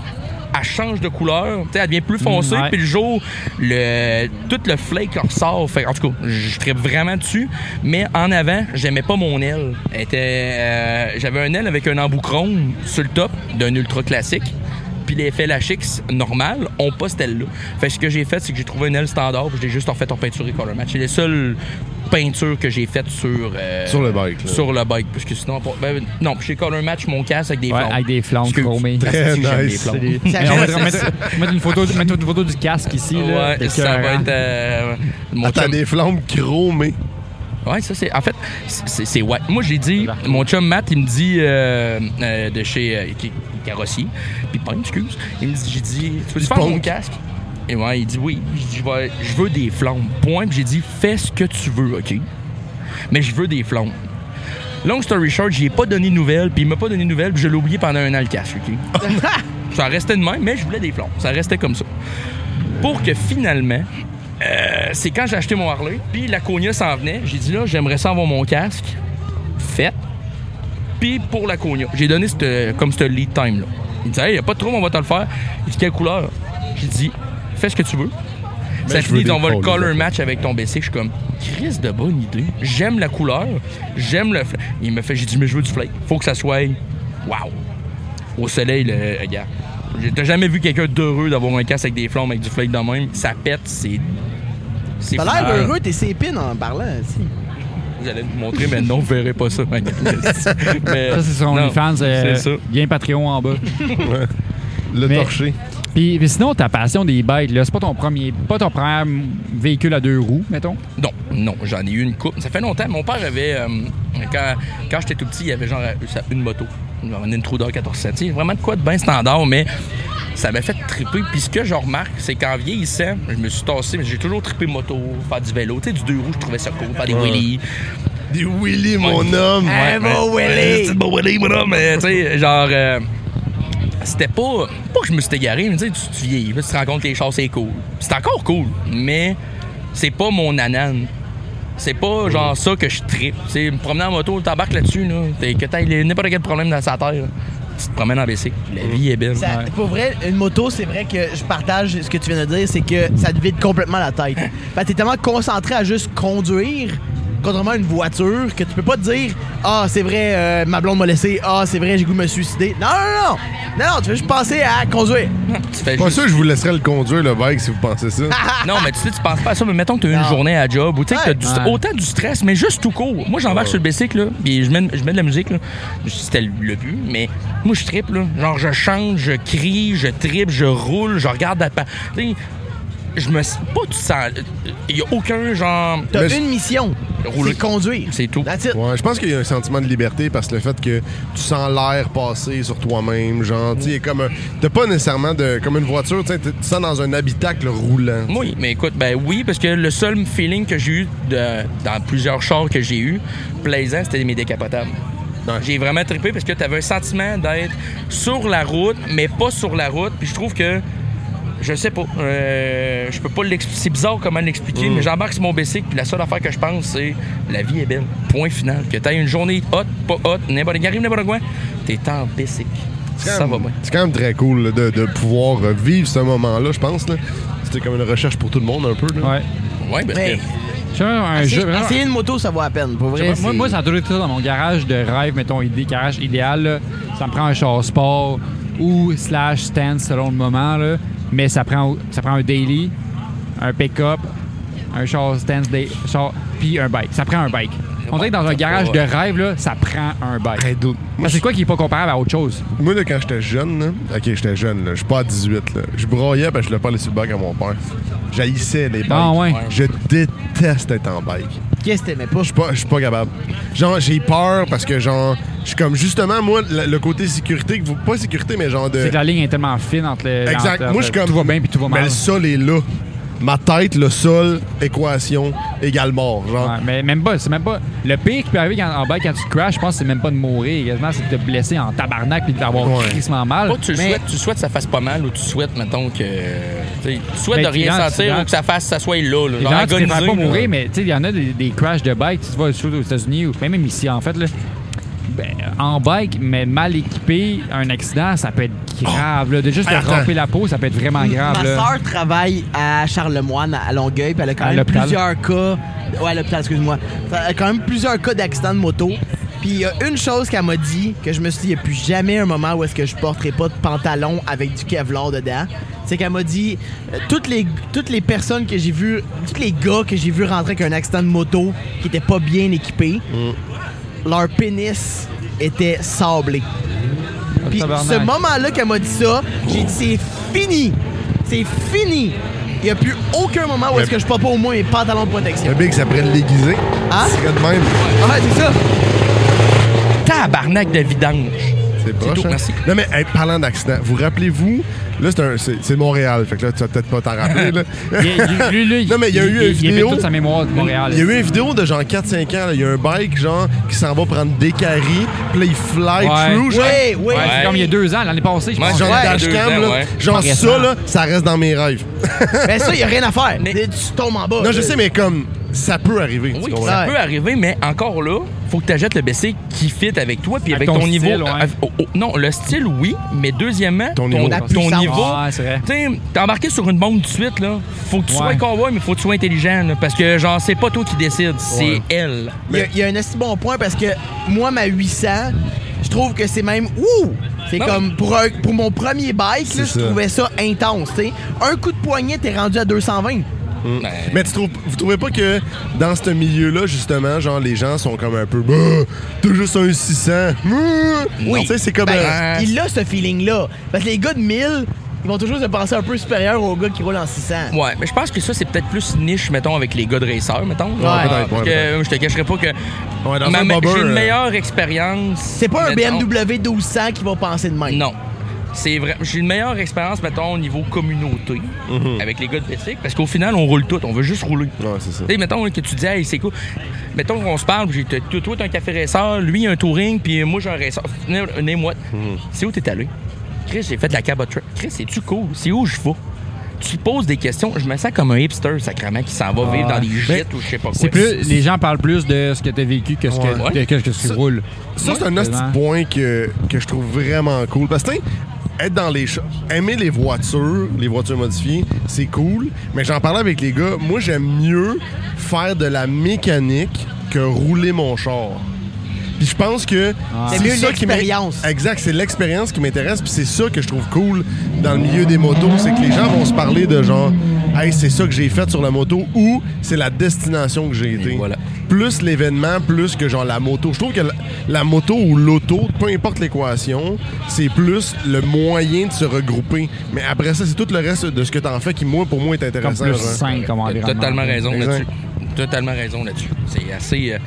Speaker 4: elle change de couleur. T'sais, elle devient plus foncée.
Speaker 1: Mm, ouais.
Speaker 4: Puis le jour, le, tout le flake ressort. Fait, que, en tout cas, je tripe vraiment dessus. Mais en avant, j'aimais pas mon aile. Elle était, euh, J'avais un aile avec un embout chrome sur le top d'un ultra classique. Puis l'effet Lachix normal, on pas cette aile-là. Fait que ce que j'ai fait, c'est que j'ai trouvé une aile standard. Puis je l'ai juste en fait en peinture et color match. C'est les seules peintures que j'ai faites sur. euh,
Speaker 3: Sur le bike, là.
Speaker 4: Sur le bike. Parce que sinon, pas- ben, non, chez color match, mon casque avec des
Speaker 1: Ouais,
Speaker 4: flammes.
Speaker 1: avec des flammes
Speaker 4: Excuse.
Speaker 1: chromées.
Speaker 3: Très
Speaker 4: Si, j'aime les
Speaker 3: nice.
Speaker 4: flammes.
Speaker 1: C'est des-
Speaker 2: Ça
Speaker 1: Mais on va
Speaker 2: gêne.
Speaker 1: mettre- mettre une photo, mettre une photo du casque ici. là. hein.
Speaker 4: Ouais,
Speaker 1: C'est
Speaker 4: ça va
Speaker 1: écœurant.
Speaker 4: être. euh, mon
Speaker 3: Attends,
Speaker 4: chum-
Speaker 3: des flammes chromées.
Speaker 4: Ouais, ça c'est. En fait, c'est c'est ouais. Moi j'ai dit, mon chum Matt, il me dit euh, euh, de chez euh, qui- Carrossier, puis Punk, excuse. Il me dit, j'ai dit, tu veux faire mon
Speaker 3: Punk.
Speaker 4: casque? Et ouais, il dit oui. J'ai dit, Je vais- je veux des flammes. Point. Puis j'ai dit, fais ce que tu veux, ok. Mais je veux des flammes. Long story short, j'y ai pas donné de nouvelles, puis il m'a pas donné de nouvelles, puis je l'ai oublié pendant un an le casque, ok. ça restait de même, mais je voulais des flammes. Ça restait comme ça. Pour que finalement, euh, c'est quand j'ai acheté mon Harley, puis la Cogna s'en venait. J'ai dit là, j'aimerais ça avoir mon casque. Fait. Puis pour la Cogna, j'ai donné cette- euh, comme ce lead time là. Il dit, hey, y a pas de trouble, on va te le faire. Il dit, quelle couleur J'ai dit, fais ce que tu veux. ça
Speaker 3: je veux
Speaker 4: finit,
Speaker 3: des
Speaker 4: on va le
Speaker 3: couleurs,
Speaker 4: color
Speaker 3: là.
Speaker 4: match avec ton BC. Je suis comme, Chris de bonne idée. J'aime la couleur, j'aime le. fla- Il me fait, j'ai dit, mais je veux du flake. Faut que ça soit. Waouh au soleil, le euh, gars. T'as jamais vu quelqu'un d'heureux d'avoir un casque avec des flammes, avec du flake dans le même. Ça pète, c'est. c'est
Speaker 2: T'as l'air
Speaker 4: fou.
Speaker 2: heureux, t'es sépine en parlant, si.
Speaker 4: J'allais vous montrer, mais non, vous verrez pas ça. ma gueule. mais,
Speaker 1: Ça, c'est sur
Speaker 4: non,
Speaker 1: OnlyFans. euh,
Speaker 4: C'est ça.
Speaker 1: Bien Patreon en bas.
Speaker 3: Le
Speaker 1: Mais-
Speaker 3: torché.
Speaker 1: Puis, puis sinon, ta passion des bikes, là, c'est pas ton premier, pas ton premier véhicule à deux roues, mettons.
Speaker 4: Non, non, j'en ai eu une coupe. Ça fait longtemps. Mon père avait. euh, quand quand j'étais tout petit, il avait genre euh, sa- une moto. Il m'a ramené une Trooder 1470. Vraiment de quoi de bien standard, mais ça m'a fait triper. Puis ce que je remarque, c'est qu'en vieillissant, je me suis tassé, mais j'ai toujours trippé moto, faire du vélo. Tu sais, du deux roues, je trouvais ça cool, faire des wheelies.
Speaker 3: Des Willy, mon homme.
Speaker 4: Ouais,
Speaker 2: Eh, bon
Speaker 4: mais-
Speaker 2: Willy!
Speaker 4: Euh, C'est bon Willy, mon homme! Mais, tu sais, genre. euh, c'était pas. Pas que je me suis égaré, mais tu sais, tu tu vieillis, puis tu te rends compte que les chars, c'est cool. C'est encore cool, mais c'est pas mon anane. C'est pas genre ça que je tripe. Tu sais, me promener en moto, t'embarques là-dessus, là. t'es- que t'aies les- n'importe quel problème dans sa terre, là, tu te promènes en BC. La vie est belle.
Speaker 2: Ça-
Speaker 1: Ouais.
Speaker 2: Pour vrai, une moto, c'est vrai que je partage ce que tu viens de dire, c'est que ça te vide complètement la tête. Fait que t'es tellement concentré à juste conduire, contrairement à une voiture, que tu peux pas te dire Ah, c'est vrai, euh, ma blonde m'a laissé, ah, c'est vrai, j'ai le goût de me suicider. Non, non, non, non, non, tu veux juste penser à conduire.
Speaker 4: Tu fais
Speaker 3: Pas
Speaker 4: juste-
Speaker 3: sûr que je vous laisserais le conduire, le bike, si vous pensez ça.
Speaker 4: Non, mais tu sais, tu penses pas à ça, mais mettons que tu as
Speaker 2: Non.
Speaker 4: une journée à job ou tu sais que t'as du-
Speaker 1: Ouais.
Speaker 4: autant du stress, mais juste tout court. Moi, j'embarque sur le bicycle, là, puis je mets, je mets de la musique, là. C'était le- le but, mais moi, je trippe, là. Genre, je chante, je crie, je trippe, je roule, je regarde la. pa- Tu sais, je me. s- Pas, tu sens. Il y a aucun genre.
Speaker 2: T'as
Speaker 3: Mais-
Speaker 2: une mission,
Speaker 4: Rouler.
Speaker 2: c'est conduire.
Speaker 4: C'est tout.
Speaker 2: That's it.
Speaker 3: Ouais, je pense qu'il y a un sentiment de liberté parce que le fait que tu sens l'air passer sur toi-même, genre, tu sais, il y a comme un- t'as pas nécessairement de, comme une voiture, tu sais, tu te sens dans un habitacle roulant.
Speaker 4: Oui, mais écoute, ben oui, parce que le seul feeling que j'ai eu de- dans plusieurs chars que j'ai eu, plaisant, c'était mes décapotables.
Speaker 3: Ouais.
Speaker 4: J'ai vraiment trippé parce que t'avais un sentiment d'être sur la route, mais pas sur la route. Puis je trouve que, je sais pas, euh, je peux pas l'expliquer. C'est bizarre comment l'expliquer, mais j'embarque sur mon bicycle, puis la seule affaire que je pense, c'est la vie est belle. Point final. Que t'aies une journée hot, pas hot, n'importe qui arrive, n'importe quoi, t'es en bicycle.
Speaker 3: C'est quand
Speaker 4: Ça va
Speaker 3: même-
Speaker 4: bien.
Speaker 3: C'est quand même très cool là, de, de pouvoir euh, vivre ce moment-là, je pense. là. C'était comme une recherche pour tout le monde un peu. Là.
Speaker 1: Ouais. Ah,
Speaker 4: Ouais, parce
Speaker 2: Mais-
Speaker 4: que-
Speaker 1: Tu vois, un
Speaker 2: Essayer
Speaker 1: jeu. vraiment-
Speaker 2: essayer une moto, ça vaut à peine. Pour
Speaker 1: Je sais
Speaker 2: vrai,
Speaker 1: pas, moi,
Speaker 2: c'est-
Speaker 1: moi, ça a toujours été ça dans mon garage de rêve, mettons, idée, garage idéal. là. Ça me prend un char sport ou slash stand selon le moment, là. mais ça prend, ça prend un daily, un pick-up, un char stand, day- char- puis un bike. Ça prend un bike. On dirait que dans un garage de rêve, là, ça prend un bike.
Speaker 3: Hey, dude, moi,
Speaker 1: Parce que Ah, c'est quoi qui est pas comparable à autre chose?
Speaker 3: Moi, là, quand j'étais jeune, là, ok, j'étais jeune, là, je suis pas à 18, là, je broyais parce que je voulais pas aller sur le bac à mon père. J'haïssais les bikes.
Speaker 1: Ah ouais.
Speaker 3: Je déteste être en bike.
Speaker 2: Qu'est-ce que t'aimais pas?
Speaker 3: Je suis pas, je suis pas capable. Genre, j'ai peur parce que, genre, je suis comme justement, moi, le, le côté sécurité, que vous- pas sécurité, mais genre de.
Speaker 1: C'est que la ligne est tellement fine entre le.
Speaker 3: ben, Exact.
Speaker 1: entre-
Speaker 3: Moi,
Speaker 1: entre
Speaker 3: je suis comme.
Speaker 1: euh, Tout va bien puis tout va
Speaker 3: Mais
Speaker 1: mal.
Speaker 3: le sol est là. Ma tête, le sol, équation, égale mort. Genre,
Speaker 1: Ouais, mais même pas, c'est même pas. Le pire qui peut arriver quand- en bike quand tu crashes, je pense, c'est même pas de mourir. Quasiment, c'est de te blesser en tabarnak puis d'avoir
Speaker 3: Ouais.
Speaker 1: crissement mal.
Speaker 4: Pas que tu le
Speaker 2: Mais-
Speaker 4: souhaites, tu souhaites que ça fasse pas mal ou tu souhaites, mettons, que. tu sais, Tu souhaites
Speaker 1: Ben,
Speaker 4: de rien
Speaker 1: évidemment,
Speaker 4: sentir
Speaker 1: évidemment.
Speaker 4: ou que ça fasse, ça soit là. là genre
Speaker 1: Évidemment, tu préfères
Speaker 4: agonisé,
Speaker 1: pas
Speaker 4: là.
Speaker 1: mourir, mais tu sais, il y en a des, des crashs de bike, tu vois, surtout aux États-Unis ou même ici, en fait. Là, ben, en bike, mais mal équipé, un accident, ça peut être grave. Là, de juste te
Speaker 3: Attends.
Speaker 1: ramper la peau, ça peut être vraiment grave.
Speaker 2: Ma
Speaker 1: là.
Speaker 2: soeur travaille à Charlemagne, à Longueuil, puis elle a quand
Speaker 1: À
Speaker 2: même
Speaker 1: l'hôpital.
Speaker 2: plusieurs cas. Ouais, à l'hôpital, excuse-moi. Elle a quand même plusieurs cas d'accidents de moto. Puis il y a une chose qu'elle m'a dit que je me suis dit, il n'y a plus jamais un moment où est-ce que je porterai pas de pantalon avec du Kevlar dedans. C'est qu'elle m'a dit, euh, toutes les, toutes les personnes que j'ai vues, tous les gars que j'ai vu rentrer avec un accident de moto qui n'étaient pas bien équipés, leur pénis était sablé. Puis
Speaker 1: Tabarnak.
Speaker 2: ce moment-là qu'elle m'a dit ça, j'ai dit c'est fini. C'est fini. Il n'y a plus aucun moment où est-ce que je porte pas au moins mes pantalons de protection.
Speaker 3: le big, ça pourrait l'aiguiser.
Speaker 2: Hein?
Speaker 3: C'est de même.
Speaker 2: Ah ouais, c'est ça.
Speaker 4: Tabarnak de vidange.
Speaker 3: C'est
Speaker 4: C'est
Speaker 3: proche.
Speaker 4: tout,
Speaker 3: hein?
Speaker 4: merci.
Speaker 3: Non, mais hey, parlant d'accident, vous rappelez-vous, là, c'est un- c'est c'est Montréal, fait que là, tu vas peut-être pas t'en rappeler. Là.
Speaker 1: Il y a- il- lui, lui,
Speaker 3: Non, mais il y a eu une
Speaker 1: il
Speaker 3: vidéo.
Speaker 1: fait toute sa mémoire de Montréal.
Speaker 3: Il y a eu une vidéo de genre 4-5 ans, là, il y a un bike genre qui s'en va prendre des caries, puis là il fly
Speaker 1: Ouais.
Speaker 3: through. Genre,
Speaker 2: Oui, oui.
Speaker 1: Ouais, c'est
Speaker 4: Ouais.
Speaker 1: comme il y a deux ans, l'année passée, je
Speaker 4: Ouais,
Speaker 1: pense.
Speaker 3: genre
Speaker 2: Ouais.
Speaker 3: dashcam,
Speaker 4: Deux ans,
Speaker 3: là,
Speaker 4: ouais.
Speaker 3: genre
Speaker 1: Récent.
Speaker 3: ça là, ça reste dans mes rêves.
Speaker 2: Mais Ben, ça, il n'y a rien à faire.
Speaker 4: Mais-
Speaker 2: Tu tombes en bas.
Speaker 3: Non, je sais, mais comme ça peut arriver. tu
Speaker 4: Oui,
Speaker 3: comprends?
Speaker 4: ça
Speaker 2: Ouais.
Speaker 4: peut arriver, mais encore là, faut que tu achètes le BC qui fit avec toi puis
Speaker 1: Avec
Speaker 4: avec,
Speaker 1: ton
Speaker 4: ton, niveau.
Speaker 1: style, ouais.
Speaker 4: euh, oh, oh, non, le style, oui, mais deuxièmement,
Speaker 3: Ton
Speaker 4: ton,
Speaker 3: niveau.
Speaker 2: La
Speaker 4: ton
Speaker 2: puissance.
Speaker 4: niveau.
Speaker 1: Ouais, Ah, c'est vrai.
Speaker 4: Tu sais, t'es embarqué sur une bombe tout de suite, là. Faut que tu
Speaker 1: Ouais.
Speaker 4: sois cowboy, mais faut que tu sois intelligent, là, Parce que, genre, c'est pas toi qui décide, c'est elle.
Speaker 2: Il y a- il y, a un assez bon point parce que moi, ma 800, je trouve que c'est même. Ouh! C'est
Speaker 4: Non,
Speaker 2: comme pour, un- pour mon premier bike, là,
Speaker 3: C'est
Speaker 2: je
Speaker 3: ça.
Speaker 2: trouvais ça intense. tu sais. Un coup de poignet, t'es rendu à 220.
Speaker 4: Ben,
Speaker 3: Mais tu trouves, vous trouvez pas que dans ce milieu-là, justement, genre, les gens sont comme un peu. Bah, T'as juste un 600. Mmh.
Speaker 2: Oui.
Speaker 3: Tu sais, c'est comme.
Speaker 2: Ben,
Speaker 3: euh,
Speaker 4: euh,
Speaker 2: il a ce feeling-là. Parce que les gars de 1000, ils vont toujours se penser un peu supérieurs aux gars qui roulent en 600.
Speaker 4: Ouais, mais je pense que ça, c'est peut-être plus niche, mettons, avec les gars de racers, mettons.
Speaker 2: Ouais,
Speaker 4: Parce
Speaker 3: peut-être, ouais,
Speaker 4: que euh,
Speaker 3: peut-être.
Speaker 4: je te cacherai pas que
Speaker 3: Ouais, dans
Speaker 4: ma-
Speaker 3: un
Speaker 4: ma-
Speaker 3: bobber,
Speaker 4: j'ai une
Speaker 3: euh,
Speaker 4: meilleure expérience.
Speaker 2: C'est pas un
Speaker 4: mettons.
Speaker 2: BMW 1200 qui va penser de même.
Speaker 4: Non. C'est vrai. J'ai une meilleure expérience, mettons, au niveau communauté, avec les gars de Bessic, parce qu'au final, on roule tout. On veut juste rouler.
Speaker 3: Mhm. Ouais, c'est ça.
Speaker 4: Tu sais, mettons là, que tu dis, hey, c'est cool. Mettons qu'on se parle, puis j'ai- toi, toi, t'as un café racer, lui, un touring, puis moi, j'ai un racer. Venez- venez, moi. C'est où t'es allé? Chris, j'ai fait de la cabot truck. Chris, c'est-tu cool? C'est où je vais? Tu te poses des questions. Je me sens comme un hipster, sacrément, qui s'en va vivre dans des jets ou je sais pas quoi.
Speaker 1: C'est plus, les gens parlent plus de ce que t'as vécu que ce que,
Speaker 4: Ouais.
Speaker 1: de- que, que ce que tu roules.
Speaker 3: Ça, c'est un autre petit point que, que je trouve vraiment cool. Parce que, tu sais, être dans les cho- aimer les voitures, les voitures modifiées, c'est cool. Mais j'en parlais avec les gars, moi, j'aime mieux faire de la mécanique que rouler mon char. Puis je pense que
Speaker 2: C'est mieux
Speaker 3: ça qui m'in-
Speaker 2: l'expérience.
Speaker 3: Exact, c'est l'expérience qui m'intéresse, puis c'est ça que je trouve cool dans le milieu des motos, c'est que les gens vont se parler de genre, hey, c'est ça que j'ai fait sur la moto, ou c'est la destination que j'ai été.
Speaker 4: voilà.
Speaker 3: Plus l'événement, plus que genre la moto. Je trouve que la, la moto ou l'auto, peu importe l'équation, c'est plus le moyen de se regrouper. Mais après ça, c'est tout le reste de ce que t'en fais qui, moi, pour moi, est
Speaker 1: Comme
Speaker 3: intéressant.
Speaker 1: plus
Speaker 3: genre.
Speaker 1: sain comme
Speaker 4: T'as
Speaker 1: environnement.
Speaker 4: totalement raison
Speaker 3: Exact.
Speaker 4: là-dessus. Totalement raison là-dessus. C'est assez. euh,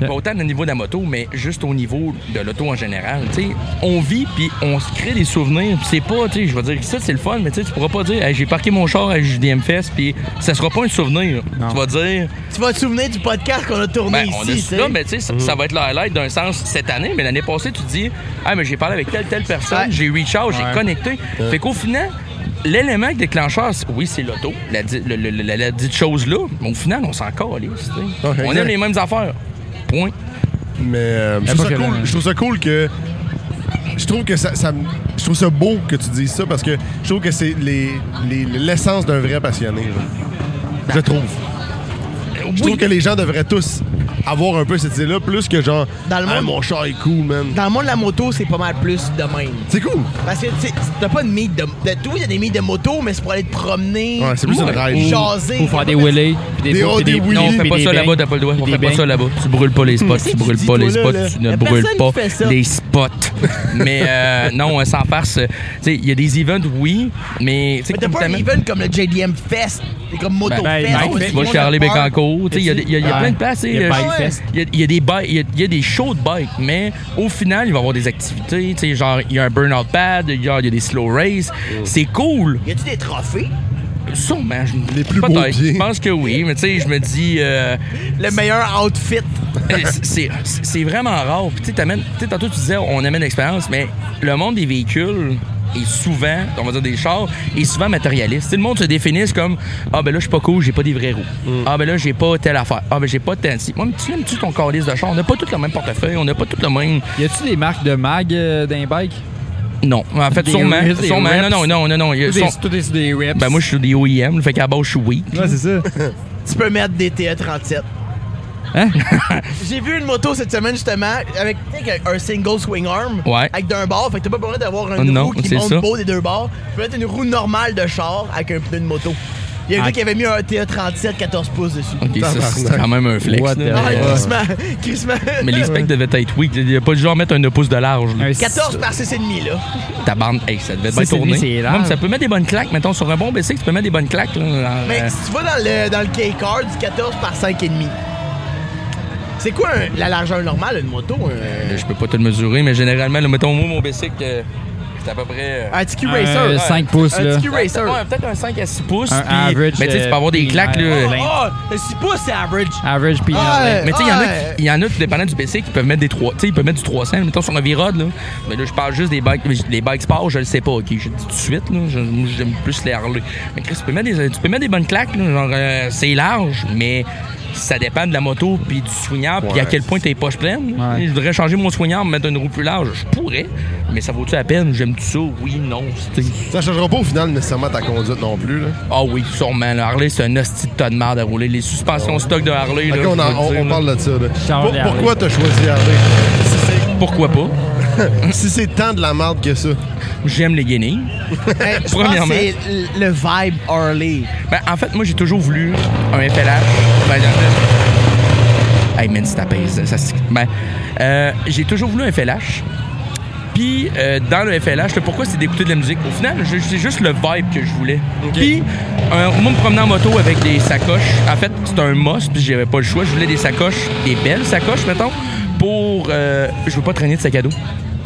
Speaker 1: Yeah.
Speaker 4: Pas autant au niveau de la moto, mais juste au niveau de l'auto en général. Tu sais, on vit puis on se crée des souvenirs. Puis C'est pas, tu sais, je veux dire, ça c'est le fun, mais tu sais, tu pourras pas dire, Hey, j'ai parqué mon char à JDM Fest, puis ça sera pas un souvenir.
Speaker 1: Non.
Speaker 4: Tu vas dire,
Speaker 2: Tu vas te souvenir du podcast qu'on a tourné
Speaker 4: ben,
Speaker 2: ici.
Speaker 4: on a
Speaker 2: tu sais.
Speaker 4: ça, mais tu sais, ça,
Speaker 2: Mm.
Speaker 4: ça va être le highlight d'un sens cette année, mais l'année passée, tu te dis, ah, mais j'ai parlé avec telle, telle personne,
Speaker 2: Ouais.
Speaker 4: j'ai reach out,
Speaker 1: Ouais.
Speaker 4: j'ai connecté. Fait qu'au final, l'élément déclencheur, c'est- oui, c'est l'auto, la, di- le- le- la- la dite chose-là, mais au final, on s'en calisse, tu sais.
Speaker 3: Ouais,
Speaker 4: on
Speaker 3: exact.
Speaker 4: aime les mêmes affaires. Point.
Speaker 3: Mais euh, je,
Speaker 1: J'aime
Speaker 3: trouve
Speaker 1: pas
Speaker 3: ça
Speaker 1: que
Speaker 3: cool,
Speaker 1: le-
Speaker 3: je trouve ça cool que. Je trouve que ça, ça me- Je trouve ça beau que tu dises ça parce que je trouve que c'est les- les- l'essence d'un vrai passionné. là. Je trouve. Je trouve que les gens devraient tous avoir un peu cette idée-là, plus que genre.
Speaker 2: Dans le
Speaker 3: Ah,
Speaker 2: monde-
Speaker 3: mon char est cool, man.
Speaker 2: Dans le monde de la moto, c'est pas mal plus de même.
Speaker 3: C'est cool.
Speaker 2: Parce que tu sais, t'as pas de mythe de. de tout, il y a des mythes de moto, mais c'est pour aller te promener.
Speaker 3: Ouais, c'est plus une
Speaker 2: ou
Speaker 3: ride.
Speaker 2: Jaser.
Speaker 1: Pour faire des wheelies, puis des
Speaker 3: Des
Speaker 1: bouts, puis
Speaker 3: hauts, des wheelies.
Speaker 4: Non, on
Speaker 1: puis
Speaker 4: fait pas
Speaker 1: des
Speaker 4: ça
Speaker 1: bangs,
Speaker 4: là-bas, t'as pas le droit. On
Speaker 1: puis
Speaker 4: fait
Speaker 1: des
Speaker 4: pas ça
Speaker 1: bangs.
Speaker 4: là-bas. Tu brûles pas les spots, tu
Speaker 2: tu
Speaker 4: brûles
Speaker 2: dis,
Speaker 4: pas
Speaker 2: toi,
Speaker 4: les
Speaker 2: là,
Speaker 4: spots,
Speaker 2: là?
Speaker 4: tu ne
Speaker 2: La
Speaker 4: brûles
Speaker 2: personne
Speaker 4: pas
Speaker 2: qui fait ça.
Speaker 4: les spots. Mais euh, non, euh, sans farce, euh, tu sais, il y a des events, oui, mais... tu sais,
Speaker 2: Mais t'as pas un
Speaker 4: notamment-
Speaker 2: event comme le JDM Fest. C'est comme Moto
Speaker 1: ben,
Speaker 2: Fest.
Speaker 1: Mike
Speaker 2: aussi.
Speaker 1: Fest,
Speaker 4: Tu vas chez Harley Bécancourt. tu sais, Il y a, des- il y a- il y a
Speaker 1: Ouais.
Speaker 4: plein de places. tu sais,
Speaker 1: Il y a
Speaker 4: le-
Speaker 1: Bike Fest.
Speaker 4: Il y a- il y a des bikes- il y a- il y a des shows de bike, mais au final, il va y avoir des activités. tu sais, Genre, il y a un burnout pad, il y a il y a des slow race.
Speaker 1: Mm.
Speaker 4: C'est cool.
Speaker 2: Y a-tu des trophées?
Speaker 4: Sûrement. je-
Speaker 3: Les plus
Speaker 4: peut-être.
Speaker 3: beaux pieds.
Speaker 4: Je pense que oui, mais tu sais, je me dis. euh,
Speaker 2: Le meilleur outfit.
Speaker 4: euh, c'est- c'est c'est vraiment rare. Puis tu sais, t'amènes- tu sais, tantôt tu disais on amène l'expérience, mais le monde des véhicules est souvent, on va dire des chars, est souvent matérialiste. Tu sais, le monde se définisse comme ah ben là je suis pas cool, j'ai pas des vraies roues.
Speaker 1: Mm.
Speaker 4: Ah ben là j'ai pas telle affaire. Ah ben j'ai pas telle. si. Moi mais tu aimes-tu ton calice de char On n'a pas tout le même portefeuille, on n'a pas tout le même.
Speaker 1: Y a-tu des marques de mag euh, d'un bike?
Speaker 4: Non, en fait
Speaker 1: Des
Speaker 4: sûrement,
Speaker 1: rips, des
Speaker 4: sûrement.
Speaker 1: reps.
Speaker 4: Non non non non non. il y a-
Speaker 1: Tout est
Speaker 4: sont-
Speaker 1: tout est sur des reps.
Speaker 4: Ben moi je suis des OEM, fait qu'à la base je suis weak.
Speaker 1: Ouais, c'est ça.
Speaker 2: Tu peux mettre des TE37.
Speaker 1: Hein?
Speaker 2: J'ai vu une moto cette semaine justement avec tu sais, avec un single swing arm
Speaker 4: Ouais.
Speaker 2: avec d'un bord. Fait que t'as pas besoin d'avoir une
Speaker 4: Non,
Speaker 2: roue qui
Speaker 4: c'est
Speaker 2: monte
Speaker 4: ça.
Speaker 2: beau des deux bords. Tu peux mettre une roue normale de char avec un pneu de moto. Il y a un
Speaker 1: Ah.
Speaker 2: gars qui avait mis un TE37 14 pouces dessus.
Speaker 4: Ok, ça, c'est
Speaker 3: Tabarnak.
Speaker 4: quand même un flex.
Speaker 1: What
Speaker 4: là. euh,
Speaker 1: the-
Speaker 2: Ah,
Speaker 1: Ouais.
Speaker 2: crissement, crissement.
Speaker 4: Mais les specs devaient être weak. Il n'y a pas du genre mettre un 2 pouces de large. là.
Speaker 1: Un
Speaker 2: 14 par 6,5 là.
Speaker 4: Ta bande, hey, ça devait
Speaker 1: Ça,
Speaker 4: bien
Speaker 1: c'est
Speaker 4: tourner.
Speaker 1: lui, c'est large.
Speaker 4: Même, ça peut mettre des bonnes claques. Mettons, sur un bon BC, tu peux mettre des bonnes claques. Là, dans-
Speaker 2: Mais
Speaker 4: euh,
Speaker 2: si tu vas dans le, dans le K-Car, du 14 par 5,5. C'est quoi un- la largeur normale d'une moto? Un,
Speaker 4: Je peux pas tout le mesurer, mais généralement, là, mettons, moi, mon BC, euh, c'est à peu près. euh,
Speaker 2: un TQ
Speaker 1: Un
Speaker 2: Racer. ouais.
Speaker 1: 5 pouces,
Speaker 2: Un
Speaker 1: là.
Speaker 2: TQ Ah, Racer.
Speaker 4: ouais, peut-être un 5 à 6 pouces.
Speaker 1: Un
Speaker 4: puis-
Speaker 1: average,
Speaker 4: mais tu sais, tu
Speaker 1: euh,
Speaker 4: peux avoir des
Speaker 1: puis,
Speaker 4: claques.
Speaker 1: ouais.
Speaker 4: Là,
Speaker 1: Ouais.
Speaker 2: Oh, le 6 pouces, c'est average.
Speaker 1: Average peanut.
Speaker 2: Ouais.
Speaker 4: Mais tu sais, il y en a
Speaker 2: Ouais.
Speaker 4: qui- il y en a, tout dépendant du PC, qui peuvent mettre des 3. Tu sais, ils peuvent mettre du 300. Mettons sur un V-Rod, là. Mais là, je parle juste des bikes. Les bikes sport, je le sais pas, ok. Je le dis tout de suite, là. Je- moi, J'aime plus les Harley. Mais Chris, tu peux mettre des, tu peux mettre des bonnes claques, là. Genre, euh, c'est large, mais ça dépend de la moto, puis du soignard, puis à
Speaker 3: Ouais.
Speaker 4: quel point t'es poches pleines.
Speaker 1: Ouais.
Speaker 4: Je voudrais changer mon soignard, me mettre une roue plus large. Je pourrais, mais ça vaut-tu la peine? J'aime-tu ça? Oui, non. c'est-
Speaker 3: Ça changera pas au final nécessairement ta conduite non plus. Là.
Speaker 4: Ah oui, sûrement. Le Harley, c'est un hostie de tas de merde à rouler. Les suspensions stock de Harley,
Speaker 3: Ah Ok,
Speaker 4: là,
Speaker 3: on,
Speaker 4: je
Speaker 3: en-
Speaker 4: veux
Speaker 3: on-
Speaker 4: dire,
Speaker 3: on
Speaker 4: là.
Speaker 3: parle de ça. là.
Speaker 1: Charles
Speaker 3: Pour-
Speaker 1: Harley.
Speaker 3: pourquoi t'as choisi Harley?
Speaker 4: Pourquoi pas?
Speaker 3: si c'est tant de la merde que ça.
Speaker 4: J'aime les guenilles.
Speaker 2: Hey, je pense que
Speaker 4: Premièrement.
Speaker 2: c'est l- le vibe Harley.
Speaker 4: Ben, en fait, moi, j'ai toujours voulu un FLH. Ben, j'en- hey, man, c'est ta pèse, ça se- Ben, euh, j'ai toujours voulu un FLH. Puis, euh, dans le FLH, le pourquoi c'est d'écouter de la musique. Au final, je- c'est juste le vibe que je voulais. Puis, euh, moi, me promener en moto avec des sacoches. En fait, c'était un must, puis j'avais pas le choix. Je voulais des sacoches, des belles sacoches, mettons, pour. euh, je veux pas traîner de sac à dos.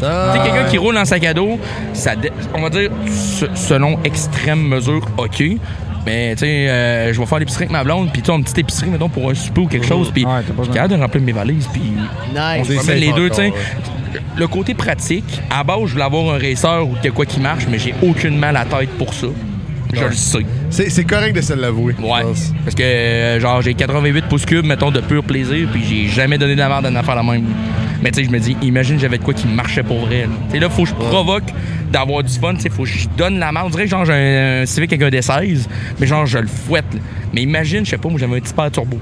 Speaker 3: Ah,
Speaker 4: Tu sais, quelqu'un qui roule en sac à dos, ça, dé- on va dire, se- selon extrême mesure, OK. Mais, tu sais, euh, je vais faire l'épicerie avec ma blonde, puis tu sais, une petite épicerie, mettons, pour un souper ou quelque chose, puis
Speaker 1: Ouais, t'as pas
Speaker 4: je
Speaker 1: besoin.
Speaker 4: suis capable de remplir mes valises, puis on
Speaker 2: Nice.
Speaker 4: se
Speaker 3: C'est
Speaker 4: promène les
Speaker 3: safe
Speaker 4: deux, tu
Speaker 3: encore,
Speaker 4: sais.
Speaker 3: ouais.
Speaker 4: Le côté pratique, à base, je voulais avoir un racer ou de quoi qui marche, mais j'ai aucunement la tête pour ça. Je le sais.
Speaker 3: C'est c'est correct de se l'avouer. je
Speaker 4: Ouais.
Speaker 3: pense.
Speaker 4: Parce que, euh, genre, j'ai 88 pouces cubes, mettons, de pur plaisir, puis j'ai jamais donné de la merde à une affaire la même. Mais tu sais, je me dis, imagine, j'avais de quoi qui marchait pour vrai. là. Tu sais, là, faut que je provoque d'avoir du fun, tu sais, faut que je donne la merde. On dirait que, genre, j'ai un, un Civic avec un D16, mais genre, je le fouette. là. Mais imagine, je sais pas, moi, j'avais un petit père turbo.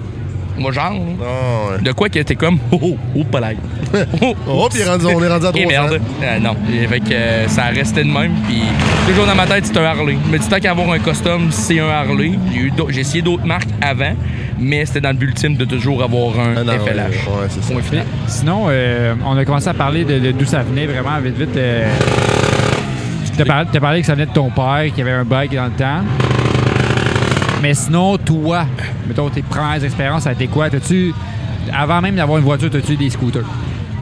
Speaker 4: Moi, genre, là,
Speaker 3: Ah, ouais.
Speaker 4: de quoi qui était comme, oh, oh, oh, pas l'air. Oh,
Speaker 3: Oh, puis rendu- on est rendu à 300.
Speaker 4: et merde. Euh, non. Et fait que, euh, ça a resté de même. Puis toujours dans ma tête, c'est un Harley. Je me dis tant qu'à avoir un custom, c'est un Harley. J'ai, eu d'autres- j'ai essayé d'autres marques avant, mais c'était dans le but ultime de toujours avoir un,
Speaker 3: Un Harley,
Speaker 4: FLH.
Speaker 3: Ah ouais, c'est ça.
Speaker 4: Point final.
Speaker 1: Sinon, euh, on a commencé à parler de, de d'où ça venait vraiment vite, vite. euh, T'as parlé, t'as parlé que ça venait de ton père, qui avait un bike dans le temps. Mais sinon, toi, mettons, tes premières expériences, ça a été quoi? T'as-tu, avant même d'avoir une voiture, t'as-tu des scooters?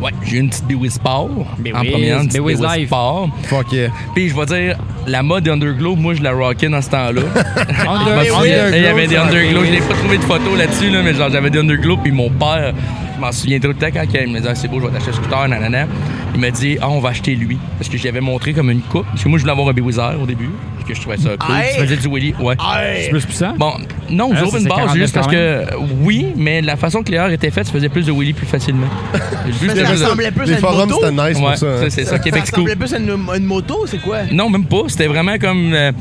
Speaker 4: Ouais, j'ai eu une petite BW Sport. en
Speaker 1: oui,
Speaker 4: première, une petite
Speaker 1: BW
Speaker 4: BW
Speaker 1: Life.
Speaker 4: Sport.
Speaker 3: Fuck yeah.
Speaker 4: Puis je vais dire, la mode Underglow, moi, je la rockais dans ce temps-là.
Speaker 1: Under-
Speaker 4: Je me souviens,
Speaker 1: Underglow,
Speaker 4: Ah, Il y avait des
Speaker 1: ça,
Speaker 4: Underglow.
Speaker 1: oui.
Speaker 4: Je n'ai pas trouvé de photo là-dessus, là, mais genre, j'avais des Underglow. Puis mon père, je m'en souviens tout le temps quand il me disait, Ah, c'est beau, je vais t'acheter un scooter, nanana. Il m'a dit, ah, on va acheter lui. Parce que j'avais montré comme une coupe. Parce que moi, je voulais avoir un Bewizard au début. Parce que je trouvais ça cool.
Speaker 2: Hey!
Speaker 4: Tu faisais du wheelie. Ouais.
Speaker 1: C'est plus puissant?
Speaker 4: Bon, non,
Speaker 1: Ah,
Speaker 4: vous
Speaker 1: ça,
Speaker 4: ouvrez une
Speaker 1: c'est
Speaker 4: base
Speaker 1: 49
Speaker 4: juste parce
Speaker 1: quand
Speaker 4: que, oui, mais la façon que les heures étaient faites, tu faisais plus de wheelie plus facilement. Le but,
Speaker 2: Mais
Speaker 4: c'était
Speaker 2: ça
Speaker 4: juste de-
Speaker 2: ressemblait plus à
Speaker 3: Les
Speaker 2: une
Speaker 3: forums,
Speaker 2: moto.
Speaker 3: c'était nice
Speaker 4: Ouais,
Speaker 3: pour ça. hein.
Speaker 4: ça, c'est ça,
Speaker 2: Ça
Speaker 4: Québec Scoop.
Speaker 2: ressemblait plus à une, une moto, c'est quoi?
Speaker 4: Non, même pas. C'était vraiment comme. euh,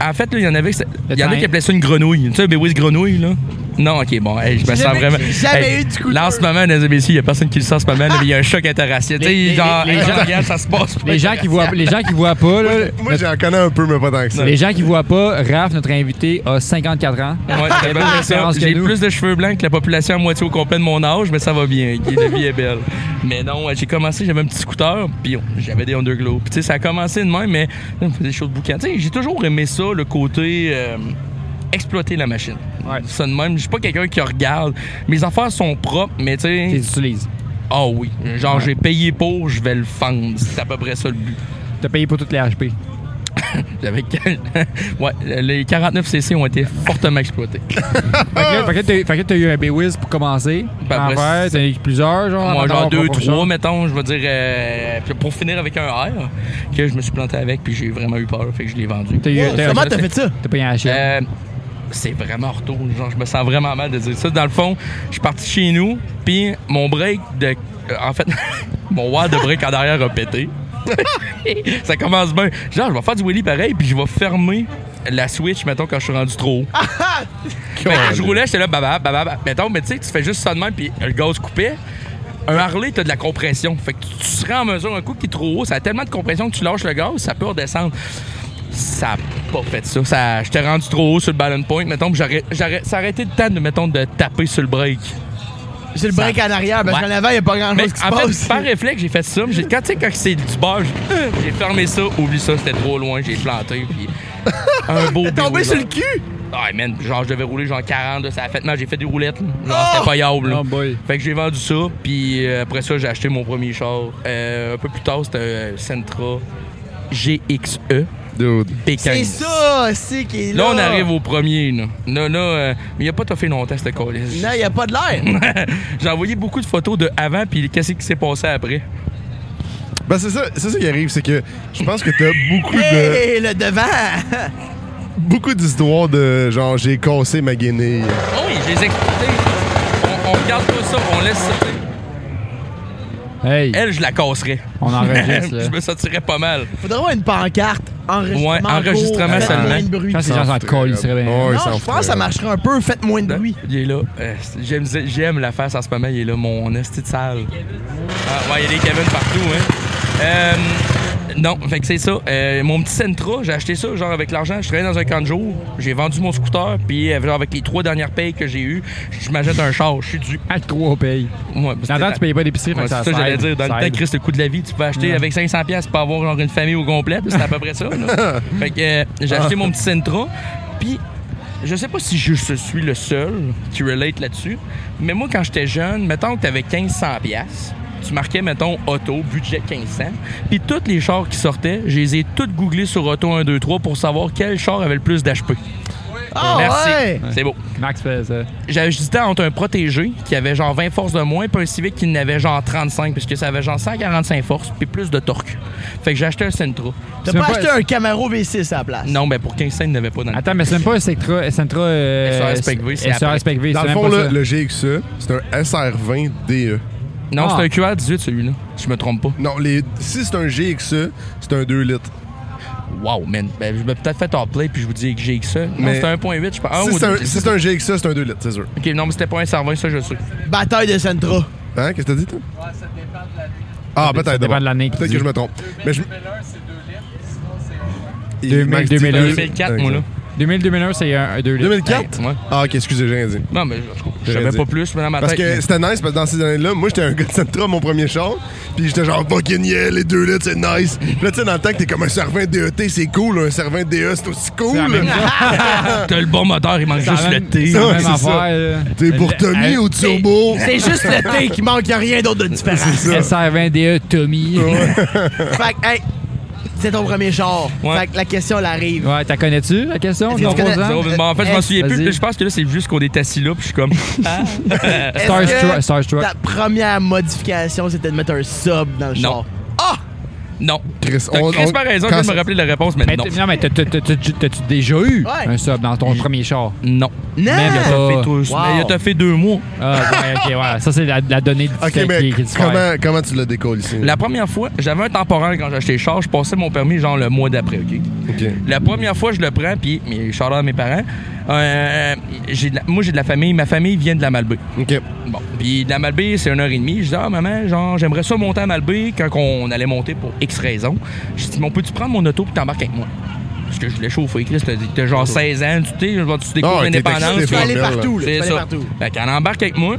Speaker 4: en fait, là, il y en avait. Il y en a
Speaker 1: time.
Speaker 4: qui appelaient ça une grenouille. Tu sais, un Bewis grenouille, là. Non, ok, bon, hey, je
Speaker 2: J'ai
Speaker 4: me sens
Speaker 2: jamais-
Speaker 4: vraiment.
Speaker 2: j'ai jamais eu de scooter.
Speaker 4: Là, en ce moment, dans les messieurs, il n'y a personne qui le sent en ce moment, là, mais il y a un choc interracial. Tu
Speaker 1: Les-
Speaker 4: sais,
Speaker 1: les-
Speaker 4: genre,
Speaker 1: les- les
Speaker 4: hey,
Speaker 1: gens-
Speaker 4: regarde, ça se passe. pas.
Speaker 1: Les gens qui voient, les gens qui voient pas, là,
Speaker 3: Moi, j'en connais un peu, mais pas tant que ça.
Speaker 1: les gens qui voient pas, Raph, notre invité, a 54 ans.
Speaker 4: Ouais, c'est bien ça.
Speaker 1: différence que
Speaker 4: J'ai
Speaker 1: nous.
Speaker 4: plus de cheveux blancs que la population à moitié au complet de mon âge, mais ça va bien. Guy, La vie est belle. Mais non, ouais, j'ai commencé, j'avais un petit scooter, puis on- j'avais des underglow. Puis tu sais, ça a commencé de même, mais ça me faisait chaud de boucan. Tu sais, j'ai toujours aimé ça, le côté euh, exploiter la machine.
Speaker 1: Ouais.
Speaker 4: Ça de même, je suis pas quelqu'un qui regarde. Mes affaires sont propres, mais tu
Speaker 1: Tu les
Speaker 4: sais,
Speaker 1: utilises.
Speaker 4: ah oui. Genre, j'ai payé pour, je vais le fendre. C'est à peu près ça le but.
Speaker 1: T'as payé pour toutes les HP.
Speaker 4: J'avais- ouais, les 49cc ont été fortement exploités.
Speaker 1: Fait que là- fait que là, t'as- fait que là, t'as eu un B-Wiz pour commencer.
Speaker 4: Ben,
Speaker 1: En
Speaker 4: après,
Speaker 1: vrai, t'as eu plusieurs, genre.
Speaker 4: Moi,
Speaker 1: avant
Speaker 4: genre
Speaker 1: d'avoir
Speaker 4: deux,
Speaker 1: ton propre
Speaker 4: trois,
Speaker 1: char.
Speaker 4: mettons, je vais dire. euh, puis pour finir avec un R, que je me suis planté avec, puis j'ai vraiment eu peur, fait que je l'ai vendu.
Speaker 1: T'as eu- t'as-
Speaker 2: Comment
Speaker 1: t'as-
Speaker 2: t'as fait ça?
Speaker 1: T'as payé un HM.
Speaker 4: Euh, c'est vraiment retour. Genre, je me sens vraiment mal de dire ça. Dans le fond, je suis parti chez nous, puis mon break de. euh, en fait, mon wall de break en arrière a pété. ça commence bien. Genre, je vais faire du wheelie pareil, puis je vais fermer la switch, mettons, quand je suis rendu trop haut. Fait que je roulais, j'étais là, bah, babab, babab. Mettons, mais tu sais, tu fais juste ça de même, puis le gaz coupait. Un Harley, t'as de la compression. Fait que tu- tu serais en mesure, un coup qui est trop haut, ça a tellement de compression que tu lâches le gaz, ça peut redescendre. Ça a pas fait ça. ça J'étais rendu trop haut sur le ballon point. Mettons, puis j'aurais- j'aurais- ça aurait été le temps de, mettons, de taper sur le break.
Speaker 2: C'est le break
Speaker 4: Ça-
Speaker 2: en arrière, parce
Speaker 4: Ouais.
Speaker 2: qu'en avant, il n'y a pas grand
Speaker 4: Mais
Speaker 2: chose qui se
Speaker 4: en fait,
Speaker 2: passe.
Speaker 4: par réflexe, j'ai fait ça. mais j'ai- Quand tu sais, quand c'est du beurre, j'ai euh, j'ai fermé ça, oublie ça, c'était trop loin, j'ai planté. Puis un beau.
Speaker 2: Tombé
Speaker 4: bio,
Speaker 2: sur le
Speaker 4: genre.
Speaker 2: cul!
Speaker 4: Ah, man, genre, je devais rouler genre 40, là, ça a fait mal, j'ai fait des roulettes. là.
Speaker 2: Ah!
Speaker 4: Genre, c'était pas yable, là.
Speaker 1: Oh boy.
Speaker 4: Fait que j'ai vendu ça, puis euh, après ça, j'ai acheté mon premier char. Euh, un peu plus tard, c'était un Sentra GXE
Speaker 3: Dude.
Speaker 4: P15.
Speaker 2: C'est ça, c'est qui est là.
Speaker 4: Là, on arrive au premier, là. Là, là, euh, mais il a pas toffé longtemps, ce collège.
Speaker 2: Non, il n'y a pas de l'air.
Speaker 4: j'ai envoyé beaucoup de photos de avant, puis qu'est-ce qui s'est passé après.
Speaker 3: Ben, c'est ça, c'est ça qui arrive, c'est que je pense que t'as beaucoup de
Speaker 2: Hé, le devant!
Speaker 3: beaucoup d'histoires de genre j'ai cassé ma guenille.
Speaker 4: Ah oui, je les ai écoutés. On, on regarde pas ça, on laisse ça.
Speaker 1: Hey,
Speaker 4: Elle, je la casserais.
Speaker 1: on enregistre, là.
Speaker 4: Euh, je me sentirais pas mal.
Speaker 2: Faudrait avoir une pancarte. Enregistrement,
Speaker 4: Ouais, enregistrement
Speaker 2: court, faites
Speaker 4: seulement.
Speaker 2: moins de bruit.
Speaker 1: Je pense que les gens s'en collent, ils seraient bien.
Speaker 3: Ouais, ils s'en
Speaker 2: non, je
Speaker 3: foutraient.
Speaker 2: pense que ça marcherait un peu. Faites moins de bruit.
Speaker 4: Il est là. Euh, j'aime, j'aime la face en ce moment. Il est là, mon esti de sale. Ah, ouais, il y a des Kevin partout, hein. Euh, non, fait que c'est ça. Euh, mon petit Sentra, j'ai acheté ça, genre avec l'argent. Je travaillais dans un camp de jour. J'ai vendu mon scooter, puis euh, genre avec les trois dernières payes que j'ai eues, je m'achète un char. Je suis dû.
Speaker 1: À trois pays.
Speaker 4: Moi,
Speaker 1: Dans le temps, tu payais pas d'épicerie, fait
Speaker 4: Ouais,
Speaker 1: que
Speaker 4: c'est ça,
Speaker 1: ça
Speaker 4: j'allais
Speaker 1: aide,
Speaker 4: dire. Dans
Speaker 1: ça
Speaker 4: le temps,
Speaker 1: aide.
Speaker 4: Chris, le coût de la vie, tu peux acheter avec 500$ pièces pour avoir genre une famille au complet. C'est à peu près ça. là. fait que euh, j'ai acheté mon petit Sentra. Puis, je sais pas si je suis le seul qui relate là-dessus, mais moi, quand j'étais jeune, mettons que t'avais 1500$, piastres, tu marquais, mettons, auto, budget 1500. Puis tous les chars qui sortaient, je les ai tous googlés sur Auto 1, 2, 3 pour savoir quel char avait le plus d'HP.
Speaker 2: Ah
Speaker 4: Merci.
Speaker 2: ouais!
Speaker 4: C'est beau.
Speaker 1: Max fait ça.
Speaker 4: J'avais- J'hésitais entre un protégé qui avait genre 20 forces de moins, puis un Civic qui n'avait genre 35, puisque ça avait genre 145 forces, puis plus de torque. Fait que j'ai acheté un Sentra.
Speaker 2: T'as
Speaker 1: C'est
Speaker 2: pas
Speaker 1: pas-
Speaker 2: acheté un Camaro V6 à la place?
Speaker 4: Non, ben pour 15 cents, il n'avait pas dans le-
Speaker 1: Attends, mais c'est même pas un Sentra. un Sentra euh,
Speaker 4: SRSPV, c'est
Speaker 1: SRSPV, c'est
Speaker 3: Dans le
Speaker 1: même
Speaker 3: fond,
Speaker 1: pas
Speaker 3: là,
Speaker 1: ça.
Speaker 3: le GXE, c'est un SR20 DE.
Speaker 4: Non,
Speaker 1: Ah.
Speaker 4: c'est un QR18 celui-là. Je me trompe pas.
Speaker 3: E. Non, les, si c'est un GXE, c'est un 2 litres.
Speaker 4: Wow, man. Ben, je vais peut-être faire top play, puis je vous dis que j'ai que ça. Non,
Speaker 3: Mais-
Speaker 4: c'était 1.8, je pense. Ah,
Speaker 3: si
Speaker 4: ou
Speaker 3: c'est un,
Speaker 4: deux.
Speaker 3: si c'est un GXE, c'est un 2 litres, c'est sûr.
Speaker 4: Ok, non, mais c'était pas un serveur, ça, je sais.
Speaker 2: Bataille de Sentra.
Speaker 3: Hein, qu'est-ce que t'as dit, toi? Ah, peut-être.
Speaker 1: Ça dépend
Speaker 3: d'abord.
Speaker 1: de l'année qu'il
Speaker 3: Peut-être
Speaker 1: dit.
Speaker 3: que je me trompe. Mais je...
Speaker 1: 2000,
Speaker 3: Max dit-
Speaker 1: 2001.
Speaker 4: 2004, moi, là.
Speaker 1: 2000-2001, c'est un, un 2 litres.
Speaker 3: 2004?
Speaker 4: Ouais.
Speaker 3: Ah, ok, excusez, j'ai rien dit.
Speaker 4: Non, mais je savais
Speaker 3: dit.
Speaker 4: pas plus, mais dans ma
Speaker 3: Parce
Speaker 4: tête.
Speaker 3: que c'était nice, parce que dans ces années-là, moi, j'étais un gars de Sentra, mon premier char. Puis j'étais genre, fucking yeah, les deux litres, c'est nice. Puis là, tu sais, dans le temps que t'es comme un servant DET, c'est cool. Un servant DE, c'est aussi cool.
Speaker 1: la même
Speaker 4: mais T'as le bon moteur, il manque
Speaker 1: C'est la
Speaker 4: juste le
Speaker 1: même-
Speaker 4: T.
Speaker 1: c'est la
Speaker 3: Ouais,
Speaker 1: même
Speaker 3: c'est ça.
Speaker 1: affaire, là.
Speaker 3: T'es pour
Speaker 1: Le-
Speaker 3: Tommy
Speaker 1: euh,
Speaker 3: ou Turbo?
Speaker 2: C'est juste le thé qui manque, y a rien d'autre de différent.
Speaker 1: SR20DE Tommy.
Speaker 2: Fait que, hey, c'est ton premier char.
Speaker 4: Ouais.
Speaker 2: Fait que la question, elle arrive.
Speaker 1: Ouais, t'as connais-tu la question?
Speaker 2: Est-ce que
Speaker 1: Non,
Speaker 2: tu connais-
Speaker 1: pas
Speaker 4: Zéro,
Speaker 1: en?
Speaker 4: mais en fait, je m'en souviens plus.
Speaker 1: Vas-y.
Speaker 4: puis Je pense que là, c'est juste qu'on est assis là, puis je suis comme.
Speaker 2: Est-ce
Speaker 1: Starstruck-
Speaker 2: que
Speaker 1: Starstruck.
Speaker 2: Ta première modification, c'était de mettre un sub dans le
Speaker 4: Non.
Speaker 2: char. Ah!
Speaker 4: Non.
Speaker 3: Chris,
Speaker 4: T'as
Speaker 3: on- on-
Speaker 4: Chris par raison, je
Speaker 3: quand
Speaker 4: viens de
Speaker 3: ça-
Speaker 4: me rappeler la réponse, mais
Speaker 1: Mais
Speaker 4: non.
Speaker 1: t'as- non, mais t'as- t'as- t'as- t'as- t'as-tu déjà eu
Speaker 2: Ouais.
Speaker 1: un sub dans ton premier char?
Speaker 4: Non. Euh,
Speaker 2: Non!
Speaker 1: Même le-
Speaker 4: T'as
Speaker 1: Ah.
Speaker 4: fait tous-
Speaker 2: Wow.
Speaker 4: mais il a t'as fait deux mois.
Speaker 1: Ah, ouais, ok, ouais. Ça, c'est la, la donnée du
Speaker 3: Ok,
Speaker 1: fait
Speaker 3: mais
Speaker 1: qui, qui est différente.
Speaker 3: comment, comment tu le décolles ici?
Speaker 4: La première fois, j'avais un temporaire quand j'ai acheté le char, je passais mon permis genre le mois d'après, OK?
Speaker 3: Ok.
Speaker 4: La première fois, je le prends, puis mes shout-out à mes parents. Euh, j'ai de la- moi, j'ai de la famille. Ma famille vient de la Malbaie.
Speaker 3: Ok.
Speaker 4: Bon, puis de la Malbaie, c'est une heure et demie. Je dis, ah, maman, genre, j'aimerais ça monter à Malbaie quand on allait monter pour X raisons. Je dis, mais peux-tu prendre mon auto puis t'embarques avec moi? Parce que je voulais chauffer, Chris. T'as t'as genre 16 ans, tu t'es, tu découvres
Speaker 3: Ah, t'es
Speaker 4: l'indépendance.
Speaker 3: excité,
Speaker 4: tu
Speaker 2: Tu peux
Speaker 3: Formel,
Speaker 2: aller partout, là. Tu
Speaker 4: c'est
Speaker 2: peux aller
Speaker 4: ça.
Speaker 2: partout.
Speaker 4: Fait qu'elle embarque avec moi.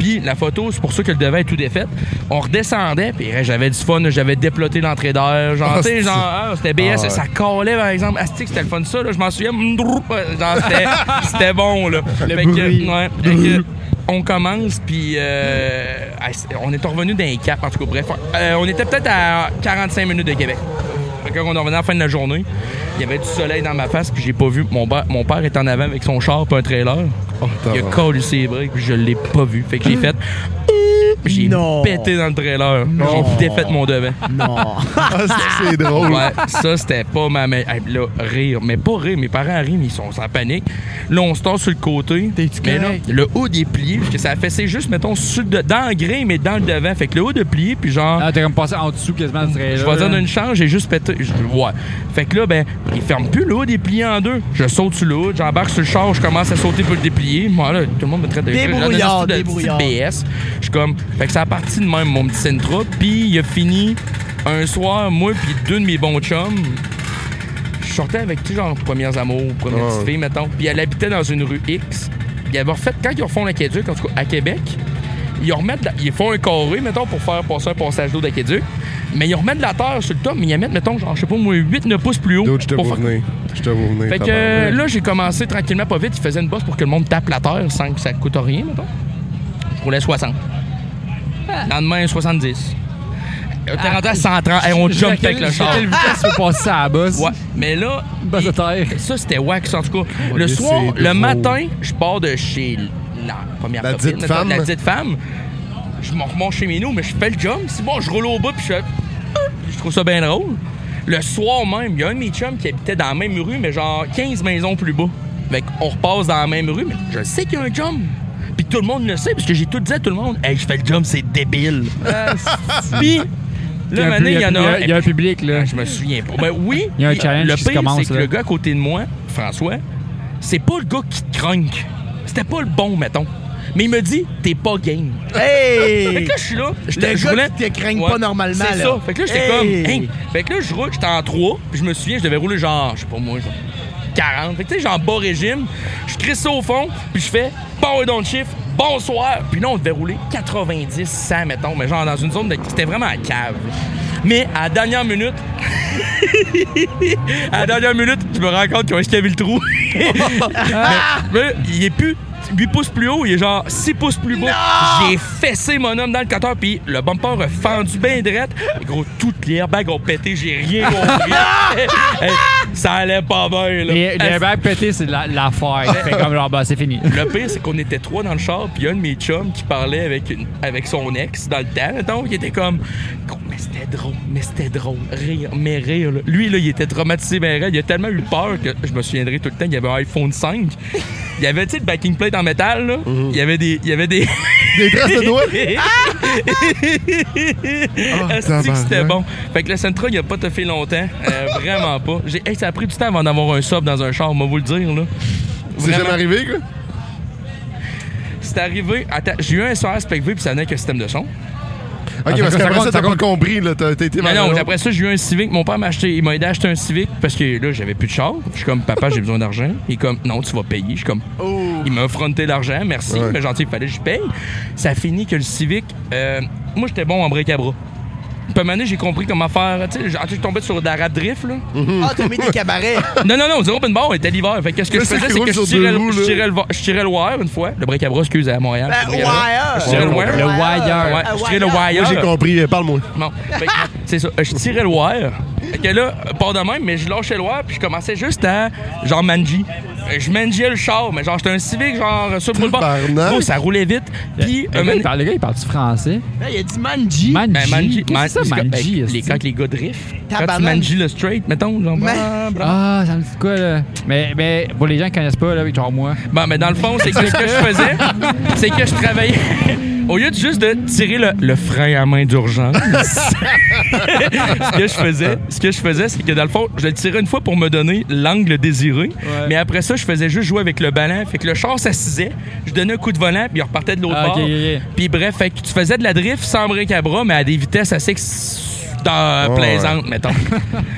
Speaker 4: Puis la photo, c'est pour ça que le devant est tout défait. On redescendait, puis hey, j'avais du fun, j'avais déploté l'entrée d'air. Genre,
Speaker 3: Ah,
Speaker 4: tu sais,
Speaker 3: c'est-
Speaker 4: genre, ah, c'était BS,
Speaker 3: Ah ouais.
Speaker 4: ça collait par exemple. Astic, c'était le fun, ça, là, je m'en souviens. Mm, drou, euh, genre, c'était- c'était bon, là. Fait que,
Speaker 1: bruit.
Speaker 4: ouais, fait que, on commence, puis euh, ah, c'est- on est revenu d'un cap, en tout cas, bref. Euh, on était peut-être à 45 minutes de Québec. Fait que Quand on est revenu à la fin de la journée, il y avait du soleil dans ma face, puis j'ai pas vu. Mon, ba- mon père est en avant avec son char, puis un trailer. Il a
Speaker 3: tabarnak.
Speaker 4: collé ses briques, puis je l'ai pas vu. Fait que j'ai fait. J'ai
Speaker 2: Non.
Speaker 4: pété dans le trailer. J'ai défait mon devant.
Speaker 2: Non.
Speaker 3: Ah, c'est- c'est drôle.
Speaker 4: Ouais, ça, c'était pas ma meilleure. Hey, là, rire. Mais pas rire. Mes parents rient, mais ils sont en panique. Là, on se tord sur le côté.
Speaker 2: T'es-tu
Speaker 4: Mais là,
Speaker 2: correct?
Speaker 4: le haut est plié, parce que ça a fessé juste, mettons, sur le de- dans le grain, mais dans le devant. Fait que le haut est plié, puis genre.
Speaker 1: Ah, t'es comme passé en dessous quasiment du trailer.
Speaker 4: Je vais dire
Speaker 1: là.
Speaker 4: d'une chance, j'ai juste pété. Je- Ouais. Fait que là, ben, il ferme plus le hood, il est plié en deux. Je saute sur le hood, j'embarque sur le char, je commence à sauter pour le déplier. Moi, là, tout le monde me traite de
Speaker 2: Débrouillard,
Speaker 4: de- de- de- de-
Speaker 2: débrouillard.
Speaker 4: BS. Je suis comme. Fait que ça a parti de même, mon petit Sentra. Puis il a fini un soir, moi, puis deux de mes bons chums. Je sortais avec, tu sais, genre, premières amours, première
Speaker 3: Ouais.
Speaker 4: petite fille, mettons. Puis elle habitait dans une rue X. Puis elle avait refait, quand ils refont l'aqueduc, en tout cas, à Québec, ils remettent, de la- ils font un carré, mettons, pour faire passer un passage d'eau d'aqueduc. Mais ils remettent de la terre sur le top, mais ils la mettent, mettons, genre, je sais pas, moins 8-9 pouces plus haut.
Speaker 3: D'autres, je te
Speaker 4: pour
Speaker 3: vous
Speaker 4: faire-
Speaker 3: venais. Je te vous venais.
Speaker 4: fait que euh, là, j'ai commencé tranquillement, pas vite. Ils faisaient une bosse pour que le monde tape la terre sans que ça coûte rien, mettons. Je roulais 60.
Speaker 1: Ah.
Speaker 4: Lendemain, 70. Euh, T'es rendu à 130. Hey, on
Speaker 1: Je-
Speaker 4: jump
Speaker 1: je-
Speaker 4: avec le
Speaker 1: je-
Speaker 4: char.
Speaker 1: Quelle vitesse faut passer ça à la bosse?
Speaker 4: Ouais. Mais là,
Speaker 1: Bosse de terre.
Speaker 4: ça, c'était wax, en tout cas. le
Speaker 3: Dieu,
Speaker 4: soir,
Speaker 3: c'est
Speaker 4: le
Speaker 3: drôle.
Speaker 4: matin, je pars de chez la première
Speaker 3: La
Speaker 4: copine,
Speaker 3: dite
Speaker 4: mettons,
Speaker 3: femme.
Speaker 4: La dite femme. Je m'en remonte chez mes nous, mais je fais le jump. C'est bon, je roule au bas, puis je fais. euh, Je trouve ça bien drôle. Le soir même, il y a un de mes chums qui habitait dans la même rue, mais genre 15 maisons plus bas. Fait qu'on repasse dans la même rue, mais je sais qu'il y a un jump. Puis tout le monde le sait, parce que j'ai tout dit à tout le monde. Hey, je fais le jump, c'est débile. Puis,
Speaker 1: Il y a Ah,
Speaker 4: là,
Speaker 1: un
Speaker 4: maintenant,
Speaker 1: pu-
Speaker 4: il y en a un.
Speaker 1: Il y a un public, là.
Speaker 4: Ah, Je me souviens pas. Ben oui.
Speaker 1: Il y a un
Speaker 4: puis
Speaker 1: challenge
Speaker 4: Le
Speaker 1: qui se
Speaker 4: pire,
Speaker 1: commence,
Speaker 4: c'est que
Speaker 1: là.
Speaker 4: le gars à côté de moi, François, c'est pas le gars qui te cronque. C'était pas le bon, mettons. Mais il me dit, t'es pas game. Fait
Speaker 2: Hey!
Speaker 4: que là, je suis là. Je
Speaker 2: Le
Speaker 4: je
Speaker 2: gars
Speaker 4: roulais-
Speaker 2: qui te craigne pas normalement,
Speaker 4: C'est
Speaker 2: là.
Speaker 4: ça. Fait que là, j'étais
Speaker 2: Hey!
Speaker 4: comme. Hey! Fait que là, je roule, j'étais en 3, puis je me souviens, je devais rouler genre, je sais pas moi, genre 40. Fait que tu sais, j'ai en bas régime, je crisse ça au fond, puis je fais power down shift, bonsoir. Puis là, on devait rouler 90, 100, mettons, mais genre dans une zone de. C'était vraiment à cave. Mais à la dernière minute, à la dernière minute, je me rends compte qu'ils ont escavé le trou. mais, mais il est plus 8 pouces plus haut, il est genre 6 pouces plus bas. J'ai fessé mon homme dans le cutter, puis le bumper a fendu bien direct. Et gros, toutes les airbags ont pété, j'ai rien compris. Hey, ça allait pas bien, là.
Speaker 1: Les,
Speaker 4: Hey,
Speaker 1: les bagues pétées, c'est la- l'affaire. Fait comme genre, bah, c'est fini.
Speaker 4: le pire, c'est qu'on était trois dans le char, puis il y a un de mes chums qui parlait avec, une- avec son ex dans le temps, mettons, qui était comme Gros, mais c'était drôle, mais c'était drôle, rire, mais rire. là. Lui, là, il était traumatisé, mais rire. Il a tellement eu peur que je me souviendrai tout le temps qu'il y avait un iPhone 5. Il y avait, tu sais, le backing plate en métal, là. Il y avait des. Il y avait des. Ah!
Speaker 3: Des traces de doigts.
Speaker 4: Asti que c'était
Speaker 3: tabarnak.
Speaker 4: bon. Fait que le Sentra, il a pas te fait longtemps. Euh, vraiment pas. J'ai- hey, ça a pris du temps avant d'avoir un sub dans un char, on va vous le dire, là.
Speaker 3: C'est
Speaker 4: Vraiment. Ah,
Speaker 3: jamais arrivé, quoi.
Speaker 4: C'est arrivé. Attends, j'ai eu un SR Spec V puis ça venait avec un système de son.
Speaker 3: Ok,
Speaker 1: ça
Speaker 3: parce qu'après
Speaker 1: compte,
Speaker 3: ça,
Speaker 1: ça
Speaker 3: t'as pas compris, là. T'as t'as été
Speaker 4: Non,
Speaker 3: vers
Speaker 4: non,
Speaker 3: le-
Speaker 4: après ça, j'ai eu un Civic. Mon père m'a acheté, il m'a aidé à acheter un Civic parce que là, j'avais plus de char. Je suis comme, papa, j'ai besoin d'argent. Il est comme, non, tu vas payer. Je suis comme, il m'a affronté l'argent, merci,
Speaker 3: Ouais.
Speaker 4: mais gentil, il fallait que je paye. Ça finit que le Civic, euh, moi, j'étais bon en bric à bras. Puis à un moment donné, j'ai compris comment faire. Tu sais, j'ai- ah, tu sais, je tombais sur d'Arab Drift, là.
Speaker 3: Mm.
Speaker 2: Ah, t'as mis des cabarets!
Speaker 4: Non, non, non, du open bar, on était l'hiver. Fait que ce que
Speaker 3: Là,
Speaker 4: je
Speaker 3: c'est
Speaker 4: faisais,
Speaker 3: qui
Speaker 4: c'est
Speaker 3: roule
Speaker 4: que je
Speaker 3: sur
Speaker 4: tirais,
Speaker 3: deux
Speaker 4: le,
Speaker 3: roues,
Speaker 4: je
Speaker 3: là.
Speaker 4: tirais le vo- je tirais le wire une fois. Le bric à bras, excuse, à Montréal.
Speaker 2: Ben,
Speaker 4: le bric à bras.
Speaker 2: wire. Ben,
Speaker 4: Je tirais le wire.
Speaker 1: Le wire.
Speaker 4: Euh, Ouais, je tirais le
Speaker 2: wire.
Speaker 4: wire.
Speaker 3: Moi, j'ai compris. euh, Parle-moi.
Speaker 4: Non. Fait que, c'est ça. Euh, Je tirais le wire. Fait que là, pas de même, mais je lâchais le wire, puis je commençais juste à, genre, manji. Euh, Je mangeais le char, mais genre, j'étais un civique, genre, euh, sur le boulevard.
Speaker 3: Tabarnak.
Speaker 4: Gros, ça roulait vite. Puis, un
Speaker 1: Le gars, il
Speaker 4: man-
Speaker 1: parle, le gars, il parle du français.
Speaker 2: Là, il a dit Manji.
Speaker 1: Manji.
Speaker 4: ben, manji-
Speaker 1: Qu'est-ce que c'est ça,
Speaker 4: man-
Speaker 1: manji?
Speaker 4: ben, les,
Speaker 1: esti?
Speaker 4: quand les gars drift, quand tu
Speaker 2: Tabarnak.
Speaker 4: mangies le straight, mettons, genre,
Speaker 2: Mais-
Speaker 4: bra- bra-
Speaker 1: Ah, ça me dit quoi, là? Mais, mais pour les gens qui connaissent pas, là, genre moi.
Speaker 4: Bon, mais dans le fond, c'est que ce que je faisais, c'est que je travaillais. Au lieu de juste de tirer le, le frein à main d'urgence, ce que je faisais, ce que je faisais, c'est que dans le fond, je le tirais une fois pour me donner l'angle désiré, mais après ça, je faisais juste jouer avec le ballon, fait que le char s'assisait, je donnais un coup de volant, puis il repartait de l'autre
Speaker 1: Ah, ok,
Speaker 4: bord.
Speaker 1: ok, ok.
Speaker 4: Puis bref, fait que tu faisais de la drift sans bric à bras, mais à des vitesses assez ex- dans-
Speaker 3: Oh, ouais.
Speaker 4: plaisantes, mettons.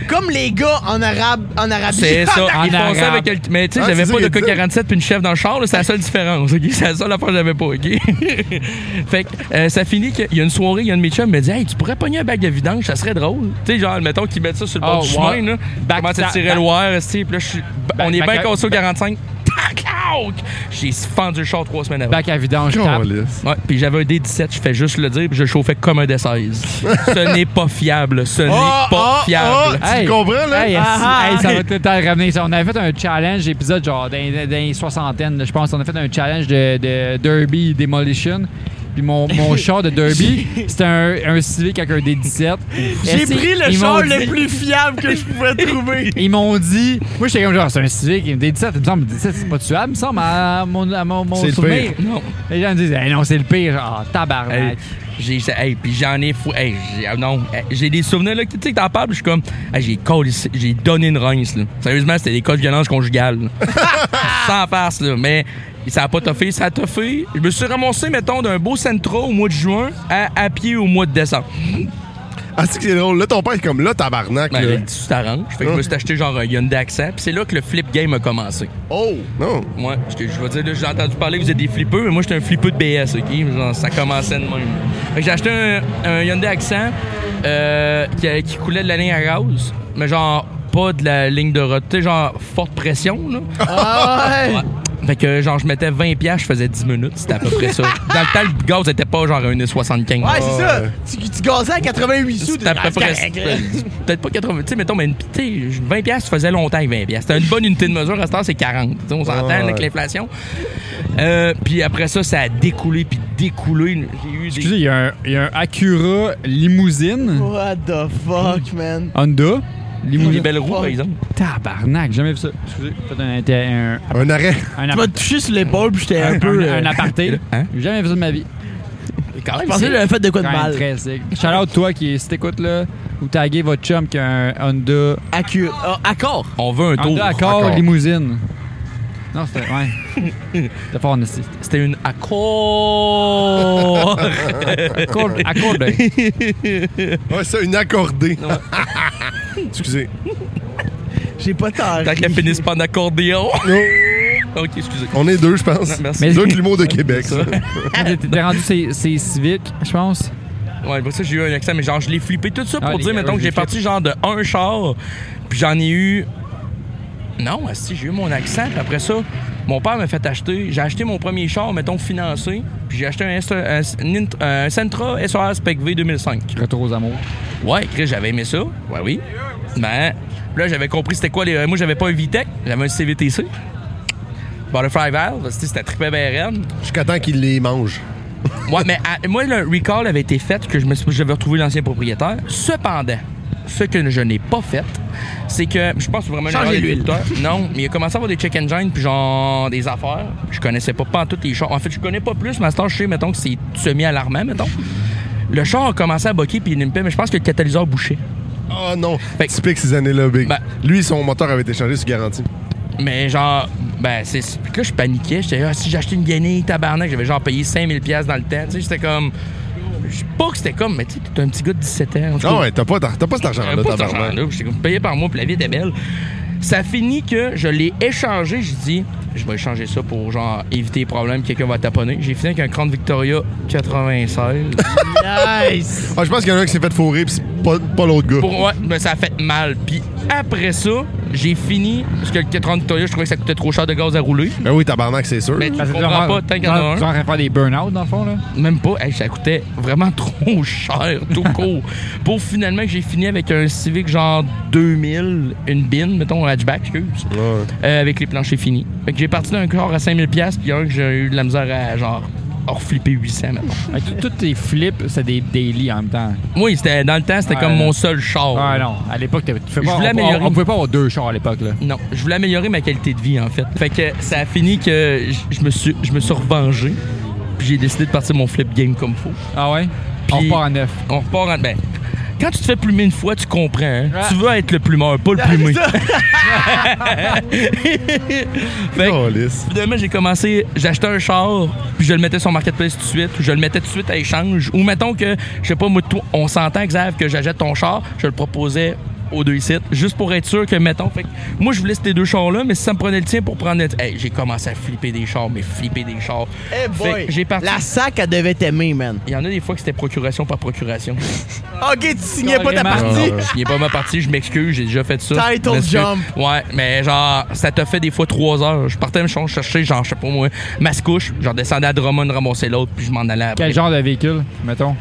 Speaker 2: Comme les gars en arabe, en Arabie.
Speaker 4: C'est ça.
Speaker 1: En
Speaker 4: Ils font
Speaker 1: arabe.
Speaker 4: ça avec quelqu'un. Mais tu sais,
Speaker 3: Ah,
Speaker 4: j'avais
Speaker 3: c'est
Speaker 4: pas
Speaker 3: ça
Speaker 4: de
Speaker 3: qu'il disait.
Speaker 4: K47 puis une chef dans le char, là, c'est la seule différence, OK? C'est la seule affaire que j'avais pas, OK? fait que euh, ça finit qu'il y a une soirée, il y a un de mes chums qui me dit Hey, tu pourrais pogner un bac de vidange, ça serait drôle. Tu sais, genre, mettons qu'ils mettent ça sur le bord
Speaker 1: Oh,
Speaker 4: du
Speaker 1: ouais.
Speaker 4: chemin, là.
Speaker 1: Bac-
Speaker 4: Comment tu
Speaker 1: ta-
Speaker 4: tirais
Speaker 1: ta-
Speaker 4: le wire, esti? Puis là, je suis.
Speaker 1: Bac-
Speaker 4: on est bien
Speaker 1: bac-
Speaker 4: cassé au 45. Tac, tac! J'ai fendu le char trois semaines avant.
Speaker 1: Bac à vidange, tape.
Speaker 3: Calisse.
Speaker 4: Ouais, puis j'avais un D17, je fais juste le dire, puis je chauffais comme un D16. Ce n'est pas fiable, ce n'est
Speaker 3: Oh,
Speaker 4: pas
Speaker 3: oh,
Speaker 4: fiable.
Speaker 3: oh. Tu comprends, là?
Speaker 1: Hey, esti,
Speaker 2: Ah, ah.
Speaker 1: hey, ça va tout le temps revenir. Ça, On avait fait un challenge épisode genre dans, dans les soixantaines, là, je pense. On a fait un challenge de, de Derby Demolition. Puis mon, mon char de Derby, c'était un, un Civic avec un D17.
Speaker 2: J'ai
Speaker 1: Esti,
Speaker 2: pris le
Speaker 1: ils m'ont
Speaker 2: char
Speaker 1: dit-
Speaker 2: le plus fiable que je pouvais trouver.
Speaker 1: Ils m'ont dit. Moi, j'étais comme genre, c'est un Civic. Ils me disent 17. Il me semble, 17, c'est pas tuable, il me semble, à mon, à mon, mon
Speaker 3: C'est le
Speaker 1: souvenir.
Speaker 4: Non.
Speaker 1: Les gens me disent, Hey, non, c'est le pire. Ah, tabarnak.
Speaker 4: Hey, j'ai j'ai- hey, puis j'en ai fou hey, j'ai- ah non hey, j'ai des souvenirs là que tu sais que t'en parles puis je suis comme hey, j'ai calissé- j'ai donné une rince là. sérieusement c'était des cas de violence conjugale là. sans farce là mais ça a pas toffé ça a toffé je me suis ramassé mettons d'un beau Sentra au mois de juin à, à pied au mois de décembre
Speaker 3: Ah, c'est que c'est drôle. Là, ton père est comme là, tabarnak.
Speaker 4: ben,
Speaker 3: là.
Speaker 4: là, tu t'arranges fait que je me suis acheté genre un Hyundai Accent puis c'est là que le flip game a commencé
Speaker 3: Oh! Non.
Speaker 4: moi parce que je veux dire là j'ai entendu parler que vous êtes des flippeux mais moi j'étais un flippeux de BS ok Genre, ça commençait de même Fait que j'ai acheté un, un Hyundai Accent euh, qui, qui coulait de la ligne à gaz mais genre pas de la ligne de route tu sais genre forte pression là
Speaker 2: Ah ouais.
Speaker 4: Ouais. fait que genre je mettais 20 pièces je faisais 10 minutes c'était à peu près ça dans le temps le gaz était pas genre à 1,75
Speaker 2: Ouais, c'est ça.
Speaker 3: Ouais.
Speaker 2: Tu, tu gazais à 88 sous. ah,
Speaker 4: c'était à peu près ça. Peut-être pas 80. Tu sais, mettons, mais une, tu sais, 20 pièces, tu faisais longtemps avec 20 pièces. C'était une bonne unité de mesure. À ce temps, c'est 40. Tu sais, on s'entend
Speaker 3: Ouais.
Speaker 4: avec l'inflation. Euh, puis après ça, ça a découlé, puis découlé. J'ai eu des...
Speaker 1: Excusez, il y, a un- il y a un Acura limousine.
Speaker 2: What the fuck, man?
Speaker 1: Honda.
Speaker 4: des
Speaker 1: Limousine.
Speaker 4: belles roues, par exemple.
Speaker 1: Tabarnak, j'ai jamais vu ça. Excusez, j'ai fait un, un, un,
Speaker 3: Un arrêt.
Speaker 1: un
Speaker 2: Tu
Speaker 1: appart-
Speaker 2: m'as touché sur l'épaule, puis j'étais
Speaker 1: un,
Speaker 2: un peu. euh,
Speaker 1: un aparté.
Speaker 4: Hein?
Speaker 1: J'ai jamais vu ça de ma vie.
Speaker 4: Quand même,
Speaker 2: Je pensais que j'avais fait de quoi de
Speaker 1: Quand même
Speaker 2: mal.
Speaker 1: très sick. Shout out toi qui, si t'écoutes là, ou taguez votre chum qui a un Honda,
Speaker 2: Accu- ah, Accord.
Speaker 4: On veut un tour.
Speaker 1: Honda Accord
Speaker 3: Accord.
Speaker 1: limousine. Non, c'était. Ouais. c'était fort, Nasty.
Speaker 4: C'était une accord.
Speaker 1: Accordé. accordé.
Speaker 3: Ouais, ça, une accordée. Excusez.
Speaker 2: J'ai pas tard.
Speaker 4: Tant qu'elle finisse pas en accordéon.
Speaker 3: Non,
Speaker 4: ok, excusez.
Speaker 3: on est deux, je pense.
Speaker 4: Non, merci.
Speaker 1: Mais-
Speaker 3: Deux l'humour de Québec. ça.
Speaker 1: T'es- T'es rendu c'est c'est civique, je pense.
Speaker 4: Ouais, pour ça, j'ai eu un accent, mais genre, je l'ai flippé tout ça pour
Speaker 1: Ah, les
Speaker 4: dire, mettons,
Speaker 1: gars,
Speaker 4: que j'ai
Speaker 1: j'ai
Speaker 4: parti genre de un char, puis j'en ai eu. Non, si j'ai eu mon accent, puis après ça, mon père m'a fait acheter. J'ai acheté mon premier char, mettons, financé, puis j'ai acheté un, S- un S- un Int- un Sentra SOR Spec V 2005.
Speaker 1: Retour aux amours.
Speaker 4: Ouais, Chris, j'avais aimé ça. Ouais, oui. Ben, là, j'avais compris c'était quoi les. euh, Moi, j'avais pas un VTEC, j'avais un CVTC. Butterfly Valve, c'était c'était trippé BRN.
Speaker 3: Jusqu'à temps qu'il les mange.
Speaker 4: Ouais, mais à- moi, le recall avait été fait que je me suis- j'avais retrouvé l'ancien propriétaire. Cependant, ce que je n'ai pas fait, c'est que je pense que vraiment une
Speaker 2: Changer
Speaker 4: erreur des
Speaker 2: l'huile.
Speaker 4: producteurs. Non, mais il a commencé à avoir des check engine puis genre des affaires. Je connaissais pas pas en toutes les chars. En fait, je connais pas plus, mais à ce temps, je sais, mettons, que c'est semi-alarmant, mettons. Le char a commencé à boquer puis il me paie, mais je pense que le catalyseur bouchait.
Speaker 3: Oh non,
Speaker 4: Fait que-
Speaker 3: typique ces années-là, Big.
Speaker 4: Ben-
Speaker 3: Lui, son moteur avait été changé, c'est garanti.
Speaker 4: Mais genre, ben, c'est. c'est- Puis que là, je paniquais. J'étais, ah, si j'achetais une guenille, tabarnak, j'avais genre payé 5000$ dans le temps. Tu sais, j'étais comme. Je sais pas que c'était comme, mais tu sais, t'es un petit gars de 17 ans. En tout cas,
Speaker 3: Ah ouais, t'as pas, t'as t'as pas cet argent-là,
Speaker 4: J'avais Euh, pas cet
Speaker 3: tabarnak.
Speaker 4: argent-là. J'étais comme payé par moi, puis la vie était belle. Ça finit que je l'ai échangé. J'ai dit, je vais échanger ça pour genre éviter les problèmes, quelqu'un va taponner. J'ai fini avec un Grand Victoria 96.
Speaker 2: Nice!
Speaker 3: Ah, je pense qu'il y en a un qui s'est fait fourrer, pis c'est pas, pas l'autre gars.
Speaker 4: pour moi, mais ça a fait mal. Puis après ça, j'ai fini parce que le 4 Victoria, je trouvais que ça coûtait trop cher de gaz à rouler.
Speaker 3: Ben oui, tabarnak, Ah, c'est sûr.
Speaker 4: Mais tu
Speaker 1: Parce que
Speaker 4: comprends pas, tant qu'il y en a
Speaker 1: Tu
Speaker 4: un.
Speaker 1: vas en train de faire des burn-out, dans le fond, là.
Speaker 4: Même pas, Hey, ça coûtait vraiment trop cher, tout court. pour finalement que j'ai fini avec un Civic genre 2000, une bin, mettons, un hatchback, excuse.
Speaker 3: Ouais.
Speaker 4: Euh, avec les planchers finis. Fait que j'ai parti d'un corps à 5000$, puis un que j'ai eu de la misère à genre hors flipper 800 maintenant.
Speaker 1: Fait que Toutes tes flips, c'est des daily en même temps.
Speaker 4: Moi, c'était dans le temps, c'était
Speaker 1: Ouais,
Speaker 4: comme
Speaker 1: non.
Speaker 4: mon seul char.
Speaker 1: Ah non, à l'époque, t'avais- tu fais pas-
Speaker 4: Oh. voulais
Speaker 1: on-
Speaker 4: améliorer.
Speaker 1: on, on pouvait pas avoir deux chars à l'époque, là.
Speaker 4: Non, je voulais améliorer ma qualité de vie en fait. Fait que ça a fini que j- je me suis je me suis revengé. Puis j'ai décidé de partir mon flip game comme faut.
Speaker 1: Ah ouais?
Speaker 4: Puis-
Speaker 1: On repart à neuf.
Speaker 4: On repart en ben. Quand tu te fais plumer une fois, tu comprends. hein?
Speaker 1: Ah.
Speaker 4: Tu veux être le plumeur, pas le plumé. Fait que-
Speaker 3: Oh, lisse.
Speaker 4: Finalement, j'ai commencé, j'achetais un char, puis je le mettais sur Marketplace tout de suite, ou je le mettais tout de suite à échange. Ou mettons que, je sais pas, moi, toi, on s'entend, Xav, que j'achète ton char, je le proposais aux deux sites, juste pour être sûr que, mettons, fait que moi, je voulais ces deux chars-là, mais si ça me prenait le tien pour prendre le Hey, j'ai commencé à flipper des chars, mais flipper des chars.
Speaker 2: Eh
Speaker 4: Fait
Speaker 2: boy!
Speaker 4: que j'ai parti.
Speaker 2: La sac, elle devait t'aimer, man.
Speaker 4: Il y en a des fois que c'était procuration par procuration.
Speaker 2: Ok, tu signais pas ta
Speaker 4: Carrément.
Speaker 2: partie.
Speaker 3: Ah ouais.
Speaker 4: Il est pas ma partie, je m'excuse, j'ai déjà fait ça.
Speaker 2: Title
Speaker 4: Je m'excuse.
Speaker 2: jump.
Speaker 4: Ouais, mais genre, ça t'a fait des fois trois heures. Je partais me ch- chercher, genre, je sais pas moi, ma couche, genre descendais à Drummond, ramasser l'autre, puis je m'en allais après.
Speaker 1: Quel genre de véhicule, mettons?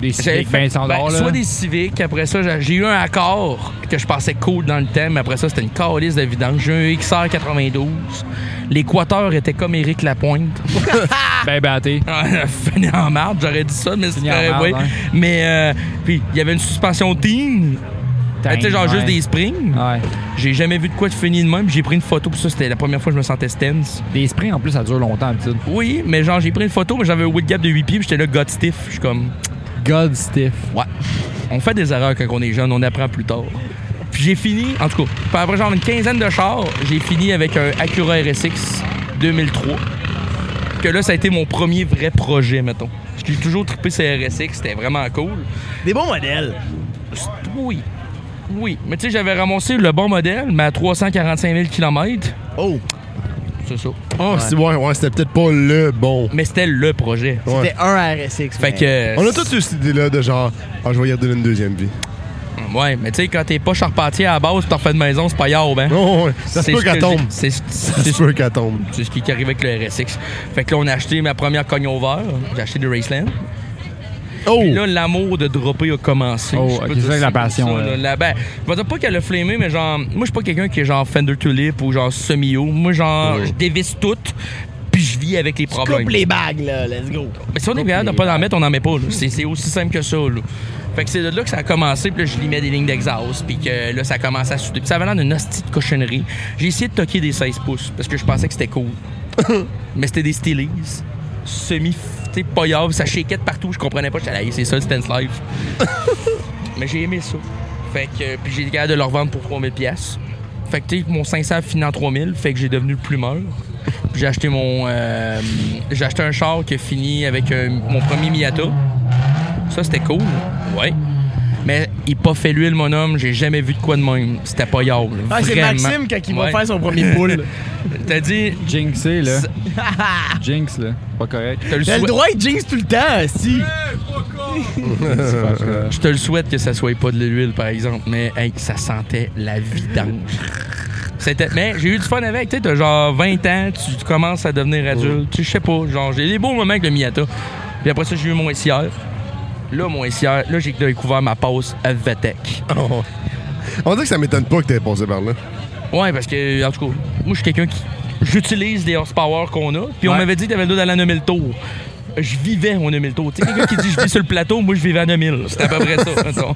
Speaker 1: Des
Speaker 4: J'avais
Speaker 1: Civic
Speaker 4: fait-
Speaker 1: 500
Speaker 4: ben,
Speaker 1: dollars, là?
Speaker 4: Soit des civiques, après ça, j'ai- j'ai eu un accord que je pensais cool dans le thème, mais après ça, c'était une calice de vidange. J'ai eu un XR92. L'équateur était comme Éric Lapointe.
Speaker 1: Ben batté.
Speaker 4: Fini en marde, j'aurais dit ça, mais c'était.
Speaker 1: Fini en marde,
Speaker 4: oui.
Speaker 1: hein.
Speaker 4: Mais, euh, puis, il y avait une suspension team. Ben, Tu sais, genre juste des springs.
Speaker 1: Ouais.
Speaker 4: J'ai jamais vu de quoi de fini de même. J'ai pris une photo pour ça. C'était la première fois que je me sentais stance.
Speaker 1: Des springs, en plus, ça dure longtemps, d'habitude.
Speaker 4: Oui, mais genre, j'ai pris une photo, mais j'avais un wood gap de 8 pieds, puis j'étais là, god stiff. Je suis comme,
Speaker 1: God stiff.
Speaker 4: ouais. On fait des erreurs quand on est jeune, on apprend plus tard. Puis j'ai fini, en tout cas, puis après genre une quinzaine de chars, j'ai fini avec un Acura RSX 2003. Que là, ça a été mon premier vrai projet, mettons. J'ai toujours trippé ces RSX, c'était vraiment cool.
Speaker 2: Des bons modèles.
Speaker 4: C'est- Oui. Oui. Mais tu sais, j'avais ramassé le bon modèle, mais à 345 000 km.
Speaker 2: Oh,
Speaker 4: C'est ça.
Speaker 3: Ah, c'est ouais, ouais, c'était peut-être pas le bon.
Speaker 4: Mais c'était le projet.
Speaker 3: Ouais.
Speaker 2: c'était un RSX.
Speaker 4: Fait
Speaker 2: man.
Speaker 4: que. euh,
Speaker 3: On a tous eu cette idée-là de genre, ah, je vais y redonner une deuxième vie.
Speaker 4: Ouais, mais tu sais, quand t'es pas charpentier à la base, pis t'en refais de maison, c'est pas yard, hein?
Speaker 3: Non, Oh, ouais, ça se
Speaker 4: C'est
Speaker 3: peut
Speaker 4: ce
Speaker 3: qu'elle
Speaker 4: que
Speaker 3: tombe.
Speaker 4: j'ai- C'est
Speaker 3: Ça
Speaker 4: c'est-
Speaker 3: se peut qu'elle tombe.
Speaker 4: c'est ce qui est arrivé avec le RSX. Fait que là, on a acheté ma première cognon vert. J'ai acheté du Raceland.
Speaker 3: Oh!
Speaker 4: Puis là, l'amour de dropper a commencé.
Speaker 1: Oh,
Speaker 4: Je sais pas
Speaker 1: ok,
Speaker 4: si
Speaker 1: c'est ça que la
Speaker 4: pour
Speaker 1: passion,
Speaker 4: ça,
Speaker 1: là.
Speaker 4: là. La- ben, je vais dire pas qu'elle a flammé, mais genre, moi, je suis pas quelqu'un qui est genre Fender Tulip ou genre semi-haut. Moi, genre, je dévisse tout, puis je vis avec les
Speaker 2: Tu
Speaker 4: problèmes.
Speaker 2: coupes les bagues, là. Let's go.
Speaker 4: Mais si on est capable de pas en mettre, on n'en met pas. là. C'est c'est aussi simple que ça. là. Fait que c'est de là que ça a commencé, puis là, je lui mets des lignes d'exhaust, puis que là, ça a commencé à souder. Puis ça avait l'air d'une hostie de cochonnerie. J'ai essayé de toquer des 16 pouces, parce que je pensais que c'était cool. Mais c'était des stylies, semi, tu sais, pas grave, ça shakeait de partout, je comprenais pas, j'étais là, Hey, c'est ça le Stance Life. Mais j'ai aimé ça. Fait que, euh, puis j'ai été capable de le revendre pour 3000$. pièces. Fait que, tu sais, mon 500 finit en 3000. Fait que j'ai devenu le plumeur. Puis J'ai acheté mon. euh, j'ai acheté un char qui a fini avec un- mon premier Miata. Ça, c'était cool. Ouais. Mais il pas fait l'huile, mon homme. J'ai jamais vu de quoi de même. C'était pas yard.
Speaker 2: Ah, c'est Maxime quand il va faire son premier boule.
Speaker 4: T'as dit.
Speaker 1: Jinxé, là.
Speaker 4: Ça-
Speaker 1: Jinx, là. Pas correct.
Speaker 4: Je te le
Speaker 2: T'as le
Speaker 4: souhaite-
Speaker 2: droit de jinx tout le temps, si.
Speaker 4: je te le souhaite que ça soit pas de l'huile, par exemple, mais hey, ça sentait la vidange. C'était, mais j'ai eu du fun avec. Tu sais, t'as genre 20 ans, tu, tu commences à devenir adulte. Tu sais, je sais pas, genre, j'ai des beaux moments avec le Miata. Puis après ça, j'ai eu mon SIR. Là, mon SIR, là, j'ai découvert ma passe à Vetec.
Speaker 3: Oh. On dirait que ça m'étonne pas que t'aies passé par là.
Speaker 4: Ouais, parce que, en tout cas, moi, je suis quelqu'un qui. J'utilise des horsepower qu'on a. Puis on
Speaker 1: Ouais.
Speaker 4: m'avait dit que t'avais le dos d'aller à 9000 tours. Je vivais au 9000 tours. Tu sais, quelqu'un qui dit je vis sur le plateau, moi, je vivais à 9000. C'était à peu près ça. mettons.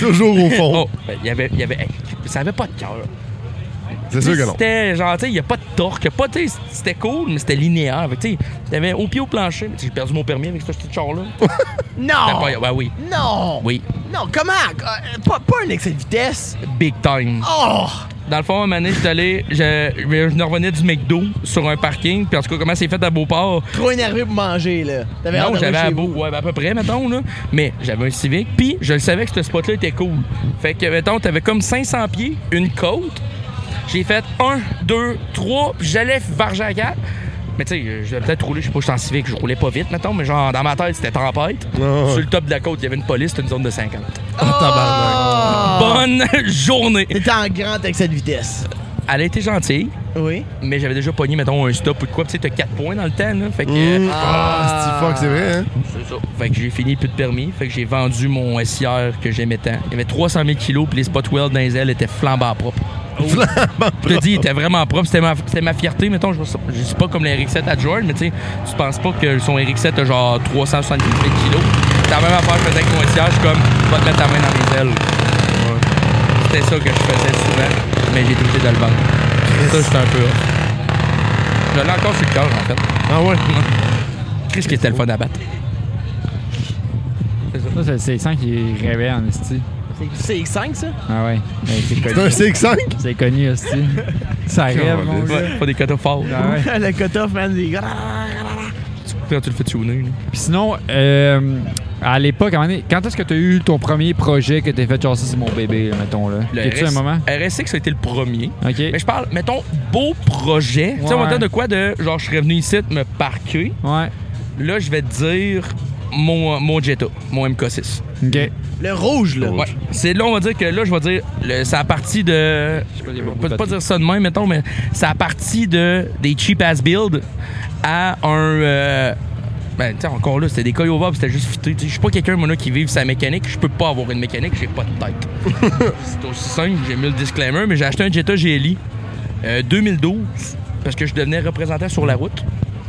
Speaker 3: Toujours au fond.
Speaker 4: Oh, ben, il y avait, il y avait, hey, ça avait pas de cœur.
Speaker 3: C'est sûr que non.
Speaker 4: C'était genre, tu sais, il n'y a pas de torque. y a pas, tu sais, c'était cool, mais c'était linéaire. Fait que, Tu sais, t'avais au pied au plancher. mais J'ai perdu mon permis avec ce petit char-là.
Speaker 3: Oh.
Speaker 4: C'était
Speaker 2: Non!
Speaker 4: pas- ouais, oui.
Speaker 2: Non!
Speaker 4: Oui.
Speaker 2: Non, comment? Euh, Pas, pas un excès de vitesse.
Speaker 4: Big time.
Speaker 2: Oh!
Speaker 4: Dans le fond, un moment donné, j'étais allé, je, je, je revenais du McDo sur un parking. Puis en tout cas, comment c'est fait à Beauport?
Speaker 2: Trop énervé pour manger, là. T'avais hâte
Speaker 4: Non,
Speaker 2: d'aller
Speaker 4: j'avais
Speaker 2: chez
Speaker 4: à
Speaker 2: vous.
Speaker 4: beau, ouais, ben, à peu près, mettons, là. Mais j'avais un Civic, puis je le savais que ce spot-là était cool. Fait que, mettons, t'avais comme 500 pieds, une côte. J'ai fait 1, 2, 3, puis j'allais varger à 4. Mais tu sais, euh, j'avais peut-être roulé, je sais pas, j'étais en Civic, je roulais pas vite, mettons, mais genre, dans ma tête, c'était tempête.
Speaker 3: Ah, ouais.
Speaker 4: Sur le top de la côte, il y avait une police, c'était une zone de 50.
Speaker 3: Ah,
Speaker 2: Oh!
Speaker 4: Bonne journée!
Speaker 2: T'étais en grand excès de vitesse.
Speaker 4: Elle a été gentille,
Speaker 2: Oui.
Speaker 4: mais j'avais déjà pogné, mettons, un stop ou de quoi, puis tu sais, t'as 4 points dans le temps, là. Fait que. euh,
Speaker 3: Ah, c'est fuck, c'est vrai, hein?
Speaker 4: C'est ça. Fait que j'ai fini plus de permis. Fait que j'ai vendu mon SIR que j'aimais tant. Il y avait 300 000 kilos, puis les Spotwell dans les ailes étaient flambant propres. Je te dis, il était vraiment propre. C'était ma, c'était ma fierté. Mettons, je, je suis pas comme le RX-7 à Jordan, mais tu sais, tu penses pas que son RX-7 a genre 370 000 kilos. C'est la même affaire que je faisais avec mon SIR. Je suis comme, va te mettre ta main dans les ailes. C'était ça que je faisais souvent, mais j'ai été obligé de le vendre. Ça, c'était un peu... off. Je l'ai encore sur le cœur, en fait.
Speaker 3: Ah ouais?
Speaker 4: Qu'est-ce qui était le fun à battre?
Speaker 1: Ça, c'est- c'est le sang qui rêvait en esti.
Speaker 2: C'est X5, ça?
Speaker 1: Ah ouais. Ben, c'est
Speaker 3: C'est un
Speaker 1: connu.
Speaker 3: CX5?
Speaker 1: C'est connu, esti. Ça rêve, mon gars.
Speaker 4: Ouais, pas des cadeaux forts.
Speaker 1: Ah ouais.
Speaker 2: le cut-off, man. des-
Speaker 4: Quand tu le fais tuner. là.
Speaker 1: Puis sinon, euh, à l'époque, à un moment donné, quand est-ce que tu as eu ton premier projet que t'as fait genre ça, c'est mon bébé, là, mettons là?
Speaker 4: Le Ben,
Speaker 1: T'as-tu un
Speaker 4: RS
Speaker 1: moment?
Speaker 4: RSX a été le premier.
Speaker 1: OK.
Speaker 4: Mais je parle, mettons, beau projet. Tu sais, on
Speaker 1: Ouais.
Speaker 4: entend de quoi de genre, je suis revenu ici de me parquer.
Speaker 1: Ouais.
Speaker 4: Là, je vais te dire mon, mon Jetta, mon MK6.
Speaker 1: OK.
Speaker 2: Le rouge, là.
Speaker 4: Ouais. C'est là, on va dire que là, je vais dire, le- c'est à partir de.
Speaker 1: pas, il y a
Speaker 4: Je
Speaker 1: beaucoup
Speaker 4: peux
Speaker 1: de
Speaker 4: pas dire ça de même, mettons, mais c'est à partir de des cheap ass builds à un. euh, ben, tu sais, encore là, c'était des Coyotes, puis c'était juste fité. Tu sais, Je suis pas quelqu'un, moi, là, qui vive sa mécanique. Je peux pas avoir une mécanique, j'ai pas de tête. c'est aussi simple, j'ai mis le disclaimer, mais j'ai acheté un Jetta GLI euh, 2012 parce que je devenais représentant sur la route.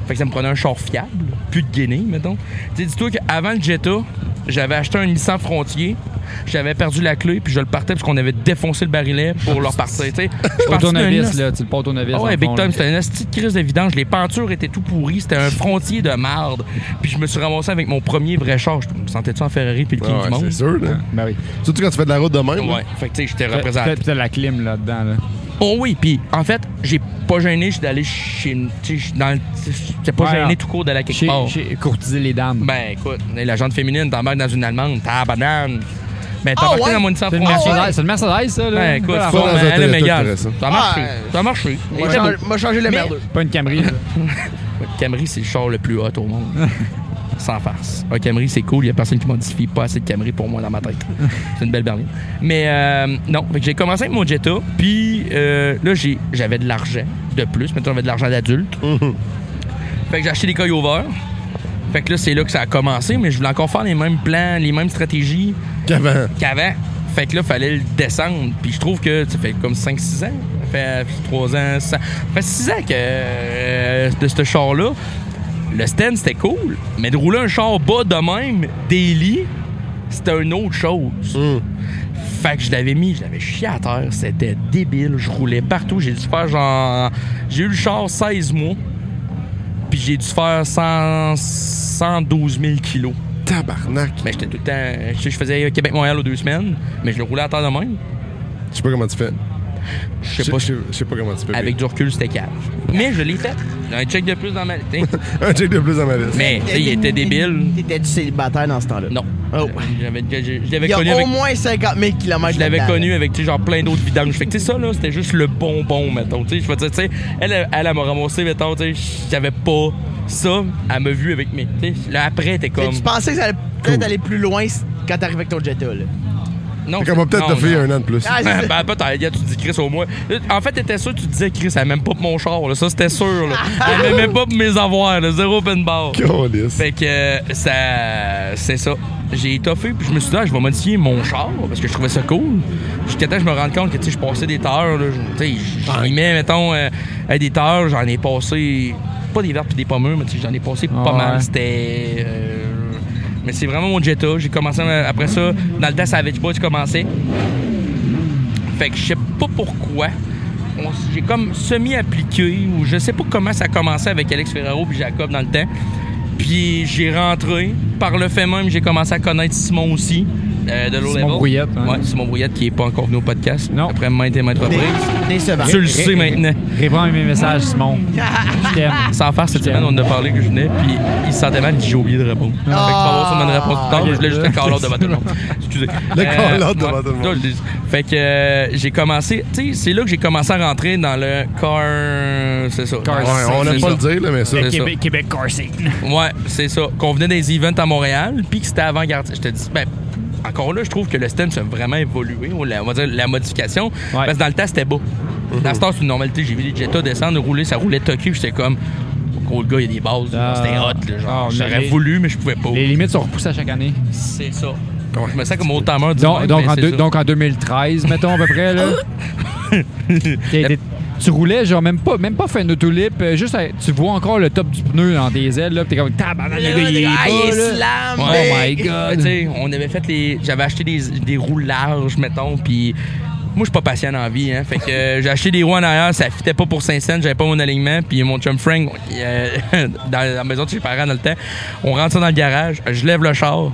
Speaker 4: Fait que ça me prenait un char fiable, plus de guinée, mettons. Tu sais, dis-toi qu'avant le Jetta, j'avais acheté un Nissan Frontier, j'avais perdu la clé, puis je le partais parce qu'on avait défoncé le barillet pour le repartir. tu sais. Je suis
Speaker 1: Au
Speaker 4: parti d'un
Speaker 1: tournevis,
Speaker 4: os-
Speaker 1: là. Tu le portes au tournevis.
Speaker 4: ah
Speaker 1: dans
Speaker 4: ouais,
Speaker 1: le
Speaker 4: Big
Speaker 1: fond,
Speaker 4: Time,
Speaker 1: là.
Speaker 4: c'était une petite crise de vidange. Les pentures étaient tout pourries. C'était un frontier de marde. Puis je me suis ramassé avec mon premier vrai char. Je me sentais-tu en Ferrari puis le King
Speaker 3: Ah
Speaker 4: du
Speaker 3: ouais,
Speaker 4: monde?
Speaker 3: c'est sûr, là.
Speaker 1: Ben oui.
Speaker 3: Surtout quand tu fais de la route de même. là.
Speaker 4: Ouais, fait que tu sais, j'étais représenté.
Speaker 1: Peut-être peut-être la clim là-dedans, là.
Speaker 4: Oh oui, puis en fait, j'ai pas gêné, j'étais allé chez une. tu sais, j'étais dans le- tu sais, J'étais pas
Speaker 1: Ouais,
Speaker 4: gêné
Speaker 1: alors,
Speaker 4: tout court d'aller quelque
Speaker 1: Chez,
Speaker 4: part.
Speaker 1: chez- courtiser les dames.
Speaker 4: Ben écoute, la jante féminine, t'embarques dans une allemande, t'as la banane. Ben t'as
Speaker 2: Ah
Speaker 4: embarqué
Speaker 2: ouais?
Speaker 4: dans mon Nissan
Speaker 1: c'est une
Speaker 4: Frontier.
Speaker 1: Mercedes, c'est une Mercedes, ça, là. Ah,
Speaker 4: Ben écoute,
Speaker 1: Pas
Speaker 4: faut-
Speaker 1: la-
Speaker 3: dans un
Speaker 4: ben, là, mais
Speaker 3: Toyota
Speaker 4: regarde,
Speaker 3: intéressant.
Speaker 4: ça a marché.
Speaker 2: Ouais.
Speaker 4: Ça a marché.
Speaker 2: Moi,
Speaker 4: Il était
Speaker 2: change- moi, changer le
Speaker 4: Mais-
Speaker 2: merdeux.
Speaker 1: pas une Camry. là.
Speaker 4: Ouais, Camry, c'est le char le plus hot au monde. Sans farce. Un Camry, c'est cool. Il n'y a personne qui modifie pas assez de Camry pour moi dans ma tête. c'est une belle berline. Mais euh, non, Fait que j'ai commencé avec mon Jetta. Puis euh, là, j'ai- j'avais de l'argent de plus. Maintenant, j'avais de l'argent d'adulte. fait que j'ai acheté des coils verts. Fait que là, c'est là que ça a commencé. Mais je voulais encore faire les mêmes plans, les mêmes stratégies
Speaker 3: Qu'avant.
Speaker 4: qu'avant. Fait que là, fallait le descendre. Puis je trouve que ça fait comme 5-6 ans. Ça fait 3 ans, 6 ans. Ça fait 6 ans que euh, de ce char-là, le stand, c'était cool. Mais de rouler un char bas de même, daily, c'était une autre chose.
Speaker 3: Hum.
Speaker 4: Fait que je l'avais mis, je l'avais chié à terre. C'était débile. Je roulais partout. J'ai dû faire genre... J'ai eu le char 16 mois. Puis j'ai dû faire 100 112 000 kilos.
Speaker 3: Tabarnak.
Speaker 4: Mais j'étais tout le temps. Je, je faisais Québec-Montréal aux deux semaines, mais je le roulais à terre de même.
Speaker 3: Je sais pas comment tu fais.
Speaker 4: Je sais pas si.
Speaker 3: je sais pas comment tu peux.
Speaker 4: Avec du recul, c'était cave. Mais je l'ai fait. Un check de plus dans ma. t'sais.
Speaker 3: Un check de plus dans ma liste.
Speaker 4: Mais, tu sais, il était débile.
Speaker 2: T'étais-tu célibataire dans ce temps-là?
Speaker 4: Non.
Speaker 2: Oh.
Speaker 4: J'avais- Je je l'avais
Speaker 2: Il y a
Speaker 4: connu avec.
Speaker 2: au moins 50 000 km
Speaker 4: Je l'avais connu avec, tu sais, genre plein d'autres vidanges. Fait que, tu sais, ça, là, c'était juste le bonbon, mettons. Tu sais, je veux dire, tu sais, elle, elle, elle m'a ramassé, mettons, tu sais, j'avais pas ça. Elle m'a vu avec mes. Tu sais, là, après, t'es comme.
Speaker 2: Tu pensais que ça allait peut-être aller plus loin s- quand t'arrivais avec ton Jetta, là?
Speaker 4: Ah Non,
Speaker 3: Fait qu'on va peut-être
Speaker 4: non,
Speaker 3: te faire
Speaker 4: non.
Speaker 3: un an de plus.
Speaker 2: Ah, c'est ça.
Speaker 4: ben, peut-être, Regarde, tu dis Chris au moins. En fait, t'étais sûr, tu disais Chris, elle m'aime pas pour mon char, là. Ça, c'était sûr, là.
Speaker 2: Ah.
Speaker 4: Elle m'aimait pas pour mes avoirs, là. Zéro open bar.
Speaker 3: Câlisse.
Speaker 4: Fait que euh, ça. C'est ça. J'ai étoffé, puis je me suis dit, ah, je vais modifier mon char, parce que je trouvais ça cool. Jusqu'à temps, que je me rende compte que, tu sais, je passais des terres, là. je- Tu sais, j'en y mets, mettons, euh, à des terres, j'en ai passé. Pas des vertes puis des pommes, mais tu sais, j'en ai passé pas
Speaker 1: Ah ouais.
Speaker 4: mal. C'était. euh, mais c'est vraiment mon Jetta. J'ai commencé euh, après ça. Dans le temps, Savage Boy, tu commençais. Fait que je sais pas pourquoi. on s- J'ai comme semi-appliqué ou je sais pas comment ça a commencé avec Alex Ferraro puis Jacob dans le temps. Puis j'ai rentré. Par le fait même, j'ai commencé à connaître Simon aussi. euh, de Low
Speaker 1: Simon
Speaker 4: Level.
Speaker 1: Brouillette, hein.
Speaker 4: Ouais, Simon Brouillette qui est pas encore venu au podcast.
Speaker 1: Non.
Speaker 4: Après maintes et maintes reprises.
Speaker 2: Décevant.
Speaker 4: Tu le sais maintenant.
Speaker 1: Réponds à mes messages, Simon. Je t'aime.
Speaker 4: Sans faire cette
Speaker 1: Je
Speaker 4: semaine, on en a parlé que je venais, puis il se sentait mal, il dit, j'ai oublié de répondre. Fait que tu vas avoir sûrement une réponse plus tard, mais je l'ai juste le call out devant tout le monde. Excusez.
Speaker 3: Le
Speaker 4: Euh,
Speaker 3: call out devant
Speaker 4: ouais,
Speaker 3: tout le monde.
Speaker 4: je l'ai- Fait que euh, j'ai commencé, tu sais, c'est là que j'ai commencé à rentrer dans le car. C'est ça.
Speaker 1: Car
Speaker 4: Ouais,
Speaker 3: Ouais, on
Speaker 4: c'est
Speaker 3: aime pas
Speaker 4: ça.
Speaker 3: le dire, là, mais ça.
Speaker 4: C'est ça.
Speaker 1: Québec, Québec car scene.
Speaker 4: Ouais, c'est ça. Qu'on venait des events à Montréal, puis que c'était avant-gardiste. Je te dis, ben, encore là, je trouve que le stand a vraiment évolué, ou la- on va dire la modification. Parce que dans le temps, c'était beau.
Speaker 1: Mhm.
Speaker 4: Dans ce temps, c'est une normalité. J'ai vu les Jetta descendre, rouler, ça roulait Tokyo, j'étais comme, oh, le gars, il y a des bases. là.
Speaker 1: Ah.
Speaker 4: C'était hot, là, genre.
Speaker 1: Ah, mais
Speaker 4: J'aurais
Speaker 1: les-
Speaker 4: voulu, mais je pouvais pas.
Speaker 1: Les limites sont repoussées à chaque année.
Speaker 4: C'est ça. Je me sens comme autant mort du
Speaker 1: Donc,
Speaker 4: monde,
Speaker 1: donc,
Speaker 4: mais
Speaker 1: en
Speaker 4: c'est
Speaker 1: deux-
Speaker 4: ça.
Speaker 1: donc en 2013, mettons à peu près, là. T'es- t'es- tu roulais, genre, même pas, même pas fin d'autolip, euh, juste, euh, tu vois encore le top du pneu dans tes ailes, là, pis t'es comme, tabarnak, le gars, il est
Speaker 2: Ah,
Speaker 1: bas,
Speaker 2: il
Speaker 1: là.
Speaker 2: est slam!
Speaker 4: Ouais.
Speaker 1: Oh my
Speaker 4: Ah,
Speaker 1: god.
Speaker 4: tu sais, on avait fait les. J'avais acheté des, des roues larges, mettons, puis. Moi, je suis pas patient en vie, hein. Fait que euh, j'ai acheté des roues en arrière, ça fitait pas pour 5 cents, j'avais pas mon alignement. Puis mon chum Frank, euh, dans la maison de ses parents dans le temps, on rentre ça dans le garage, je lève le char.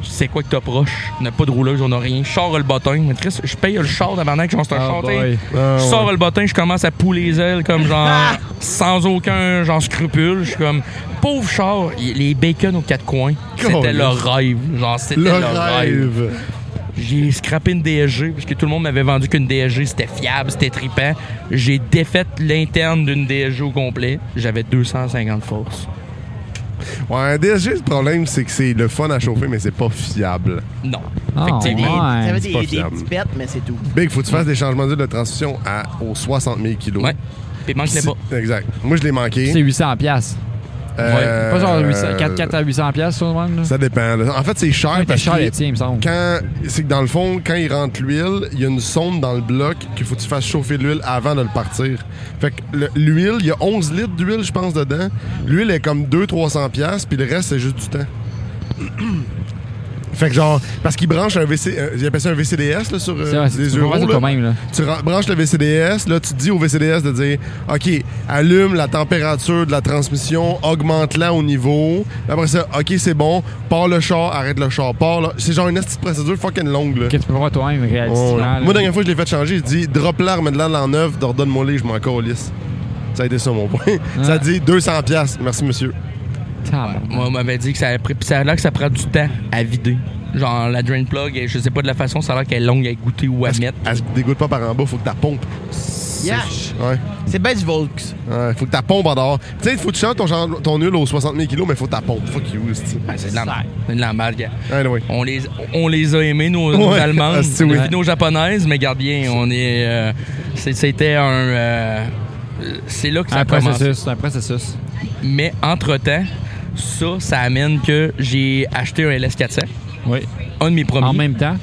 Speaker 4: Je sais quoi que t'approches? On n'a pas de rouleuse, on a rien. Je sors le bottin. Mais Chris, je paye le char d'avant que j'en suis un
Speaker 1: Ah,
Speaker 4: char,
Speaker 1: boy.
Speaker 4: t'sais.
Speaker 3: Ah,
Speaker 4: Je
Speaker 3: ouais.
Speaker 4: sors le bottin, je commence à pouler les ailes comme genre sans aucun genre scrupule. Je suis comme pauvre char, y- les bacon aux quatre coins. C'était
Speaker 3: Colin.
Speaker 4: le rêve. Genre c'était
Speaker 3: Le
Speaker 4: le, rêve.
Speaker 3: rêve.
Speaker 4: J'ai scrappé une DSG parce que tout le monde m'avait vendu qu'une DSG c'était fiable, c'était trippant. J'ai défait l'interne d'une DSG au complet. J'avais 250 forces.
Speaker 3: Ouais, un DSG, le problème, c'est que c'est le fun à chauffer, mais c'est pas fiable.
Speaker 4: Non.
Speaker 1: Ah,
Speaker 4: Effectivement.
Speaker 1: ouais.
Speaker 2: Ça veut
Speaker 3: C'est
Speaker 2: dire il y a
Speaker 3: pas
Speaker 2: des
Speaker 3: fiable.
Speaker 2: petites bêtes, mais c'est tout.
Speaker 3: Big, faut que tu fasses des changements d'huile de transmission à, aux 60 000 kilos.
Speaker 4: Ouais. Puis il manque
Speaker 3: Si-
Speaker 4: pas.
Speaker 3: Exact. Moi, je l'ai manqué.
Speaker 1: C'est 800 piastres.
Speaker 3: Euh,
Speaker 1: Pas genre 800, 4, 4 à 800 piastres, ça, même, là.
Speaker 3: Ça dépend. là. En fait, c'est cher
Speaker 1: Ouais, t'es
Speaker 3: parce
Speaker 1: cher,
Speaker 3: que
Speaker 1: le tien, il me semble.
Speaker 3: quand c'est que dans le fond, quand il rentre l'huile, il y a une sonde dans le bloc qu'il faut que tu fasses chauffer l'huile avant de le partir. Fait que le- l'huile, il y a 11 litres d'huile, je pense, dedans. L'huile est comme 200-300 pièces, puis le reste, c'est juste du temps. fait que genre, parce qu'il branche un VC, euh, il appelle ça un VCDS là, sur euh,
Speaker 1: C'est vrai, c'est-
Speaker 3: des
Speaker 1: tu peux pas
Speaker 3: euros,
Speaker 1: faire ça
Speaker 3: là.
Speaker 1: toi-même, là.
Speaker 3: Tu ran- branches le VCDS, là, tu dis au VCDS de dire OK, allume la température de la transmission, augmente-la au niveau. Après ça, OK, c'est bon, pars le char, arrête le char, pars. là. C'est genre une petite procédure fucking longue. Là.
Speaker 1: Que tu peux pas faire toi-même, réalistiquement.
Speaker 3: Oh, Ouais.
Speaker 1: là.
Speaker 3: Moi, la dernière fois, je l'ai fait changer, j'ai dit drop-la, remets-la en neuf, ordonne-moi les, je m'en calisse. Ça a été ça mon point. Ça dit 200$. piastres. Merci, monsieur.
Speaker 1: Tabarnak.
Speaker 4: Moi, on m'avait dit que ça, a pris- puis ça a l'air que ça prend du temps à vider. Genre, la drain plug, je sais pas de la façon, ça a l'air qu'elle est longue à goûter ou à
Speaker 3: Parce que-
Speaker 4: mettre.
Speaker 3: Elle se dégoûte pas par en bas, faut que ta pompe.
Speaker 2: Yeah.
Speaker 3: Ouais.
Speaker 2: C'est bien du Volks.
Speaker 3: ouais, faut que ta pompe en dehors. Tu sais, faut que tu changes ton, genre- ton huile aux 60 000 kg, mais faut que ta pompe. Fuck you, c'est
Speaker 4: Ah, c'est de la merde. C'est de la merde, gars.
Speaker 3: Anyway.
Speaker 4: On les, on les a aimés, nos, nos
Speaker 3: Ouais,
Speaker 4: Allemandes,
Speaker 3: ah, c'est
Speaker 4: nos-
Speaker 3: oui.
Speaker 4: nos Japonaises, mais regarde bien, on est. euh, c'est- C'était un. euh, c'est là que ça
Speaker 1: Un
Speaker 4: a commencé.
Speaker 1: processus, un processus.
Speaker 4: Mais entre-temps, ça, ça amène que j'ai acheté un LS400,
Speaker 1: Oui.
Speaker 4: un de mes premiers.
Speaker 1: En même temps.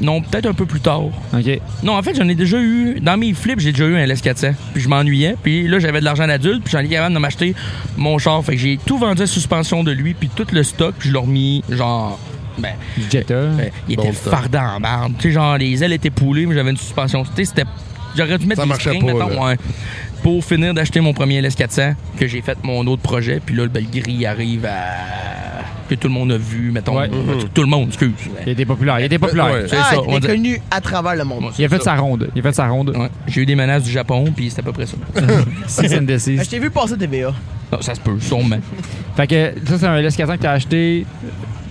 Speaker 4: Non, peut-être un peu plus tard.
Speaker 1: OK.
Speaker 4: Non, en fait, j'en ai déjà eu. Dans mes flips, j'ai déjà eu un LS400. Puis je m'ennuyais. Puis là, j'avais de l'argent d'adulte. Puis j'en ai capable de m'acheter mon char. Fait que j'ai tout vendu à suspension de lui. Puis tout le stock, puis je l'ai remis, genre. Ben,
Speaker 1: Du Jetta.
Speaker 4: euh, il
Speaker 3: Bon
Speaker 4: était
Speaker 3: stock.
Speaker 4: fardant en barbe. Tu sais, genre, les ailes étaient poulées, mais j'avais une suspension. Tu sais, c'était. J'aurais dû mettre
Speaker 3: Ça
Speaker 4: des
Speaker 3: marchait
Speaker 4: strings,
Speaker 3: pas,
Speaker 4: mettons,
Speaker 3: là.
Speaker 4: ouais. Pour finir d'acheter mon premier LS400, que j'ai fait mon autre projet. Puis là, le gris arrive à. que tout le monde a vu, mettons.
Speaker 1: Ouais.
Speaker 4: Euh, Tout le monde, excuse.
Speaker 3: Mm-hmm.
Speaker 1: Il était populaire. Il était populaire.
Speaker 3: Ouais.
Speaker 4: C'est
Speaker 2: Ah,
Speaker 4: ça,
Speaker 2: il
Speaker 4: on
Speaker 2: est
Speaker 4: dirait-
Speaker 2: connu à travers le monde.
Speaker 4: Ouais,
Speaker 1: Il a fait
Speaker 4: c'est
Speaker 1: sa ronde. Il a fait sa ronde.
Speaker 4: Ouais. J'ai eu des menaces du Japon, puis c'est à peu près ça.
Speaker 1: Six and
Speaker 2: Ben,
Speaker 1: Disease.
Speaker 2: Je t'ai vu passer TVA.
Speaker 4: Non, ça se peut, sûrement.
Speaker 1: Fait que ça, c'est un escatin que t'as acheté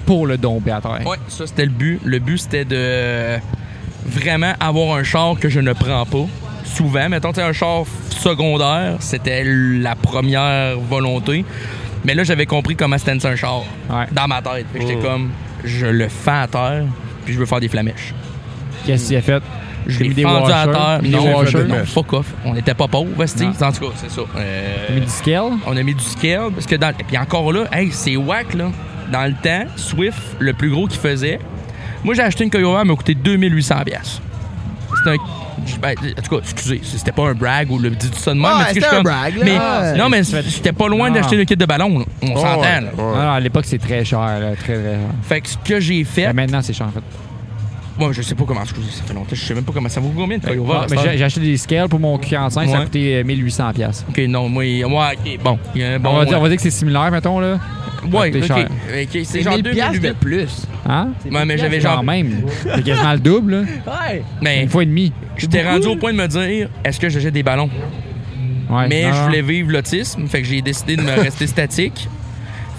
Speaker 1: pour le domper à terre.
Speaker 4: Ouais, ça c'était le but. Le but c'était de euh, vraiment avoir un char que je ne prends pas. Souvent, mettons, tu sais, un char secondaire, c'était la première volonté. Mais là, j'avais compris comment c'était un char
Speaker 1: Ouais. Oh.
Speaker 4: dans ma tête. Fait que J'étais comme, je le fends à terre, puis je veux faire des flamèches.
Speaker 1: Qu'est-ce qu'il a fait?
Speaker 4: Je
Speaker 1: T'as mis
Speaker 4: l'ai
Speaker 1: des
Speaker 4: fendu à
Speaker 1: washers,
Speaker 4: terre.
Speaker 1: mis des
Speaker 4: Non,
Speaker 1: washers.
Speaker 4: non, fuck off. On n'était pas pauvres, esti.
Speaker 1: Non.
Speaker 4: En tout cas, c'est ça. Euh,
Speaker 1: T'as mis du scale?
Speaker 4: on a mis du scale parce que dans puis encore là, hey, c'est whack là. Dans le temps, Swift, le plus gros qu'il faisait. Moi, j'ai acheté une Coyote, elle m'a coûté 2800 pièces. C'était un ben, en tout cas, excusez, c'était pas un brag ou le dit ça de même,
Speaker 2: Ah,
Speaker 4: mais tu sais que
Speaker 2: c'était
Speaker 4: je
Speaker 2: un
Speaker 4: suis
Speaker 2: brag, là.
Speaker 4: Mais,
Speaker 2: Ah,
Speaker 4: non, mais
Speaker 1: c'est-
Speaker 4: c'était pas loin
Speaker 1: Non.
Speaker 4: d'acheter le kit de ballon. là. On s'entend.
Speaker 3: ouais,
Speaker 4: là.
Speaker 3: ouais.
Speaker 1: Non, non, à l'époque, c'est très cher. là, Très, très cher.
Speaker 4: Fait que ce que j'ai fait,
Speaker 1: Mais maintenant, c'est cher, en fait.
Speaker 4: moi, je sais pas comment, excusez, ça fait longtemps, je sais même pas comment ça vaut combien de Coyote.
Speaker 1: Ouais, Ah, mais j'ai- j'ai acheté des scales pour mon Q45. Ça a
Speaker 4: Ouais.
Speaker 1: coûté euh, 1800$. piastres.
Speaker 4: OK, non, moi, moi, OK, bon, il y a un bon
Speaker 1: on, va dire, on va dire que c'est similaire, mettons, là.
Speaker 4: Ouais,
Speaker 1: coûter
Speaker 4: OK.
Speaker 1: cher.
Speaker 4: OK, c'est
Speaker 2: C'est
Speaker 4: genre
Speaker 2: 1000 piastres de
Speaker 4: 2008.
Speaker 2: plus.
Speaker 1: Hein?
Speaker 4: Ouais, mais j'avais
Speaker 1: Quand
Speaker 4: genre
Speaker 1: même. C'est quasiment le double, là.
Speaker 2: Ouais.
Speaker 4: mais
Speaker 1: Une fois et demie.
Speaker 4: J'étais rendu au point de me dire est-ce que je jette des ballons
Speaker 1: Ouais,
Speaker 4: Mais
Speaker 1: non,
Speaker 4: je
Speaker 1: non.
Speaker 4: voulais vivre l'autisme, fait que j'ai décidé de me rester statique.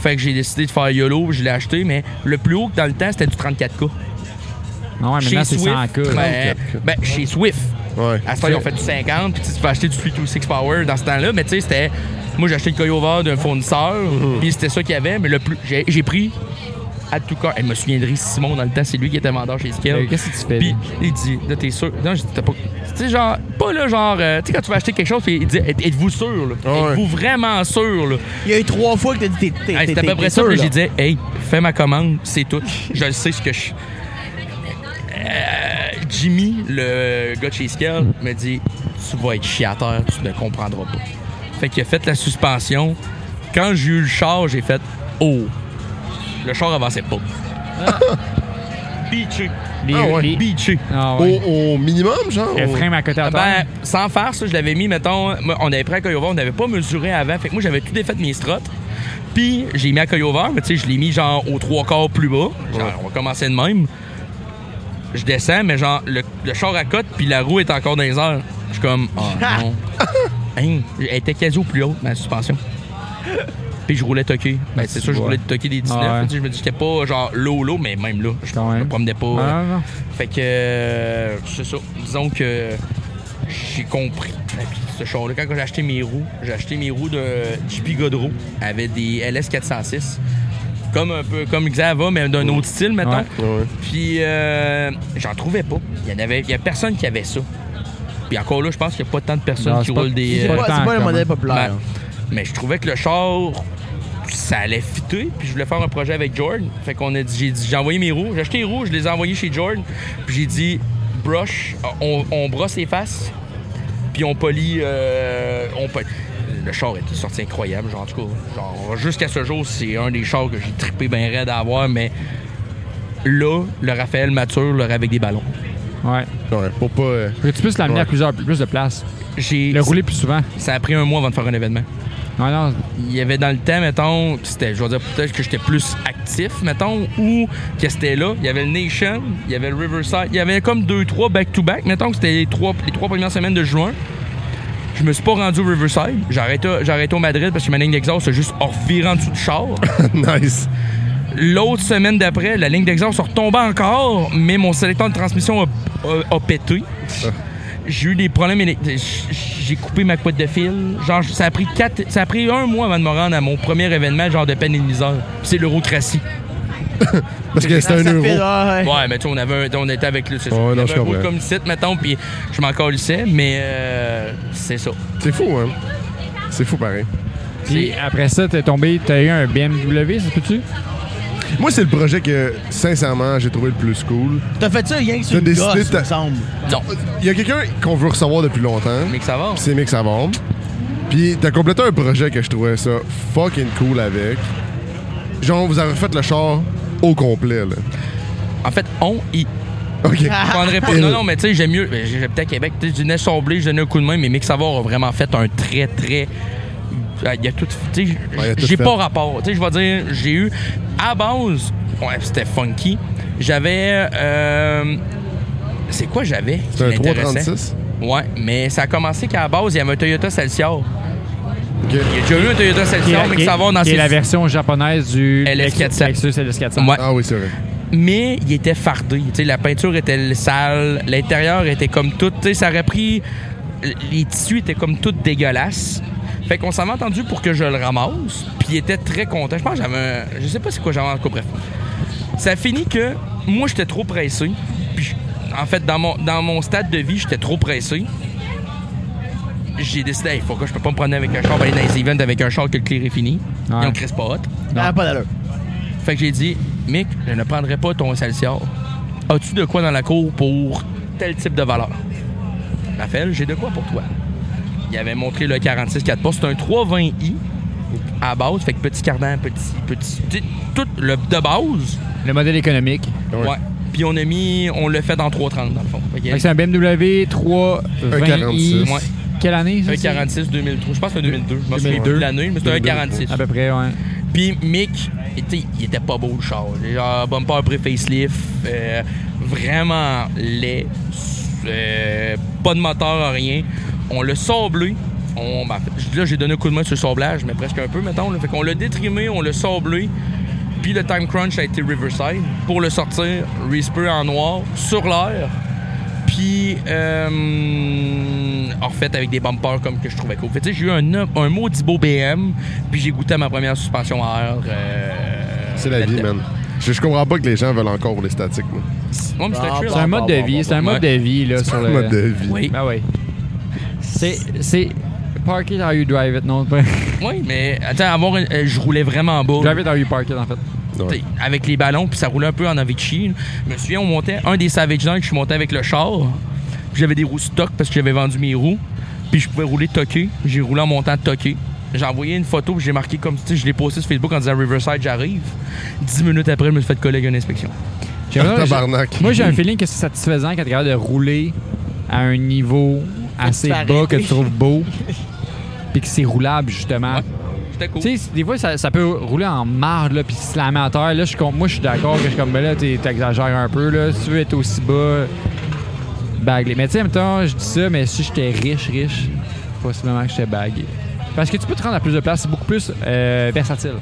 Speaker 4: Fait que j'ai décidé de faire YOLO, je l'ai acheté, mais le plus haut que dans le temps, c'était du 34K.
Speaker 1: Non, ouais, Ah, maintenant,
Speaker 4: chez
Speaker 1: c'est
Speaker 4: Swift,
Speaker 1: 100K. là.
Speaker 4: ben, ben, chez Swift.
Speaker 3: Ouais.
Speaker 4: Ah. À ce temps, ils ont fait du 50, puis tu sais, tu peux acheter du 326 Power dans ce temps-là, mais tu sais, c'était. Moi, j'ai acheté le Coyover d'un fournisseur,
Speaker 1: Mm-hmm.
Speaker 4: puis c'était ça qu'il y avait, mais le plus. J'ai j'ai pris. À tout cas, elle me souviendrait Simon dans le temps, c'est lui qui était vendeur chez Skill.
Speaker 1: Euh, Qu'est-ce que tu fais?
Speaker 4: Puis
Speaker 1: là?
Speaker 4: il dit, là, t'es sûr. Non, je dis, t'as pas. Tu sais, genre, pas là, genre, euh, tu sais, quand tu vas acheter quelque chose, puis il dit, Êtes- êtes-vous sûr, là?
Speaker 3: Ouais.
Speaker 4: Êtes-vous vraiment sûr, là?
Speaker 2: Il y a eu trois fois que t'as dit t'es- t'es.
Speaker 4: Hey,
Speaker 2: t'es-
Speaker 4: C'était à
Speaker 2: t'es-
Speaker 4: peu près
Speaker 2: t'es
Speaker 4: ça,
Speaker 2: sûr,
Speaker 4: puis
Speaker 2: là.
Speaker 4: j'ai dit, hey, fais ma commande, c'est tout. je le sais ce que je. Euh, Jimmy, le gars de chez Scale, me dit, tu vas être chiateur, tu ne comprendras pas. Fait qu'il a fait la suspension. Quand j'ai eu le char, j'ai fait, oh, le char avançait pas. Beaché.
Speaker 1: Les-
Speaker 3: Ah ouais.
Speaker 1: les-
Speaker 4: Beaché.
Speaker 1: Ah
Speaker 3: Au,
Speaker 1: ouais.
Speaker 3: au minimum, genre?
Speaker 1: Le
Speaker 3: au-
Speaker 1: frein à côté à terre.
Speaker 4: oh, Ben, sans faire ça, je l'avais mis, mettons, moi, on avait pris à Coyover, on n'avait pas mesuré avant. Fait que moi, j'avais tout défait de mes strottes. Puis, j'ai mis à Coyover, mais tu sais, je l'ai mis genre aux trois quarts plus bas. Genre, on va commencer de même. Je descends, mais genre, le, le char à côte, puis la roue est encore dans les airs. Je suis comme, oh non. Hein, elle était quasi au plus haut, ma suspension. Puis je roulais toqué. Ben, c'est
Speaker 1: tu
Speaker 4: sûr, je
Speaker 1: vois.
Speaker 4: roulais toqué des 19.
Speaker 1: Ah ouais.
Speaker 4: Tu sais, Je me dis, j'étais pas genre low, low, mais même là, je,
Speaker 1: Quand
Speaker 4: je me
Speaker 1: même.
Speaker 4: promenais pas.
Speaker 1: Ah, non.
Speaker 4: Fait que euh, c'est ça. Disons que j'ai compris. Et puis, Ce char-là, quand j'ai acheté mes roues, j'ai acheté mes roues de JP Godreau avec des LS406. Comme un peu comme Xava, mais d'un autre style maintenant.
Speaker 3: Ouais.
Speaker 4: Puis euh, j'en trouvais pas. Il y en avait. Il y a personne qui avait ça. Puis encore là, je pense qu'il n'y a pas tant de personnes
Speaker 1: Non,
Speaker 4: qui
Speaker 1: c'est pas-
Speaker 4: roulent des. euh,
Speaker 1: c'est
Speaker 2: C'est
Speaker 1: pas
Speaker 2: pas-
Speaker 1: tant,
Speaker 2: c'est pas le
Speaker 1: quand
Speaker 2: modèle
Speaker 1: même.
Speaker 2: populaire.
Speaker 4: Ben, mais je trouvais que le char, ça allait fitter. Puis je voulais faire un projet avec Jordan. Fait qu'on a dit, j'ai dit, j'ai envoyé mes roues. J'ai acheté les roues, je les ai envoyées chez Jordan. Puis j'ai dit, brush, on, on brosse les faces. Puis on polit, euh, on polit. Le char est sorti incroyable, genre, en tout cas, genre, jusqu'à ce jour, c'est un des chars que j'ai trippé bien raide à avoir, mais là, le Raphaël mature, le avec des ballons.
Speaker 1: Ouais.
Speaker 3: Ouais, Pour pas. euh,
Speaker 1: Pour que tu puisses l'amener
Speaker 3: Ouais.
Speaker 1: à plusieurs, plus de places.
Speaker 4: J'ai,
Speaker 1: Le rouler plus souvent.
Speaker 4: ça a pris un mois avant de faire un événement.
Speaker 1: Non, non.
Speaker 4: il y avait dans le temps, mettons, c'était, je vais dire peut-être que j'étais plus actif, mettons, ou que c'était là. Il y avait le Nation, il y avait le Riverside, il y avait comme deux, trois back-to-back, mettons que c'était les trois, les trois premières semaines de juin. Je me suis pas rendu au Riverside. J'ai arrêté, j'ai arrêté au Madrid parce que ma ligne d'exhaust a juste reviré en dessous du char.
Speaker 3: nice.
Speaker 4: L'autre semaine d'après, la ligne d'exhaust est retombée encore, mais mon sélecteur de transmission a, a- a pété.
Speaker 3: Ah.
Speaker 4: J'ai eu des problèmes éle- j- J'ai coupé ma couette de fil. Genre, ça a pris quatre, ça a pris un mois avant de me rendre à mon premier événement, genre de peine et de misère. Puis C'est l'eurocratie.
Speaker 3: Parce que c'est un
Speaker 2: Ben, Ça
Speaker 3: euro.
Speaker 2: fait- ah, ouais.
Speaker 4: Ouais, mais tu sais, on avait un- on était avec le. c'est ça,
Speaker 3: Ouais,
Speaker 4: on
Speaker 3: non,
Speaker 4: avait
Speaker 3: je
Speaker 4: un bout
Speaker 3: comprends.
Speaker 4: comme ici, mettons, puis je m'en calissais, mais euh, c'est ça.
Speaker 3: C'est fou, hein? C'est fou, pareil.
Speaker 1: Puis
Speaker 4: C'est-
Speaker 1: après ça, t'es tombé, t'as eu un BMW, ça se peut-tu?
Speaker 3: Moi, c'est le projet que, sincèrement, j'ai trouvé le plus cool.
Speaker 2: T'as fait ça rien que sur
Speaker 3: T'as
Speaker 2: une
Speaker 3: décidé
Speaker 2: gosse,
Speaker 3: de-
Speaker 2: il me semble.
Speaker 4: Non,
Speaker 3: Il y a quelqu'un qu'on veut recevoir depuis longtemps.
Speaker 4: mais que ça va.
Speaker 3: Pis c'est Mix à bombe. Puis t'as complété un projet que je trouvais ça fucking cool avec. Genre, vous avez refait le char au complet, là.
Speaker 4: En fait, on y
Speaker 3: OK.
Speaker 4: Je prendrais pas. Non, non, mais tu sais, j'aime mieux. ben, J'habitais à Québec. Tu sais, je venais sombler, je donnais un coup de main, mais Mick Savard a vraiment fait un très, très Il y a tout. tu sais,
Speaker 3: Ouais, il a tout
Speaker 4: j'ai
Speaker 3: fait.
Speaker 4: pas rapport. Tu sais, je vais dire, j'ai eu. À base, ouais, c'était funky. J'avais. euh, c'est quoi j'avais?
Speaker 3: C'est un
Speaker 4: qui m'intéressait?
Speaker 3: 336?
Speaker 4: Ouais, mais ça a commencé qu'à la base, il y avait un Toyota Celsior.
Speaker 3: Ok.
Speaker 4: Il y a déjà eu un
Speaker 1: Qui
Speaker 4: Toyota
Speaker 1: est
Speaker 4: Celsior,
Speaker 1: la- qui
Speaker 4: mais que
Speaker 1: est-
Speaker 4: ça va dans
Speaker 1: qui est
Speaker 4: ses.
Speaker 1: la version japonaise du
Speaker 4: LS400.
Speaker 1: Lexus LS400.
Speaker 4: Ouais.
Speaker 3: Ah oui, c'est vrai.
Speaker 4: mais il était fardé. Tu sais, la peinture était sale, l'intérieur était comme tout. tu sais, Ça aurait pris. Les tissus étaient comme tout dégueulasses. Fait qu'on s'en est entendu pour que je le ramasse. Puis il était très content. Je pense que j'avais. un- Je sais pas c'est quoi j'avais en tout cas, bref. Ça finit que moi j'étais trop pressé. Puis je- en fait, dans mon, dans mon stade de vie, j'étais trop pressé. J'ai décidé, hey, pourquoi je peux pas me prendre avec un char, pour aller dans les events avec un char que le clear est fini.
Speaker 1: Ouais.
Speaker 4: Ils ont crisse pas hot.
Speaker 2: Ah, pas d'allure.
Speaker 4: Fait que j'ai dit, Mick, je ne prendrai pas ton Excelsior. As-tu de quoi dans la cour pour tel type de valeur? Raphaël, j'ai de quoi pour toi. Il avait montré le 46 4 pas. C'est un 320i à base. Fait que petit cardan, petit, petit, tu sais, tout le de base.
Speaker 1: Le modèle économique.
Speaker 3: Ouais.
Speaker 4: Ouais. Puis on a mis, on l'a fait dans 330 dans le fond. Fait que
Speaker 1: Fait que C'est un BMW 320i.
Speaker 3: 46.
Speaker 4: Ouais.
Speaker 1: Quelle année ça,
Speaker 4: un
Speaker 1: c'est?
Speaker 4: 46 2003. Je pense que c'est un 2002. Je me souviens
Speaker 1: 2002.
Speaker 4: plus de l'année, mais c'était un
Speaker 3: 2002,
Speaker 4: 46.
Speaker 1: À peu près, ouais.
Speaker 4: Puis Mick, il était- il était pas beau le char. Genre, bumper pré-facelift, euh, vraiment laid, euh, pas de moteur, rien. On l'a sablé. On, ben, là, j'ai donné un coup de main sur le sablage, mais presque un peu, mettons. là. Fait qu'on l'a détrimé, on l'a sablé. Puis le time crunch a été Riverside. Pour le sortir, Resper en noir, sur l'air. Puis, euh, en fait, avec des bumpers comme que je trouvais cool. Fait que, tu sais, j'ai eu un, un maudit beau BM, puis j'ai goûté à ma première suspension à air. euh,
Speaker 3: C'est la vie,
Speaker 4: là-dedans.
Speaker 3: man. Je, je comprends pas que les gens veulent encore les statiques, moi.
Speaker 4: Ouais, mais c'est un thrill.
Speaker 1: C'est un mode de vie, c'est un mode de vie là sur le.
Speaker 3: Mode de vie.
Speaker 4: Oui.
Speaker 1: Ben oui. C'est c'est park it how you drive it non pas-
Speaker 4: Oui, mais attends, avoir une- euh, je roulais vraiment en bas.
Speaker 1: drive it how you park it en fait.
Speaker 3: Ouais.
Speaker 4: T'sais, avec les ballons, puis ça roulait un peu en Avicii. Je me souviens, on montait un des Savage Dunk, je suis monté avec le char. Puis J'avais des roues stock parce que j'avais vendu mes roues. Puis je pouvais rouler toqué. J'ai roulé en montant toqué. J'ai envoyé une photo, puis j'ai marqué comme tu sais, je l'ai posté sur Facebook en disant Riverside, j'arrive. Dix minutes après, je me suis fait collègue une inspection.
Speaker 1: J'ai-
Speaker 3: Ah, tabarnak.
Speaker 1: Moi j'ai un feeling que c'est satisfaisant quand tu capable de rouler à un niveau assez
Speaker 2: tu
Speaker 1: bas
Speaker 2: fais arrêter.
Speaker 1: que tu trouves beau puis que c'est roulable justement.
Speaker 4: Ouais. C'était cool.
Speaker 1: Tu sais, des fois, ça, ça peut rouler en marde, là, puis se slammer à terre. Là, je suis con- moi, je suis d'accord que je suis comme, ben là, t'es- t'exagères un peu, là. Si tu veux être aussi bas, bague Mais tu sais, en même temps, je dis ça, mais si j'étais riche, riche, possiblement que j'étais bagué. Parce que tu peux te rendre à plus de place, c'est beaucoup plus euh, versatile.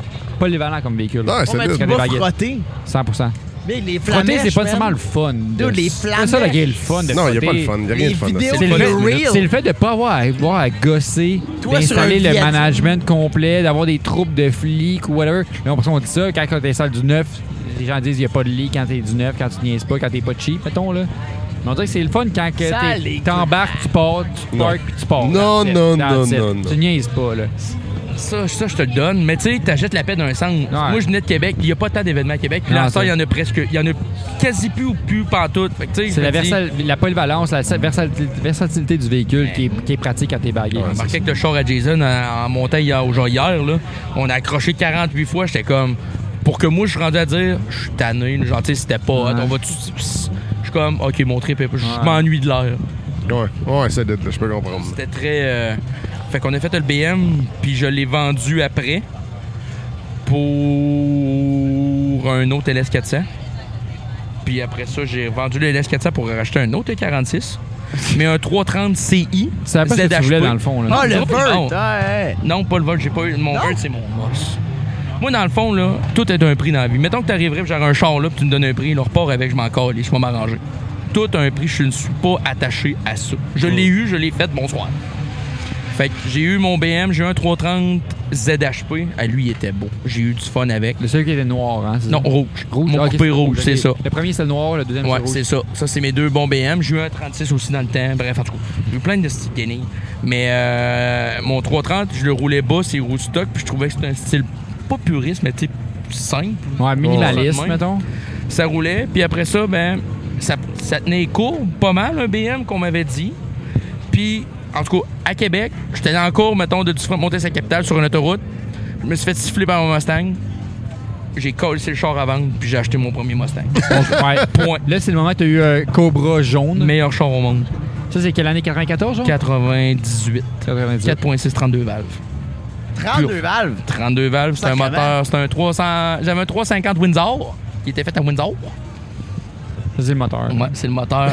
Speaker 1: Pas l'évalant comme véhicule.
Speaker 3: Ah,
Speaker 2: Oh, mais
Speaker 3: c'est
Speaker 2: tu
Speaker 1: des
Speaker 3: dude.
Speaker 2: vas
Speaker 1: baguettes.
Speaker 2: frotter.
Speaker 1: 100%.
Speaker 2: Mais les
Speaker 1: Frotter,
Speaker 2: flamèches,
Speaker 1: c'est pas
Speaker 2: man.
Speaker 1: nécessairement le fun. de-
Speaker 2: Dude, les
Speaker 1: C'est ça, là, qui est le fun de
Speaker 3: Non, il n'y a pas
Speaker 1: frotter.
Speaker 3: de fun. Il a rien
Speaker 2: Les
Speaker 3: de fun.
Speaker 2: vidéos
Speaker 3: là.
Speaker 1: C'est le,
Speaker 2: For the
Speaker 1: fait,
Speaker 2: real.
Speaker 1: c'est le fait de pas avoir à, avoir à gosser,
Speaker 2: Toi,
Speaker 1: d'installer
Speaker 2: sur un
Speaker 1: le
Speaker 2: viaduc.
Speaker 1: management complet, d'avoir des troupes de flics ou whatever. Mais on, on dit ça, quand quand t'es sale du neuf, les gens disent il n'y a pas de lit quand t'es du neuf, quand tu niaises pas, quand t'es pas cheap, mettons là. Mais on dirait que c'est le fun quand que t'es-
Speaker 2: Sale, les
Speaker 1: t'embarques, tu pars, tu te
Speaker 3: Non.
Speaker 1: parques, puis tu pars.
Speaker 3: Non,
Speaker 1: That's it.
Speaker 3: non, non,
Speaker 1: That's it.
Speaker 3: non, non.
Speaker 1: Tu niaises pas, là.
Speaker 4: Ça, ça, je te le donne, mais tu sais, t'achètes la paix d'un sang. Moi, je venais de Québec, il n'y a pas tant d'événements à Québec. Puis
Speaker 1: Non,
Speaker 4: là, ça,
Speaker 1: c'est-
Speaker 4: il y en a presque. Il y en a quasi plus ou plus pantoute. Fait que, tu sais, je
Speaker 1: C'est la,
Speaker 4: me dis-
Speaker 1: versal- la polyvalence, la sa- versatil- versatilité du véhicule qui est, qui est pratique quand t'es bagué.
Speaker 4: On marquait avec le char à Jason euh, en, en montant hier, au genre hier, là, on a accroché 48 fois. J'étais comme, pour que moi, je suis rendu à dire, je suis tanné, genre, tu sais, c'était pas hot,
Speaker 1: Ouais.
Speaker 4: on va tout. Je suis comme, ok, mon trip, est-
Speaker 1: Ouais.
Speaker 4: je m'ennuie de l'air.
Speaker 3: Ouais, ouais, c'est dude, là, je peux comprendre.
Speaker 4: C'était très. euh, Fait qu'on a fait le BM, puis je l'ai vendu après pour un autre LS400. Puis après ça, j'ai vendu le LS400 pour racheter un autre 46, mais un 330 CI.
Speaker 1: Tu savais pas ce que tu voulais
Speaker 4: ZHP.
Speaker 1: dans le fond, là.
Speaker 2: Ah, le
Speaker 4: Non, non.
Speaker 2: vert. Ouais.
Speaker 4: Non, pas le vol, j'ai pas eu. Mon vol, c'est mon boss. Moi, dans le fond, là, tout est un prix dans la vie. Mettons que t'arriverais, puis j'aurais un char là, puis tu me donnes un prix, le repars avec, je m'en calisse, je vais m'arranger. Tout a un prix, je ne suis pas attaché à ça. Je l'ai eu, je l'ai fait, bonsoir. Fait que j'ai eu mon BM, j'ai eu un 330 ZHP. À Ah, lui, il était beau. J'ai eu du fun avec.
Speaker 1: Le seul qui était noir, hein. c'est
Speaker 4: Non,
Speaker 1: ça?
Speaker 4: rouge. Mon
Speaker 1: ah, ok,
Speaker 4: coupé rouge, c'est
Speaker 1: ok.
Speaker 4: ça.
Speaker 1: Le premier, c'est le noir, le deuxième,
Speaker 4: Ouais,
Speaker 1: c'est
Speaker 4: c'est
Speaker 1: le
Speaker 4: ça. Ça, c'est mes deux bons BM. J'ai eu un 36 aussi dans le temps. Bref, en tout cas, j'ai eu plein de styles guenilles. Mais euh, mon 330, je le roulais bas, c'est roux stock, puis je trouvais que c'était un style pas puriste, mais tu sais, simple.
Speaker 1: rouge. Oh. Ouais, minimaliste,
Speaker 4: Ouais.
Speaker 1: mettons.
Speaker 4: Ça roulait, puis après ça, ben, ça, ça tenait court, pas mal, un BM qu'on m'avait dit. Puis, en tout cas, à Québec, j'étais en cours, mettons, de Dufresne monter sa capitale sur une autoroute. Je me suis fait siffler par mon Mustang. J'ai collé le char à vendre, puis j'ai acheté mon premier Mustang.
Speaker 1: Ouais.
Speaker 4: Point.
Speaker 1: Là, c'est le moment que tu as eu euh, Cobra jaune.
Speaker 4: Meilleur char au monde.
Speaker 1: Ça, c'est quelle année 94, genre
Speaker 4: 98.
Speaker 1: 98.
Speaker 4: 4.632 valves.
Speaker 2: 32 valves.
Speaker 4: 32 valves, c'est un
Speaker 2: Sacrément.
Speaker 4: moteur, c'est un 300. J'avais un 350 Windsor qui était fait à Windsor.
Speaker 1: C'est le moteur.
Speaker 4: Ouais, c'est le moteur.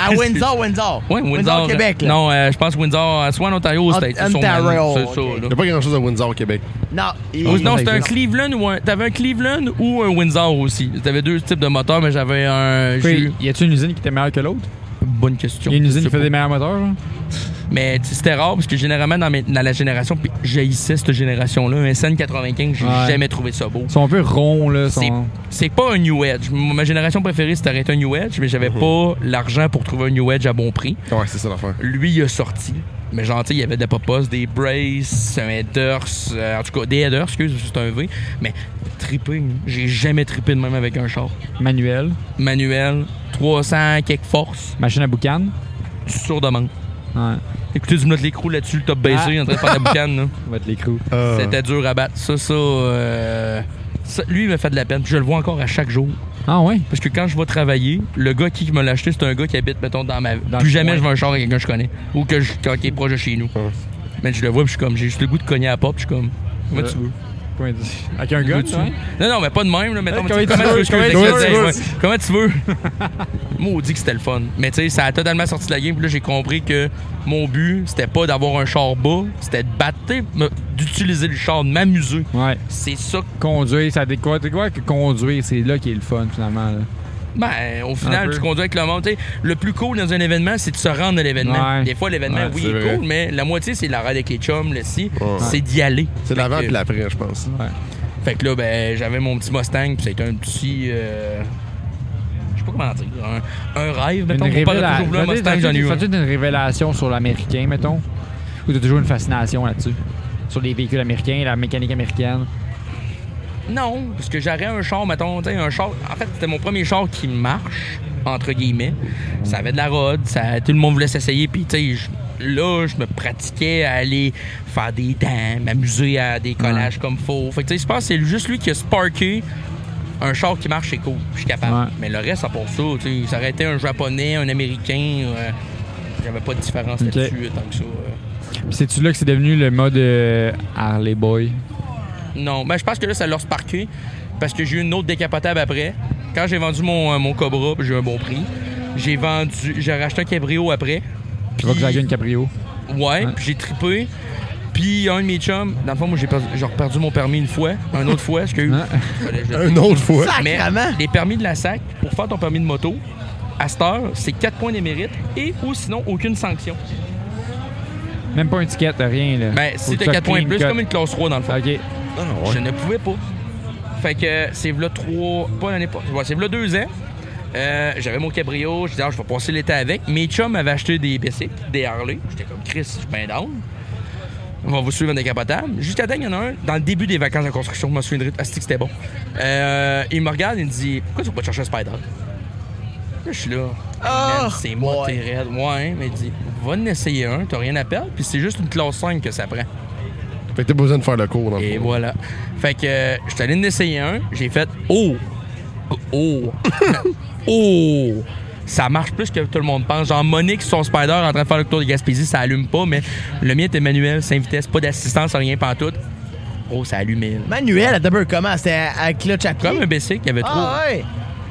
Speaker 2: À Windsor, Windsor.
Speaker 4: Oui, Windsor.
Speaker 2: Québec. là.
Speaker 4: Non, euh, je pense Windsor, euh, soit en Ontario ou aux
Speaker 2: Ont-
Speaker 4: States. sûrement,
Speaker 2: Ontario,
Speaker 4: C'est ça,
Speaker 2: ok.
Speaker 4: là.
Speaker 3: Il n'y a pas grand-chose à Windsor au Québec.
Speaker 4: Ah
Speaker 2: Non, il-
Speaker 4: Ou sinon, c'était un Cleveland ou un. T'avais un Cleveland ou un Windsor aussi. T'avais deux types de moteurs, mais j'avais un. j'ai eu-
Speaker 1: Puis, y a-tu une usine qui était meilleure que l'autre?
Speaker 4: Bonne question.
Speaker 1: Y a une usine
Speaker 4: Je
Speaker 1: qui
Speaker 4: sais
Speaker 1: fait
Speaker 4: pas.
Speaker 1: des meilleurs moteurs? là?
Speaker 4: Mais tu- c'était rare parce que généralement, dans, mes- dans la génération, puis j'haïssais cette génération-là. Un SN95, j'ai
Speaker 1: Ouais.
Speaker 4: jamais trouvé ça beau.
Speaker 1: Ils sont un peu ronds, là.
Speaker 4: C'est-
Speaker 1: Sont...
Speaker 4: C'est pas un New Edge. M- Ma génération préférée, c'était un New Edge, mais j'avais pas l'argent pour trouver un New Edge à bon prix.
Speaker 3: Ouais, c'est ça l'affaire.
Speaker 4: Lui, il a sorti. Mais genre, tu sais, il y avait de la popos, des braces, un headers, euh, en tout cas, des headers, excuse, c'est un V. Mais trippé, j'ai jamais trippé de même avec un char.
Speaker 1: Manuel,
Speaker 4: Manuel, 300, quelques forces,
Speaker 1: machine à boucan.
Speaker 4: sur demande.
Speaker 1: Ouais,
Speaker 4: Écoutez, du notre l'écrou là-dessus, le top baissé, en train de faire de la boucane, là.
Speaker 1: on va te l'écrou.
Speaker 3: Euh,
Speaker 4: C'était dur à battre. Ça, ça, euh, ça, Lui, il m'a fait de la peine. Puis je le vois encore à chaque jour.
Speaker 1: Ah ouais?
Speaker 4: Parce que quand je vais travailler, le gars qui me l'a acheté, c'est un gars qui habite, mettons, dans ma.
Speaker 1: Dans
Speaker 4: plus
Speaker 1: le
Speaker 4: jamais
Speaker 1: coin.
Speaker 4: je vais un char à quelqu'un que je connais. Ou que je, quand il est proche de chez nous.
Speaker 3: Ouais.
Speaker 4: Mais je le vois, puis je suis comme, j'ai juste le goût de cogner à la porte, puis je suis comme. Comment tu veux?
Speaker 1: Point de- Avec un gars,
Speaker 4: Veux-tu?
Speaker 1: tu vois?
Speaker 4: Non, non, mais pas de même, là. Mettons,
Speaker 1: Ouais,
Speaker 4: mais tu-
Speaker 1: comment
Speaker 4: comment
Speaker 1: tu
Speaker 4: tu
Speaker 1: veux,
Speaker 4: veux? excuse,
Speaker 1: comment tu
Speaker 4: excuse,
Speaker 1: veux.
Speaker 4: ouais. Comment tu veux? Maudit que c'était le fun. Mais tu sais, ça a totalement sorti de la game, puis là, j'ai compris que mon but, c'était pas d'avoir un char bas, c'était de battre, me- d'utiliser le char, de m'amuser.
Speaker 1: Ouais.
Speaker 4: C'est ça que
Speaker 1: Conduire, ça découvre. C'est quoi que conduire? C'est là qui est le fun, finalement. là.
Speaker 4: Ben, au
Speaker 1: Un
Speaker 4: final,
Speaker 1: peu.
Speaker 4: tu conduis avec le monde. Tu sais, le plus cool dans un événement, c'est de se rendre à l'événement.
Speaker 1: Ouais.
Speaker 4: Des fois, l'événement,
Speaker 1: Ouais,
Speaker 4: oui,
Speaker 3: c'est
Speaker 4: il est
Speaker 3: vrai.
Speaker 4: cool, mais la moitié, c'est de la ride avec les chums, le si.
Speaker 3: Ouais.
Speaker 4: C'est d'y aller.
Speaker 3: C'est l'avant
Speaker 4: Fait que-
Speaker 3: puis l'après, je pense.
Speaker 4: Fait que là, ben, j'avais mon petit Mustang, puis c'était un petit. euh, Je sais pas comment dire. Un, un rêve, mettons.
Speaker 1: Une
Speaker 4: On parle
Speaker 1: révéla-
Speaker 4: toujours de un
Speaker 1: Ça
Speaker 4: Mustang,
Speaker 1: fait-
Speaker 4: j'en ai eu
Speaker 1: ça
Speaker 4: un.
Speaker 1: fait une révélation sur l'américain, mettons? Ou t'as toujours une fascination là-dessus? Sur les véhicules américains, la mécanique américaine?
Speaker 4: Non, parce que j'aurais un char, mettons, tu sais, un char. En fait, c'était mon premier char qui marche, entre guillemets. Ça avait de la rod, ça, tout le monde voulait s'essayer, puis tu sais, je- là, je me pratiquais à aller faire des dents, m'amuser à des collages comme faux. Fait que tu sais, je pense que c'est juste lui qui a sparké un char qui marche, c'est cool, je suis capable.
Speaker 1: Ouais.
Speaker 4: Mais le reste, à part ça, tu sais, ça aurait été un japonais, un américain, euh, j'avais pas de différence
Speaker 1: Ok.
Speaker 4: là-dessus euh, tant que ça. euh.
Speaker 1: Puis c'est-tu là que c'est devenu le mode euh, Harley Boy?
Speaker 4: Non, mais je pense que là, ça l'a sparké parce que j'ai eu une autre décapotable après. Quand j'ai vendu mon, euh, mon Cobra, puis j'ai eu un bon prix. J'ai vendu, j'ai racheté un Cabrio après.
Speaker 1: Puis Volkswagen Cabrio?
Speaker 4: Ouais, puis j'ai trippé. Puis un de mes chums, dans le fond, moi, j'ai perdu, j'ai reperdu mon permis une fois, un autre fois, ce qu'il y a eu.
Speaker 1: Hein?
Speaker 4: Fallait que je le
Speaker 3: Une autre fois.
Speaker 4: mais
Speaker 2: Sacrement.
Speaker 4: les permis de la SAC, pour faire ton permis de moto, à cette heure, c'est 4 points d'émérite et ou sinon aucune sanction.
Speaker 1: Même pas un ticket, rien, là.
Speaker 4: Ben,
Speaker 1: Faut
Speaker 4: si
Speaker 1: que
Speaker 4: t'as
Speaker 1: ça
Speaker 4: 4 points de
Speaker 1: clean
Speaker 4: plus,
Speaker 1: cut.
Speaker 4: comme une classe 3 dans le fond.
Speaker 1: Ok.
Speaker 2: Ah,
Speaker 4: Je ne pouvais pas. Fait que c'est v'là trois. Pas l'année pas. ouais, c'est v'là deux ans. Euh, j'avais mon cabrio, je disais, ah, je vais passer l'été avec. Mes chums m'avaient acheté des bicycles, des Harley. J'étais comme Chris, je suis bien down. On va vous suivre un décapotable. Jusqu'à temps, il y en a un, dans le début des vacances en construction, je m'en souviendrai, asti que c'était bon. Euh, il me regarde, il me dit, pourquoi tu vas pas te chercher un Spider? Là, je suis là.
Speaker 2: Ah!
Speaker 4: Man, c'est moi,
Speaker 2: Ouais.
Speaker 4: t'es raide. Ouais, hein, mais il dit, va en essayer un, t'as rien à perdre, puis c'est juste une classe 5 que ça prend.
Speaker 3: Fait que t'as pas besoin de faire le cours, dans le
Speaker 4: Et
Speaker 3: fond.
Speaker 4: voilà. Fait que euh, je suis allé en essayer un, j'ai fait Oh! Oh! oh! Ça marche plus que tout le monde pense. Genre, Monique, sur son spider en train de faire le tour de Gaspésie, ça allume pas, mais le mien était manuel, 5 vitesses, pas d'assistance, rien pantoute. Oh, ça allumait. là.
Speaker 2: Manuel, à peu comment? C'était à, à clutch à pied?
Speaker 4: Comme un bicycle, il y avait trop.
Speaker 2: Ah ouais!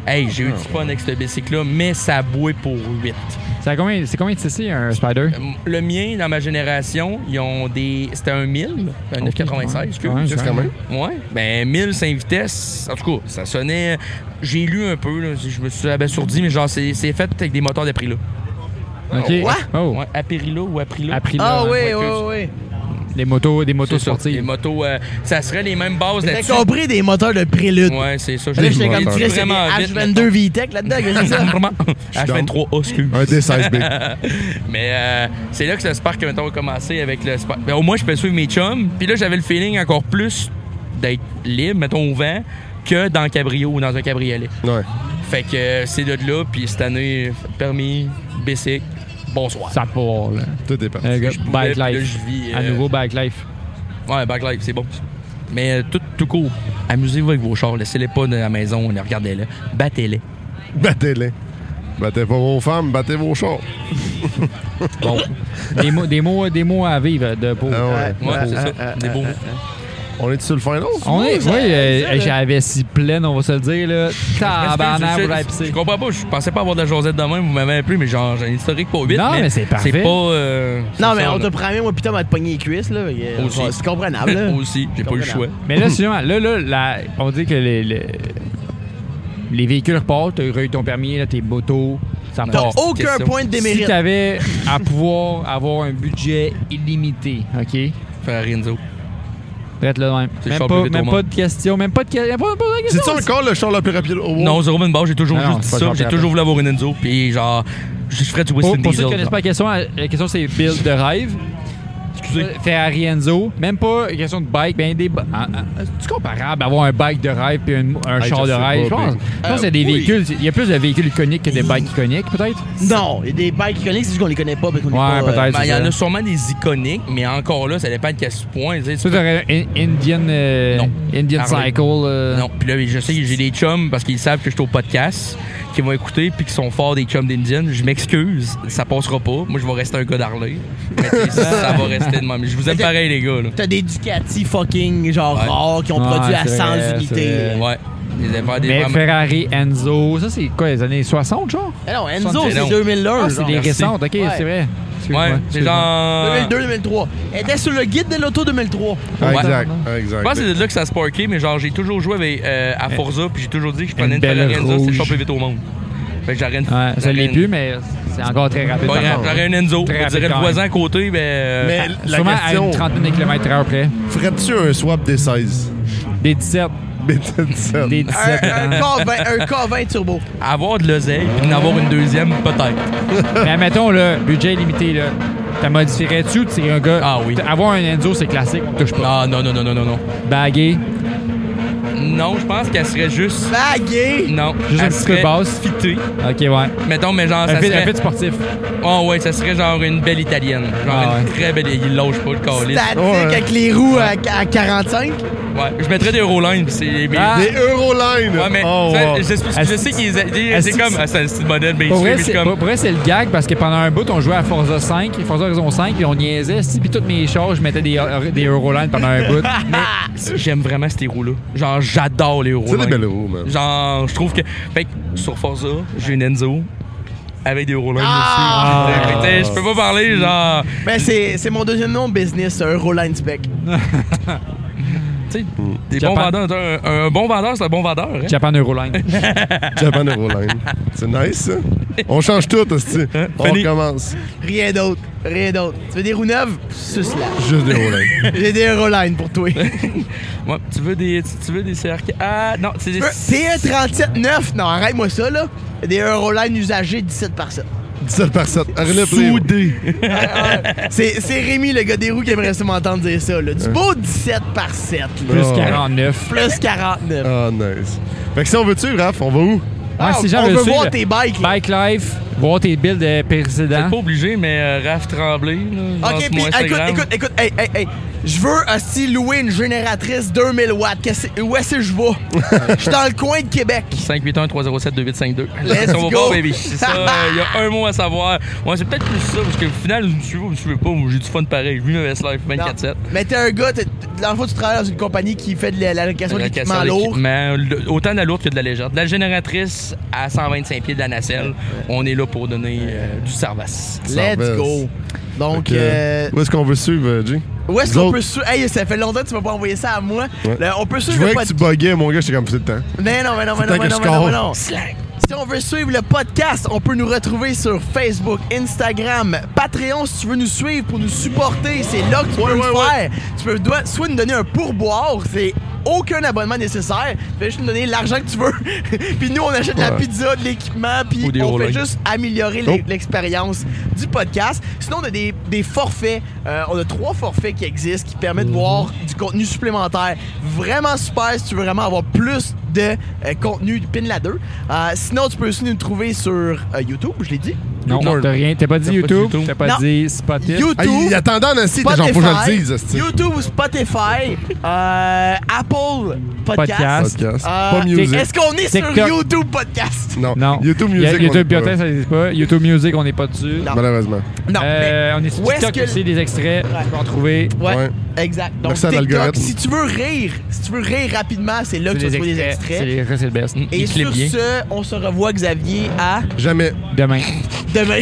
Speaker 4: Hey, j'ai eu du fun avec ce bicycle-là, mais ça bouait pour 8.
Speaker 1: C'est à combien, c'est combien de CC un Spider?
Speaker 4: Le mien, dans ma génération, ils ont des. C'était un 1000, un 996, excuse.
Speaker 1: Ouais,
Speaker 3: Juste quand même.
Speaker 4: Ouais, ben 1000 5 vitesses. En tout cas, ça sonnait. J'ai lu un peu, là, je me suis abasourdi, mais genre, c'est c'est fait avec des moteurs d'Aprila.
Speaker 1: Ok.
Speaker 2: Quoi?
Speaker 1: Oh.
Speaker 4: Euh, Ouais, Aprila ou Aprila.
Speaker 1: Après là,
Speaker 2: Ah
Speaker 1: hein.
Speaker 2: ouais,
Speaker 4: ouais,
Speaker 2: ouais,
Speaker 4: que-
Speaker 2: ouais.
Speaker 1: Les motos, des motos
Speaker 4: C'est ça, Les
Speaker 1: sportives.
Speaker 4: motos, euh, ça serait les mêmes bases
Speaker 2: J'ai
Speaker 4: là-dessus.
Speaker 2: compris des moteurs de prélude.
Speaker 4: Ouais, c'est ça.
Speaker 2: Là, j'étais comme,
Speaker 3: Moteurs.
Speaker 2: Chris, c'est des H22 Vitec là-dedans, qu'est-ce que c'est ça?
Speaker 4: H23A, excuse.
Speaker 3: Un D16B.
Speaker 4: Mais euh, c'est là que le Spark mettons, a commencé avec le Spark. Ben, au moins, je peux suivre mes chums. Puis là, j'avais le feeling encore plus d'être libre, mettons, au vent, que dans le cabrio ou dans un cabriolet.
Speaker 3: Ouais.
Speaker 4: Fait que euh, c'est de là, puis cette année, permis, bicycle, bonsoir.
Speaker 1: Ça part, là.
Speaker 3: Tout est parti.
Speaker 1: Euh, gars,
Speaker 4: je pouvais,
Speaker 1: bike
Speaker 4: puis là,
Speaker 1: life.
Speaker 4: je vis,
Speaker 1: À
Speaker 4: euh,
Speaker 1: nouveau, bike life.
Speaker 4: Ouais, backlight, c'est bon. Mais euh, tout, tout court, amusez-vous avec vos chars, laissez-les pas dans la maison, regardez-les, battez-les.
Speaker 3: Battez-les. Battez pas vos femmes, battez vos chars.
Speaker 1: Bon. des, mots, des, mots, des mots à vivre de pour.
Speaker 3: Ah ouais.
Speaker 4: Ouais, c'est ça.
Speaker 1: Euh,
Speaker 2: ah,
Speaker 4: des beaux mots.
Speaker 3: On est sur le final?
Speaker 1: On est, oui,
Speaker 2: ça-
Speaker 1: euh,
Speaker 2: ça, là.
Speaker 1: j'avais si pleine, on va se le dire, là. Tabarnak,
Speaker 4: Je-
Speaker 1: vous
Speaker 4: je-
Speaker 1: l'avez
Speaker 4: Je
Speaker 1: pissé.
Speaker 4: comprends pas, je pensais pas avoir de la Josette de même, vous m'avez plus, mais genre, j'ai un historique pas vite.
Speaker 1: Non, mais c'est parfait.
Speaker 4: C'est pas. euh,
Speaker 2: Non,
Speaker 4: c'est
Speaker 2: mais
Speaker 4: ça,
Speaker 2: on
Speaker 4: là.
Speaker 2: t'a programmé, moi, pis Tom, à te pogner les cuisses, là. fait que,
Speaker 4: Aussi.
Speaker 2: euh, C'est comprenable, là.
Speaker 4: Aussi, j'ai pas eu le choix.
Speaker 1: Mais là, sinon, là, là, la- on dit que les, les, les véhicules repartent, t'as eu ton permis, là, tes motos, ça
Speaker 2: T'as
Speaker 1: part.
Speaker 2: aucun
Speaker 4: Oh, question.
Speaker 2: point de
Speaker 1: Si
Speaker 2: démérite.
Speaker 1: t'avais à pouvoir avoir un budget illimité, OK?
Speaker 4: Ferrari Enzo.
Speaker 1: Reste là de même.
Speaker 4: C'est le
Speaker 1: Même
Speaker 4: char
Speaker 1: pas,
Speaker 4: plus vite au
Speaker 1: même pas
Speaker 4: monde.
Speaker 1: de questions, même pas de questions. Pas, pas de
Speaker 3: C'est-tu
Speaker 1: questions.
Speaker 3: encore le char le plus rapide au monde?
Speaker 4: Non, zéro une barre, j'ai toujours
Speaker 1: Ah non,
Speaker 4: juste dit
Speaker 1: c'est pas
Speaker 4: ça,
Speaker 1: le
Speaker 4: j'ai
Speaker 1: genre
Speaker 4: toujours voulu avoir une Enzo, puis genre, je ferais du
Speaker 1: Pour,
Speaker 4: Weston
Speaker 1: pour ceux qui
Speaker 4: Diesel.
Speaker 1: ne connaissent
Speaker 4: genre.
Speaker 1: pas la question, euh, la question c'est build de rêve.
Speaker 4: Excusez.
Speaker 1: Ferrari Enzo, même pas une question de bike, ben des ba- ah, ah, c'est comparable avoir un bike de rêve puis un, un
Speaker 3: Hey,
Speaker 1: char
Speaker 3: je
Speaker 1: de
Speaker 3: sais
Speaker 1: rêve.
Speaker 3: pas,
Speaker 1: je pense,
Speaker 3: ben-
Speaker 1: je pense que c'est des
Speaker 2: oui.
Speaker 1: véhicules, il y a plus de véhicules iconiques que des bikes iconiques peut-être.
Speaker 2: Non, il y a des bikes iconiques, c'est juste qu'on les connaît pas. parce qu'on est
Speaker 1: Ouais,
Speaker 2: pas, euh,
Speaker 1: peut-être.
Speaker 4: Ben,
Speaker 1: c'est
Speaker 4: il y
Speaker 1: ça.
Speaker 4: en a sûrement des iconiques, mais encore là, ça dépend de quel point. tu sais, tu
Speaker 1: Ça, t'aurais un In- Indian, euh,
Speaker 4: Non.
Speaker 1: Indian
Speaker 4: Harley.
Speaker 1: Cycle. euh,
Speaker 4: Non, puis là, je sais que j'ai des chums parce qu'ils savent que je suis au podcast, qu'ils vont écouter, puis qu'ils sont forts des chums d'Indian. Je m'excuse, ça passera pas. Moi, je vais rester un gars d'Harley. Mais tu sais, ça, ça va rester de même. Je vous aime pareil, les gars. Là.
Speaker 2: T'as des Ducati fucking, genre,
Speaker 4: Ouais.
Speaker 2: rares, qui ont
Speaker 1: Ouais,
Speaker 2: produit à
Speaker 1: c'est
Speaker 2: 100
Speaker 1: vrai, c'est
Speaker 2: unités.
Speaker 1: vrai.
Speaker 4: Ouais. Les affaires des
Speaker 1: Mais
Speaker 4: vraiment-
Speaker 1: Ferrari Enzo, ça c'est quoi, les années 60 genre?
Speaker 2: Ah non, Enzo,
Speaker 4: Soixante-dix,
Speaker 2: c'est
Speaker 4: non.
Speaker 2: 2001.
Speaker 1: Ah, c'est
Speaker 2: genre.
Speaker 1: des récentes, ok,
Speaker 2: Ouais.
Speaker 1: c'est vrai. Excuse-moi,
Speaker 4: Ouais, c'est
Speaker 1: excuse-moi.
Speaker 4: genre.
Speaker 2: 2002-2003. Elle était sur le guide de l'auto 2003.
Speaker 3: Ah,
Speaker 4: Ouais.
Speaker 3: exact,
Speaker 1: Ouais.
Speaker 3: ah,
Speaker 4: Je
Speaker 3: exact.
Speaker 4: pense que c'est de là que ça a sparké, mais genre, j'ai toujours joué avec, euh, à Forza, puis j'ai toujours dit que je prenais une
Speaker 1: belle
Speaker 4: Ferrari Enzo, c'est le
Speaker 1: rouge.
Speaker 4: champion vite au monde. Fait que j'aurais une.
Speaker 1: Ouais, ça
Speaker 4: j'aurais
Speaker 1: l'est
Speaker 4: une-
Speaker 1: plus, mais c'est encore très rapide.
Speaker 4: Pas
Speaker 1: par
Speaker 4: grave,
Speaker 1: contre.
Speaker 4: j'aurais une Enzo.
Speaker 1: Très
Speaker 4: Je
Speaker 1: rapide
Speaker 4: dirais le
Speaker 1: quand
Speaker 4: voisin à côté, ben.
Speaker 3: Mais
Speaker 4: Mais.
Speaker 3: la
Speaker 1: Sûrement à
Speaker 3: question,
Speaker 1: une trentaine de kilomètres heure près.
Speaker 3: ferais-tu un swap des 16?
Speaker 1: Des 17. Des 17.
Speaker 2: Un, un,
Speaker 1: hein.
Speaker 2: K20, un K20 turbo.
Speaker 4: Avoir de l'oseille, puis d'en avoir une deuxième, peut-être.
Speaker 1: Mais admettons, là, budget limité, là. T'as modifierais-tu ou t'es un gars.
Speaker 4: Ah oui.
Speaker 1: T- Avoir un Enzo, c'est classique, touche pas.
Speaker 4: Ah, Non, non, non, non, non, non, non.
Speaker 1: Bagué.
Speaker 4: Non, je pense qu'elle serait juste.
Speaker 2: Bagué!
Speaker 4: Non.
Speaker 1: Juste un
Speaker 4: elle
Speaker 1: petit peu
Speaker 4: serait
Speaker 1: basse.
Speaker 4: Fitée.
Speaker 1: Ok, ouais.
Speaker 4: Mettons, mais genre,
Speaker 1: Un
Speaker 4: ça
Speaker 1: fit, un
Speaker 4: serait.
Speaker 1: fit sportif.
Speaker 4: Oh, ouais, ça serait genre une belle italienne. Genre
Speaker 1: Ah,
Speaker 4: une
Speaker 1: ouais.
Speaker 4: très belle. Il loge pas le calice.
Speaker 2: Statique
Speaker 3: Ouais.
Speaker 2: avec les roues à, à 45.
Speaker 4: Ouais. Je mettrais des Rollins, pis c'est. mais-
Speaker 1: Ah.
Speaker 3: Des Euroline!
Speaker 4: Ouais, mais.
Speaker 3: Oh,
Speaker 4: ça,
Speaker 3: wow.
Speaker 4: je, sais- je sais qu'ils. C'est
Speaker 1: Est-ce que-
Speaker 4: comme. Ah, c'est un style modèle, mais
Speaker 1: Pour vrai,
Speaker 4: je suis
Speaker 1: c'est
Speaker 4: comme.
Speaker 1: pour- pour vrai, c'est le gag parce que pendant un bout, on jouait à Forza 5, Forza Horizon 5, puis on niaisait. Si, puis toutes mes charges, je mettais des, euh, des Euroland pendant un bout.
Speaker 4: J'aime vraiment ces roues-là. Genre, j'adore les roues.
Speaker 3: C'est des belles roues, hein. man.
Speaker 4: Genre, je trouve que. Fait que sur Forza, j'ai une Enzo avec des roues
Speaker 2: Ah!
Speaker 4: aussi. Fait que, tu sais, Je peux pas parler, genre.
Speaker 2: Ben, c'est c'est mon deuxième nom business, Euroline Spec.
Speaker 4: Tu sais,
Speaker 3: Hmm.
Speaker 4: des
Speaker 1: Japan.
Speaker 4: bons vendeurs. Un, un bon vendeur, c'est un bon vendeur. Hein?
Speaker 1: Japan Euroland.
Speaker 3: Japan Euroline. C'est nice, ça. On change tout, hostie.
Speaker 1: Hein?
Speaker 3: On
Speaker 4: Fanny.
Speaker 3: recommence.
Speaker 2: Rien d'autre. Rien d'autre. Tu veux des roues neuves? Suce-la.
Speaker 3: Juste des Euroline.
Speaker 2: J'ai des Euroline pour toi.
Speaker 4: Ouais, tu veux des. Tu, tu veux des CRK. Ah, non, c'est des.
Speaker 2: TE37-9. E Non, arrête-moi ça, là. Des Euroline usagés 17 par 7.
Speaker 3: 17 par 7. Arrête
Speaker 4: Soudé.
Speaker 2: C'est c'est Rémi, le gars des roues, qui aimerait ça m'entendre dire ça, là. Du beau 17 par 7, là.
Speaker 1: Plus
Speaker 3: Oh.
Speaker 1: 49.
Speaker 2: Plus 49.
Speaker 3: Ah, nice. Fait que si on veut tu Raph, on va où?
Speaker 1: Ah, si
Speaker 2: on
Speaker 1: j'avais
Speaker 2: veut
Speaker 1: su,
Speaker 2: voir
Speaker 1: là.
Speaker 2: tes bikes. là.
Speaker 1: Bike Life, voir tes builds euh, précédents.
Speaker 4: Pas obligé, mais euh, Raph Tremblay. Là,
Speaker 2: Ok, puis écoute, écoute, écoute, hey, hey, hey. Je veux aussi louer une génératrice 2000 watts. Qu'est-ce que- où est-ce que je vais? Je suis dans le coin de Québec.
Speaker 4: 581 307 2852.
Speaker 2: Let's
Speaker 4: Let's on
Speaker 2: go.
Speaker 4: va voir, baby. C'est ça, euh, il y a un mot à savoir. Ouais, c'est peut-être plus ça, parce que au final, vous me suivez ou vous me suivez pas, moi, j'ai du fun pareil. Lui, mes life
Speaker 2: Non.
Speaker 4: 24-7.
Speaker 2: Mais t'es un gars, t'es- dans le fond, tu travailles dans une compagnie qui fait de la- l'allocation
Speaker 4: La
Speaker 2: d'équipement
Speaker 4: question
Speaker 2: lourd.
Speaker 4: d'équipement, Euh, le- Autant de la lourde que de la légère. De la génératrice à 125 pieds de la nacelle, on est là pour donner euh, du service.
Speaker 2: Let's
Speaker 3: Service.
Speaker 2: go. Donc,
Speaker 3: Fait que,
Speaker 2: euh,
Speaker 3: Où est-ce qu'on veut suivre, euh, G?
Speaker 2: où est-ce
Speaker 3: nous
Speaker 2: qu'on
Speaker 3: autres-
Speaker 2: peut suivre? Hey, ça fait longtemps que tu m'as pas envoyé ça à moi.
Speaker 3: Ouais.
Speaker 2: Là, on peut
Speaker 3: Je
Speaker 2: suivre le
Speaker 3: voyais que tu
Speaker 2: podcast.
Speaker 3: buguais, mon gars, j'étais comme tout le temps.
Speaker 2: Mais non, mais non, mais
Speaker 3: Faut
Speaker 2: non,
Speaker 3: que
Speaker 2: mais
Speaker 3: je
Speaker 2: non, mais non, mais
Speaker 3: score.
Speaker 2: non. Si on veut suivre le podcast, on peut nous retrouver sur Facebook, Instagram, Patreon si tu veux nous suivre pour nous supporter. C'est là que tu peux
Speaker 3: Ouais,
Speaker 2: le
Speaker 3: ouais,
Speaker 2: faire. Tu peux dois- soit nous donner un pourboire, c'est aucun abonnement nécessaire. Tu peux juste nous donner l'argent que tu veux. puis nous, on achète de la
Speaker 3: Ouais.
Speaker 2: pizza, de l'équipement, puis
Speaker 4: Ou des
Speaker 2: on fait
Speaker 4: rollings.
Speaker 2: juste améliorer
Speaker 3: Oh.
Speaker 2: l'e- l'expérience du podcast. Sinon, on a des, des forfaits. Euh, on a trois forfaits qui existent qui permettent
Speaker 3: Mhm.
Speaker 2: de voir du contenu supplémentaire. Vraiment super si tu veux vraiment avoir plus de euh, contenu de Pin 2. sinon, tu peux aussi nous trouver sur euh, YouTube, je l'ai dit.
Speaker 1: Non, non, t'as rien. T'as pas dit
Speaker 4: T'as pas dit
Speaker 1: YouTube,
Speaker 4: YouTube.
Speaker 1: t'as pas
Speaker 2: Non.
Speaker 1: dit Spotify.
Speaker 3: Ah, il,
Speaker 2: YouTube,
Speaker 3: il attendait en assis, t'es genre, faut que je le dise.
Speaker 2: Spotify,
Speaker 3: hostie.
Speaker 2: YouTube ou Spotify, euh, Apple Podcast.
Speaker 1: Podcast.
Speaker 3: Podcast.
Speaker 2: Euh,
Speaker 3: pas music.
Speaker 2: Est-ce qu'on est sur
Speaker 1: TikTok.
Speaker 2: YouTube Podcast?
Speaker 3: Non.
Speaker 1: Non.
Speaker 3: YouTube
Speaker 1: Il y a
Speaker 3: Music. on
Speaker 1: YouTube
Speaker 3: est pas-
Speaker 1: Podcast, ça n'existe pas. YouTube Music, on n'est pas dessus.
Speaker 2: Non.
Speaker 3: Malheureusement.
Speaker 2: Non,
Speaker 1: Euh, on est sur
Speaker 2: où est-ce
Speaker 1: TikTok
Speaker 2: que-
Speaker 1: aussi, des extraits.
Speaker 2: Ouais.
Speaker 1: Tu peux en trouver.
Speaker 2: mais. Ouais,
Speaker 3: ouais.
Speaker 2: exact. Donc,
Speaker 3: Merci à
Speaker 2: TikTok,
Speaker 3: l'algorithme.
Speaker 2: si tu veux rire, si tu veux rire rapidement, c'est là que tu vas trouver des
Speaker 1: C'est
Speaker 2: extraits.
Speaker 1: les- ça, c'est le best.
Speaker 2: Et
Speaker 4: Il
Speaker 2: sur
Speaker 4: clip bien.
Speaker 2: ce, on se revoit, Xavier, à
Speaker 3: Jamais.
Speaker 1: Demain.
Speaker 2: demain.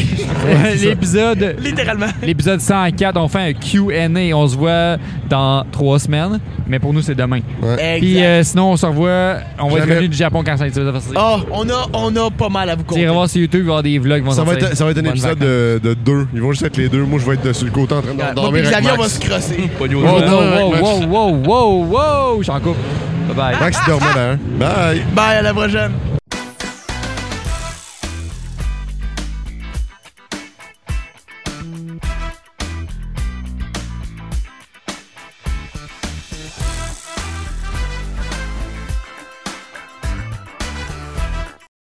Speaker 1: L'épisode.
Speaker 2: Littéralement.
Speaker 1: L'épisode 104, on fait un Q&A. On se voit dans trois semaines, mais pour nous, c'est demain.
Speaker 2: Eh,
Speaker 3: Ouais.
Speaker 1: Puis euh, sinon, on se revoit. On va être
Speaker 3: Jamais.
Speaker 1: revenu du Japon quand ça va être sorti.
Speaker 2: Ah, on a, on a pas mal à vous
Speaker 1: Tu
Speaker 2: compter.
Speaker 1: iras voir sur YouTube, il va y avoir des vlogs qui vont
Speaker 3: Ça va,
Speaker 1: sortir.
Speaker 3: être, ça va être un
Speaker 4: Bonnes
Speaker 3: épisode
Speaker 4: vacances.
Speaker 3: de, de deux. Ils vont juste être les deux. Moi, je vais être de- sur le côté en train de
Speaker 2: Ouais, moi
Speaker 3: dormir
Speaker 2: puis
Speaker 3: avec
Speaker 2: Xavier, on va
Speaker 3: Max.
Speaker 2: se crosser.
Speaker 4: Pas de
Speaker 1: Wow,
Speaker 3: Ouais.
Speaker 4: audio.
Speaker 1: wow,
Speaker 3: Ouais.
Speaker 1: oh, wow, wow, wow, wow, wow. Je suis en couple. Bye bye.
Speaker 3: Max dormait là. hein. Bye.
Speaker 2: Bye, à la prochaine.